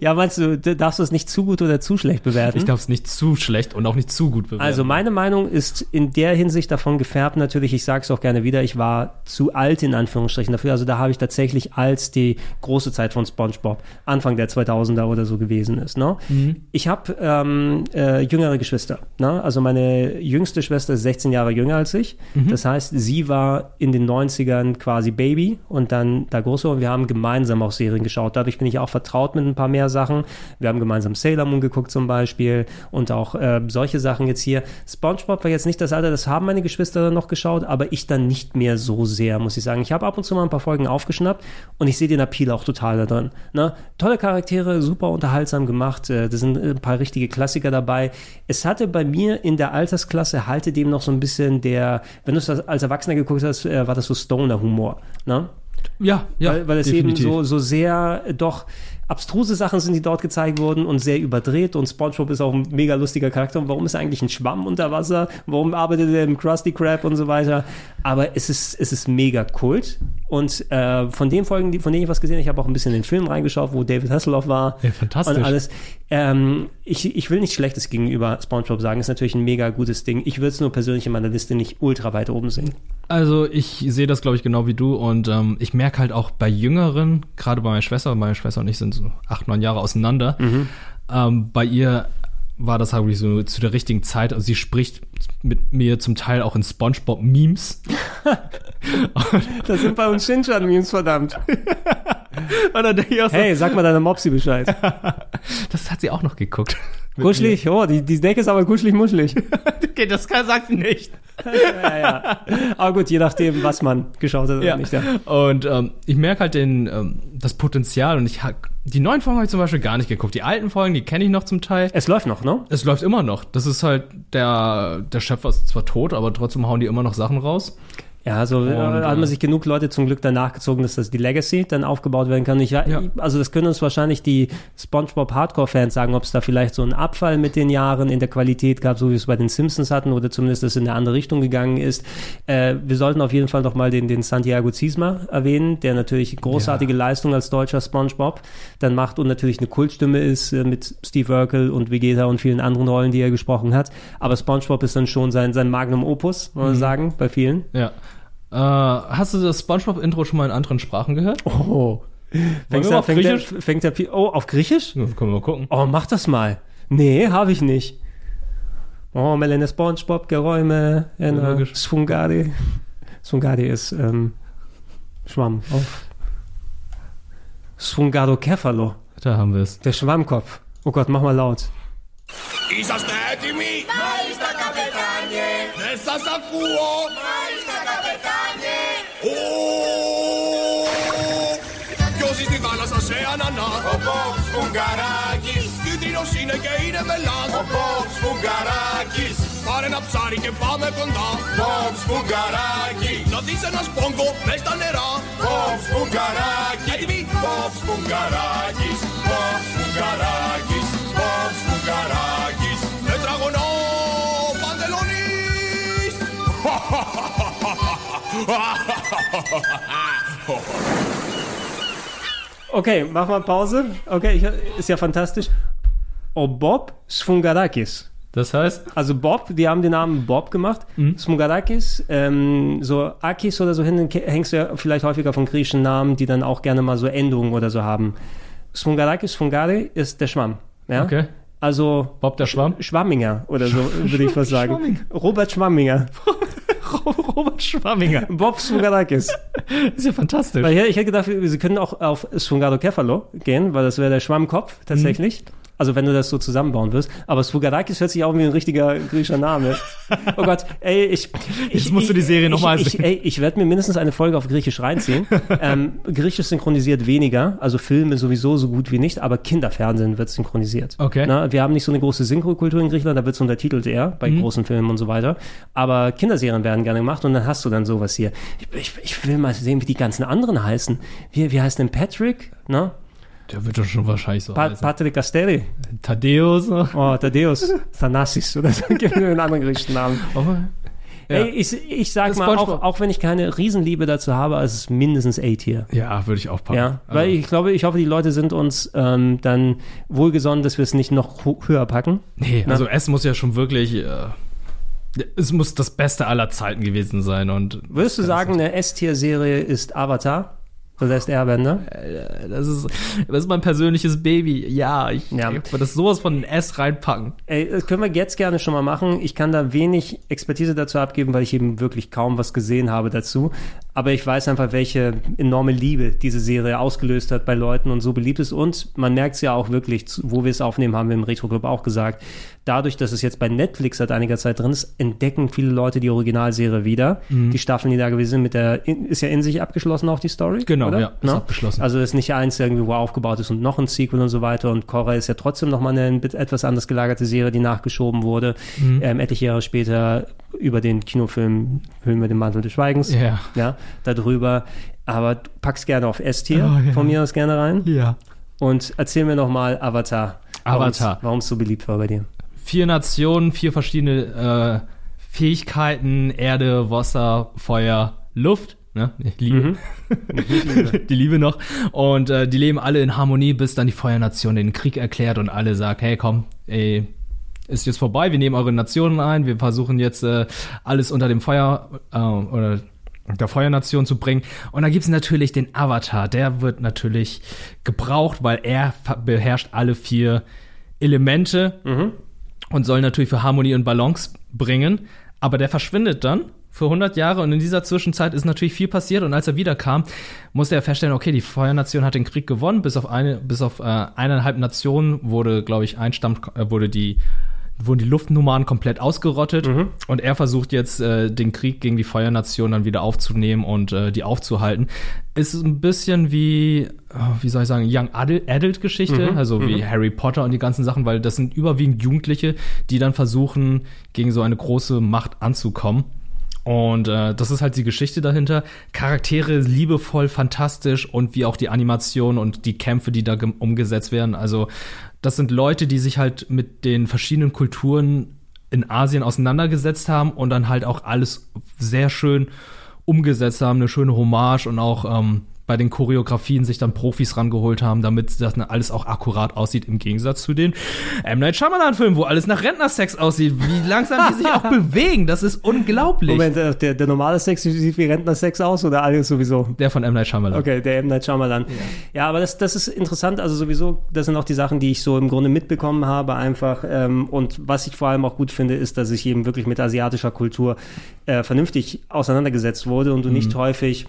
S1: Ja, meinst du, d- darfst du es nicht zu gut oder zu schlecht bewerten?
S2: Ich darf es nicht zu schlecht und auch nicht zu gut bewerten.
S1: Hm? Also meine Meinung ist in der Hinsicht davon gefärbt natürlich, ich sage es auch gerne wieder, ich war zu alt in Anführungsstrichen dafür. Also da habe ich tatsächlich, als die große Zeit von SpongeBob Anfang der 2000er oder so gewesen ist. Ne?
S2: Mhm.
S1: Ich habe ähm, äh, jüngere Geschwister. Ne? Also meine jüngste Schwester ist 16 Jahre jünger als ich.
S2: Mhm.
S1: Das heißt, sie war in den 90ern quasi Baby und dann da große und wir haben gemeinsam auch Serien geschaut. Dadurch bin ich auch vertraut mit ein paar mehr Sachen. Wir haben gemeinsam Sailor Moon geguckt zum Beispiel und auch äh, solche Sachen jetzt hier. SpongeBob war jetzt nicht das Alter, das haben meine Geschwister dann noch geschaut, aber ich dann nicht mehr so sehr, muss ich sagen. Ich habe ab und zu mal ein paar Folgen aufgeschnappt und ich sehe den Appeal auch total da drin. Ne? Tolle Charaktere, super unterhaltsam gemacht. Äh, Da sind ein paar richtige Klassiker dabei. Es hatte bei mir in der Altersklasse halte dem noch so ein bisschen der, wenn du es als Erwachsener geguckt hast, äh, war das so Stoner-Humor. Ne?
S2: Ja, ja.
S1: weil, weil es
S2: definitiv.
S1: eben so, so sehr äh, doch abstruse Sachen sind, die dort gezeigt wurden und sehr überdreht. Und SpongeBob ist auch ein mega lustiger Charakter. Und warum ist er eigentlich ein Schwamm unter Wasser? Warum arbeitet er im Krusty Krab und so weiter? Aber es ist, es ist mega Kult. Und äh, von den Folgen, die, von denen ich was gesehen habe, ich habe auch ein bisschen in den Film reingeschaut, wo David Hasselhoff war.
S2: Ja, fantastisch.
S1: Und alles. Ähm, ich, ich will nichts Schlechtes gegenüber SpongeBob sagen. Ist natürlich ein mega gutes Ding. Ich würde es nur persönlich in meiner Liste nicht ultra weit oben sehen.
S2: Also ich sehe das, glaube ich, genau wie du und ähm, ich merke halt auch bei Jüngeren, gerade bei meiner Schwester, meine Schwester und ich sind so acht, neun Jahre auseinander, ähm, bei ihr war das halt wirklich so zu der richtigen Zeit. Also sie spricht mit mir zum Teil auch in Spongebob-Memes.
S1: Das sind bei uns Shinchan-Memes, verdammt.
S2: Hey,
S1: sag mal deiner Mopsi Bescheid.
S2: Das hat sie auch noch geguckt. Mit
S1: Kuschelig, oh, die, die Decke ist aber kuschelig-muschelig.
S2: Okay, das kann, sagt sie nicht.
S1: ja, ja. Aber gut, je nachdem, was man geschaut hat oder
S2: Ja.
S1: nicht. Ja.
S2: Und ähm, ich merke halt den, ähm, das Potenzial und ich hab, die neuen Folgen habe ich zum Beispiel gar nicht geguckt. Die alten Folgen, die kenne ich noch zum Teil.
S1: Es läuft noch, ne?
S2: Es läuft immer noch. Das ist halt der, der Schöpfer ist zwar tot, aber trotzdem hauen die immer noch Sachen raus.
S1: Ja, also äh,
S2: Und,
S1: hat man
S2: äh,
S1: sich genug Leute zum Glück danach gezogen, dass das die Legacy dann aufgebaut werden kann. Ich, Also das können uns wahrscheinlich die SpongeBob Hardcore-Fans sagen, ob es da vielleicht so einen Abfall mit den Jahren in der Qualität gab, so wie wir es bei den Simpsons hatten oder zumindest das in eine andere Richtung gegangen ist. Äh, wir sollten auf jeden Fall noch mal den, den Santiago Ziesma erwähnen, der natürlich großartige Leistung als deutscher SpongeBob dann macht und natürlich eine Kultstimme ist äh, mit Steve Urkel und Vegeta und vielen anderen Rollen, die er gesprochen hat. Aber SpongeBob ist dann schon sein, sein Magnum Opus, muss man
S2: Mhm.
S1: sagen, bei vielen.
S2: Ja. Äh, hast du das SpongeBob-Intro schon mal in anderen Sprachen gehört?
S1: Oh.
S2: Wollen
S1: Fängt
S2: wir mal
S1: der,
S2: auf
S1: fängt, der,
S2: Griechisch?
S1: fängt der Pi Oh, auf Griechisch?
S2: können wir mal gucken.
S1: Oh, mach das mal. Nee, habe ich nicht. Oh, Melene Spongebob, Geräume, Enna,
S2: Logisch.
S1: Sfungari. Sfungari ist ähm, Schwamm auf. Sfungado Kefalo.
S2: Da haben wir es.
S1: Der Schwammkopf. Oh Gott, mach mal laut.
S14: Isas nehetimi?
S3: Μάλιστα, καπετάνιε.
S14: Δεν σας ακούω.
S3: Μάλιστα, καπετάνιε.
S14: Ω, Ποιος στη θάλασσα σε ανανά. Ο Μπομς Φουγγαράκης. Κίτρινος είναι και είναι μελάς. Ο Μπομς Φουγγαράκης. Πάρε ένα ψάρι και πάμε κοντά. Μπομς Φουγγαράκη. Να δεις ένα σπόγκο μες στα νερά. Μπομς Φουγγαράκη. Έτοιμοι. Μπομς Φουγγαράκης. Μπομς Φουγγαράκης. Μπομς Φουγγαράκης. Τετραγωνό παντελονής.
S1: Okay, mach mal Pause. Okay, ich, ist ja fantastisch. Oh, Bob Sfungarakis.
S2: Das heißt?
S1: Also Bob, die haben den Namen Bob gemacht. Sfungarakis, ähm, so Akis oder so hin, hängst du ja vielleicht häufiger von griechischen Namen, die dann auch gerne mal so Endungen oder so haben. Sfungarakis, Sfungari ist der Schwamm. Ja?
S2: Okay.
S1: Also
S2: Bob der Schwamm?
S1: Schwamminger oder so, würde ich fast sagen. Robert Schwamminger.
S2: Robert Schwamminger.
S1: Bob Sfungarakis.
S2: Ist ja fantastisch.
S1: Weil ich, ich hätte gedacht, wir wir können auch auf Sfungado Kefalo gehen, weil das wäre der Schwammkopf
S2: Mhm.
S1: tatsächlich. Also wenn du das so zusammenbauen wirst. Aber Sfugadakis hört sich auch wie ein richtiger griechischer Name. Oh Gott, ey, ich... ich
S2: Jetzt musst du die Serie
S1: ich,
S2: noch mal
S1: ich,
S2: sehen.
S1: Ey, ich werde mir mindestens eine Folge auf Griechisch reinziehen. ähm, Griechisch synchronisiert weniger, also Filme sowieso so gut wie nicht, aber Kinderfernsehen wird synchronisiert.
S2: Okay.
S1: Na, wir haben nicht so eine große Synchrokultur in Griechenland, da wird es untertitelt eher bei
S2: Mhm.
S1: großen Filmen und so weiter. Aber Kinderserien werden gerne gemacht und dann hast du dann sowas hier. Ich, ich, ich will mal sehen, wie die ganzen anderen heißen. Wie, wie heißt denn Patrick? Na?
S2: Der wird doch schon wahrscheinlich so
S1: Pa
S2: heißen.
S1: Patrick Castelli.
S2: Tadeus.
S1: Oh, Tadeus. Thanassis oder so. Gib mir einen anderen griechischen Namen. Ey, ich, ich sag mal, auch, auch wenn ich keine Riesenliebe dazu habe, es ist mindestens A-Tier.
S2: Ja, würde ich auch packen. Also,
S1: Ja, weil ich glaube, ich hoffe, die Leute sind uns ähm, dann wohlgesonnen, dass wir es nicht noch ho- höher packen.
S2: Nee,
S1: Na?
S2: also es muss ja schon wirklich. Äh, es muss das Beste aller Zeiten gewesen sein. Und
S1: Würdest du sagen, eine S-Tier-Serie ist Avatar? The Last Airbender?
S2: das ist, das ist mein persönliches Baby. Ja, ich
S1: Ja.
S2: würde das sowas von ein S reinpacken.
S1: Ey, das können wir jetzt gerne schon mal machen. Ich kann da wenig Expertise dazu abgeben, weil ich eben wirklich kaum was gesehen habe dazu. Aber ich weiß einfach, welche enorme Liebe diese Serie ausgelöst hat bei Leuten und so beliebt ist. Und man merkt es ja auch wirklich, zu- wo wir es aufnehmen, haben wir im Retro Club auch gesagt. Dadurch, dass es jetzt bei Netflix seit einiger Zeit drin ist, entdecken viele Leute die Originalserie wieder.
S2: Mhm.
S1: Die Staffeln, die da gewesen sind, mit der, ist ja in sich abgeschlossen auch die Story.
S2: Genau,
S1: oder?
S2: ja, ist
S1: Ne?
S2: abgeschlossen.
S1: Also ist nicht eins irgendwie, wo aufgebaut ist und noch ein Sequel und so weiter. Und Korra ist ja trotzdem nochmal eine bit- etwas anders gelagerte Serie, die nachgeschoben wurde.
S2: Mhm.
S1: Ähm, etliche Jahre später über den Kinofilm Hüllen wir den Mantel des Schweigens.
S2: Ja.
S1: Ja, darüber. Aber du packst gerne auf S-Tier
S2: Oh, ja.
S1: von mir aus gerne rein.
S2: Ja.
S1: Und erzähl mir nochmal Avatar. warum's-
S2: Avatar.
S1: Warum es so beliebt war bei dir.
S2: Vier Nationen, vier verschiedene äh, Fähigkeiten: Erde, Wasser, Feuer, Luft. Ne? Nee, Liebe. die Liebe noch. Und äh, die leben alle in Harmonie, bis dann die Feuernation den Krieg erklärt und alle sagt: Hey, komm, ey, ist jetzt vorbei, wir nehmen eure Nationen ein, wir versuchen jetzt äh, alles unter dem Feuer äh, oder der Feuernation zu bringen. Und dann gibt's natürlich den Avatar, der wird natürlich gebraucht, weil er ver- beherrscht alle vier Elemente und soll natürlich für Harmonie und Balance bringen. Aber der verschwindet dann für 100 Jahre und in dieser Zwischenzeit ist natürlich viel passiert und als er wiederkam, musste er feststellen, okay, die Feuernation hat den Krieg gewonnen, bis auf eine, bis auf äh, eineinhalb Nationen wurde, glaube ich, ein Stamm, äh, wurde die wurden die Luftnummern komplett ausgerottet und er versucht jetzt äh, den Krieg gegen die Feuernation dann wieder aufzunehmen und äh, die aufzuhalten. Ist ein bisschen wie, äh, wie soll ich sagen, Young Adult- Adult-Geschichte,
S1: Mhm,
S2: also wie
S1: mhm.
S2: Harry Potter und die ganzen Sachen, weil das sind überwiegend Jugendliche, die dann versuchen, gegen so eine große Macht anzukommen. Und äh, das ist halt die Geschichte dahinter. Charaktere liebevoll, fantastisch und wie auch die Animation und die Kämpfe, die da gem- umgesetzt werden. Also das sind Leute, die sich halt mit den verschiedenen Kulturen in Asien auseinandergesetzt haben und dann halt auch alles sehr schön umgesetzt haben, eine schöne Hommage und auch ähm, bei den Choreografien sich dann Profis rangeholt haben, damit das alles auch akkurat aussieht, im Gegensatz zu den M. Night Shyamalan-Filmen, wo alles nach Rentnersex aussieht, wie langsam die sich auch bewegen, das ist unglaublich.
S1: Moment, äh, der, der normale Sex sieht wie Rentner-Sex aus oder alles sowieso?
S2: Der von M. Night Shyamalan.
S1: Okay, der M. Night Shyamalan. Ja, aber das, das ist interessant. Also sowieso, das sind auch die Sachen, die ich so im Grunde mitbekommen habe einfach. Ähm, und was ich vor allem auch gut finde, ist, dass ich eben wirklich mit asiatischer Kultur äh, vernünftig auseinandergesetzt wurde und du nicht häufig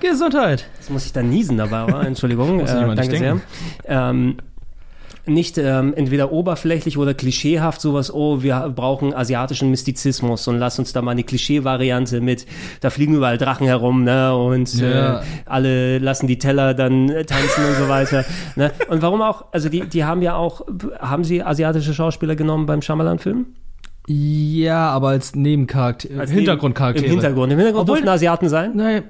S2: Gesundheit.
S1: Jetzt muss ich da niesen dabei, oder? Entschuldigung. äh,
S2: Muss niemand
S1: danke
S2: nicht
S1: sehr.
S2: denken.
S1: Ähm, nicht ähm, entweder oberflächlich oder klischeehaft sowas, oh, wir brauchen asiatischen Mystizismus und lass uns da mal eine Klischee-Variante mit, da fliegen überall Drachen herum, ne, und
S2: Ja.
S1: äh, alle lassen die Teller dann äh, tanzen und so weiter. Ne? Und warum auch, also die, die haben ja auch, haben sie asiatische Schauspieler genommen beim Shyamalan-Film?
S2: Ja, aber als Nebencharakter,
S1: Als
S2: Hintergrundcharaktere.
S1: Im Hintergrund. Im Hintergrund
S2: Obwohl-
S1: dürfen Asiaten sein?
S2: Nein.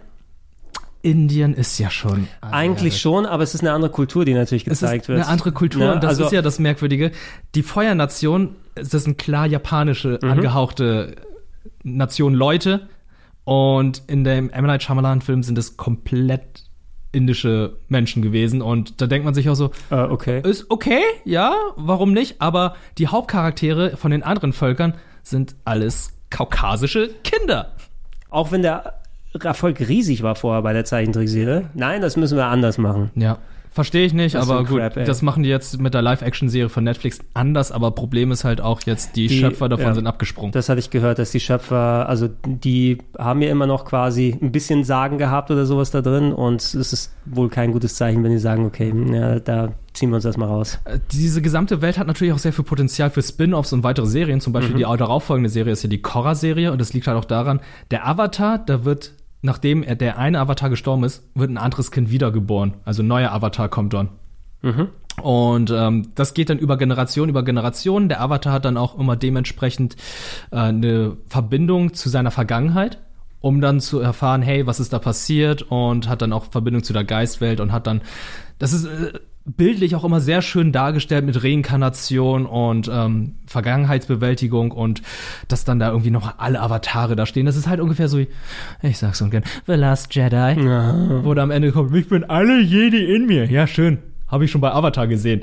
S2: Indien ist ja schon.
S1: Eigentlich schon, aber es ist eine andere Kultur, die natürlich
S2: Es ist
S1: gezeigt wird.
S2: eine andere Kultur
S1: Ne?
S2: und das
S1: Also-
S2: ist ja das Merkwürdige. Die Feuernation, das sind klar japanische
S1: Mhm.
S2: angehauchte Nation Leute und in dem M. Night Shyamalan Film sind es komplett indische Menschen gewesen und da denkt man sich auch so,
S1: Ah, okay.
S2: ist okay, ja, warum nicht, aber die Hauptcharaktere von den anderen Völkern sind alles kaukasische Kinder.
S1: Auch wenn der Erfolg riesig war vorher bei der Zeichentrickserie. Nein, das müssen wir anders machen.
S2: Ja. Verstehe ich nicht,
S1: Das ist
S2: aber
S1: ein
S2: gut,
S1: Crap, ey.
S2: das machen die jetzt mit der Live-Action-Serie von Netflix anders, aber Problem ist halt auch jetzt, die, Schöpfer davon
S1: ja,
S2: sind abgesprungen.
S1: Das hatte ich gehört, dass die Schöpfer, also die haben ja immer noch quasi ein bisschen Sagen gehabt oder sowas da drin und es ist wohl kein gutes Zeichen, wenn die sagen, okay, ja, da ziehen wir uns das mal raus.
S2: Äh, Diese gesamte Welt hat natürlich auch sehr viel Potenzial für Spin-offs und weitere Serien. Zum Beispiel
S1: Mhm.
S2: die darauffolgende Serie ist ja die Korra-Serie und das liegt halt auch daran, der Avatar, da wird, nachdem er, der eine Avatar gestorben ist, wird ein anderes Kind wiedergeboren. Also ein neuer Avatar kommt dann. Und ähm, das geht dann über Generation über Generation. Der Avatar hat dann auch immer dementsprechend äh, eine Verbindung zu seiner Vergangenheit, um dann zu erfahren, hey, was ist da passiert und hat dann auch Verbindung zu der Geistwelt und hat dann, das ist äh, bildlich auch immer sehr schön dargestellt mit Reinkarnation und ähm, Vergangenheitsbewältigung und dass dann da irgendwie noch alle Avatare da stehen. Das ist halt ungefähr so wie, ich sag's ungern, The Last Jedi, wo da am Ende kommt, ich bin alle Jedi in mir. Ja, schön. Habe ich schon bei Avatar gesehen.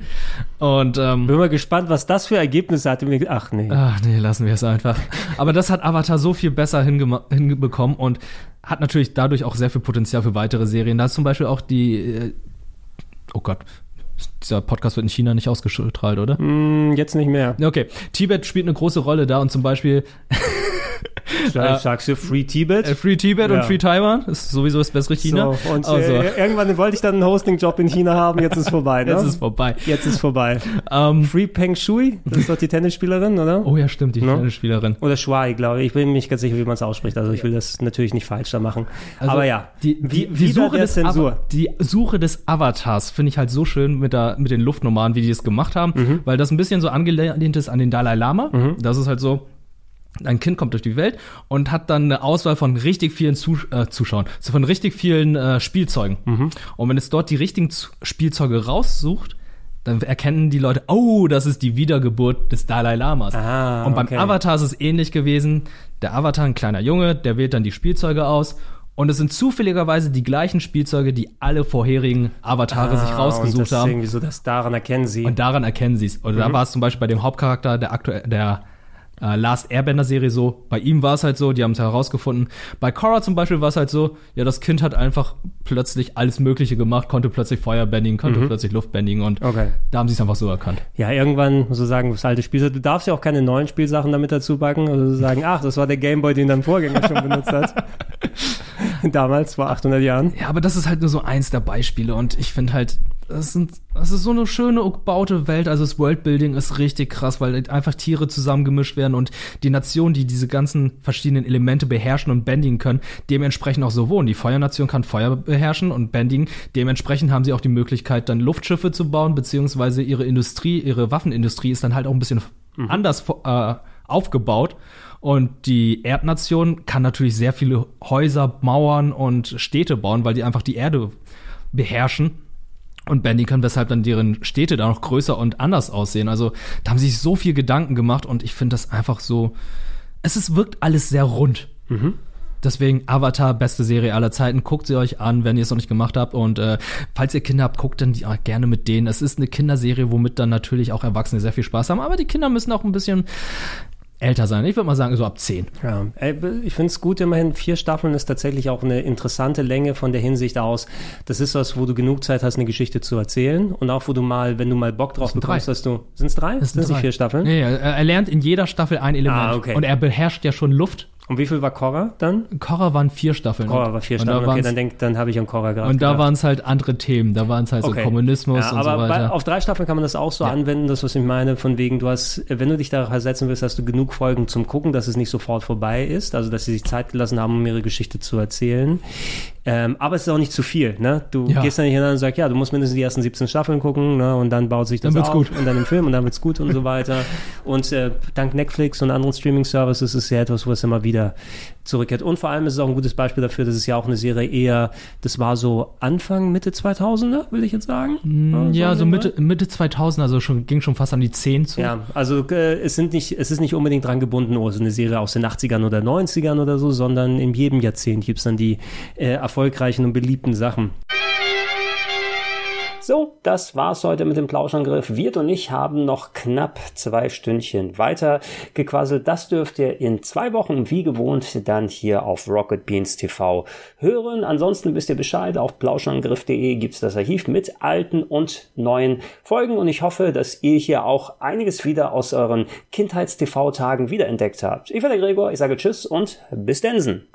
S2: Und ähm,
S1: bin mal gespannt, was das für Ergebnisse hat. Ach nee.
S2: Ach nee, lassen wir es einfach. Aber das hat Avatar so viel besser hingema- hinbekommen und hat natürlich dadurch auch sehr viel Potenzial für weitere Serien. Da ist zum Beispiel auch die, äh, oh Gott, dieser Podcast wird in China nicht ausgestrahlt, oder?
S1: Mm, jetzt nicht mehr.
S2: Okay, Tibet spielt eine große Rolle da und zum Beispiel
S1: Ich sagst du Äh, Free Tibet?
S2: äh, Free Tibet
S1: Ja.
S2: und Free Taiwan ist sowieso das bessere China.
S1: So, und
S2: also,
S1: äh, irgendwann wollte ich dann einen Hosting-Job in China haben, jetzt ist vorbei. Ähm. Ne?
S2: Jetzt ist vorbei.
S1: Jetzt ist vorbei. Free Peng Shui, das ist doch die Tennisspielerin, oder?
S2: Oh ja, stimmt, die
S1: Ne?
S2: Tennisspielerin.
S1: Oder Shuai, glaube ich. Ich bin mir nicht ganz sicher, wie man es ausspricht. Also ich will das natürlich nicht falsch da machen.
S2: Also,
S1: Aber ja,
S2: die,
S1: wie-
S2: die, die,
S1: wieder
S2: Suche
S1: der
S2: des Ava- die Suche des Avatars finde ich halt so schön mit, der, mit den Luftnummern, wie die es gemacht haben, weil das ein bisschen so angelehnt ist an den Dalai Lama. Das ist halt so, ein Kind kommt durch die Welt und hat dann eine Auswahl von richtig vielen Zusch äh, Zuschauern, so von richtig vielen äh, Spielzeugen.
S1: Mhm.
S2: Und wenn es dort die richtigen Z Spielzeuge raussucht, dann erkennen die Leute, oh, das ist die Wiedergeburt des Dalai Lamas. und beim
S1: Ah, okay.
S2: Avatar ist es ähnlich gewesen. Der Avatar, ein kleiner Junge, der wählt dann die Spielzeuge aus. Und es sind zufälligerweise die gleichen Spielzeuge, die alle vorherigen Avatare sich
S1: Ah, und
S2: rausgesucht
S1: das ist
S2: haben.
S1: Irgendwie so, das daran erkennen sie.
S2: Und daran erkennen sie es. Oder da
S1: Mhm.
S2: war es zum Beispiel bei dem Hauptcharakter der aktuell der äh, Last Airbender Serie so. Bei ihm war es halt so, die haben es herausgefunden. Bei Korra zum Beispiel war es halt so, ja, das Kind hat einfach plötzlich alles Mögliche gemacht, konnte plötzlich Feuerbending, konnte
S1: Mhm.
S2: plötzlich Luftbending und da haben sie es einfach so erkannt.
S1: Ja, irgendwann muss ich sagen, das alte Spiel. Du darfst ja auch keine neuen Spielsachen damit dazu packen. Also sagen, ach, das war der Gameboy, den dein Vorgänger schon benutzt hat. Damals, vor 800 Jahren.
S2: Ja, aber das ist halt nur so eins der Beispiele und ich finde halt, das, sind, das ist so eine schöne gebaute Welt. Also das Worldbuilding ist richtig krass, weil einfach Tiere zusammengemischt werden und die Nationen, die diese ganzen verschiedenen Elemente beherrschen und bändigen können, dementsprechend auch so wohnen. Die Feuernation kann Feuer beherrschen und bändigen. Dementsprechend haben sie auch die Möglichkeit, dann Luftschiffe zu bauen, beziehungsweise ihre Industrie, ihre Waffenindustrie ist dann halt auch ein bisschen anders vo- äh, aufgebaut. Und die Erdnation kann natürlich sehr viele Häuser, Mauern und Städte bauen, weil die einfach die Erde beherrschen. Und Bendy kann weshalb dann deren Städte da noch größer und anders aussehen. Also da haben sie sich so viel Gedanken gemacht und ich finde das einfach so. Es ist, wirkt alles sehr rund. Deswegen Avatar, beste Serie aller Zeiten. Guckt sie euch an, wenn ihr es noch nicht gemacht habt. Und äh, falls ihr Kinder habt, guckt dann die auch gerne mit denen. Es ist eine Kinderserie, womit dann natürlich auch Erwachsene sehr viel Spaß haben. Aber die Kinder müssen auch ein bisschen älter sein. Ich würde mal sagen, so ab 10.
S1: Ja, ey, ich finde es gut, immerhin vier Staffeln ist tatsächlich auch eine interessante Länge von der Hinsicht aus. Das ist was, wo du genug Zeit hast, eine Geschichte zu erzählen und auch wo du mal, wenn du mal Bock drauf
S2: sind
S1: bekommst,
S2: drei.
S1: dass du. Sind es drei?
S2: Das
S1: Sind es nicht vier Staffeln?
S2: Nee, er, er lernt in jeder Staffel ein Element.
S1: Ah, okay.
S2: Und er beherrscht ja schon Luft.
S1: Und wie viel war Korra dann?
S2: Korra waren vier Staffeln.
S1: Korra war vier
S2: Und da
S1: Staffeln. Okay,
S2: waren's-
S1: dann, denk- dann habe ich an Korra gerade.
S2: Und da
S1: gedacht.
S2: waren es halt andere Themen. Da waren es halt so Kommunismus
S1: Ja,
S2: und so
S1: aber bei-
S2: weiter.
S1: auf drei Staffeln kann man das auch so anwenden, das was ich meine, von wegen, du hast, wenn du dich da ersetzen willst, hast du genug Folgen zum Gucken, dass es nicht sofort vorbei ist, also dass sie sich Zeit gelassen haben, um ihre Geschichte zu erzählen. Ähm, aber es ist auch nicht zu viel, ne? Du
S2: Ja.
S1: gehst dann nicht hin und sagst, ja, du musst mindestens die ersten 17 Staffeln gucken, ne? Und dann baut sich das
S2: Dann wird's
S1: auf
S2: gut.
S1: und dann im Film und dann wird's gut und so weiter. Und äh, dank Netflix und anderen Streaming-Services ist es ja etwas, wo es immer wieder zurückkehrt. Und vor allem ist es auch ein gutes Beispiel dafür, dass es ja auch eine Serie eher, das war so Anfang, Mitte 2000er, will ich jetzt sagen.
S2: Mm, ja, so
S1: sagen wir
S2: Mitte, Mitte 2000, also schon, ging schon fast an die 10 zu.
S1: Ja, also äh, es, sind nicht, es ist nicht unbedingt dran gebunden, oh, so eine Serie aus den 80ern oder 90ern oder so, sondern in jedem Jahrzehnt gibt's dann die äh, erfolgreichen und beliebten Sachen. So, das war's heute mit dem Plauschangriff. Wirt und ich haben noch knapp zwei Stündchen weiter gequasselt. Das dürft ihr in zwei Wochen wie gewohnt dann hier auf Rocket Beans TV hören. Ansonsten wisst ihr Bescheid. Auf plauschangriff.de gibt's das Archiv mit alten und neuen Folgen. Und ich hoffe, dass ihr hier auch einiges wieder aus euren Kindheits-TV-Tagen wiederentdeckt habt. Ich bin der Gregor. Ich sage Tschüss und bis Densen.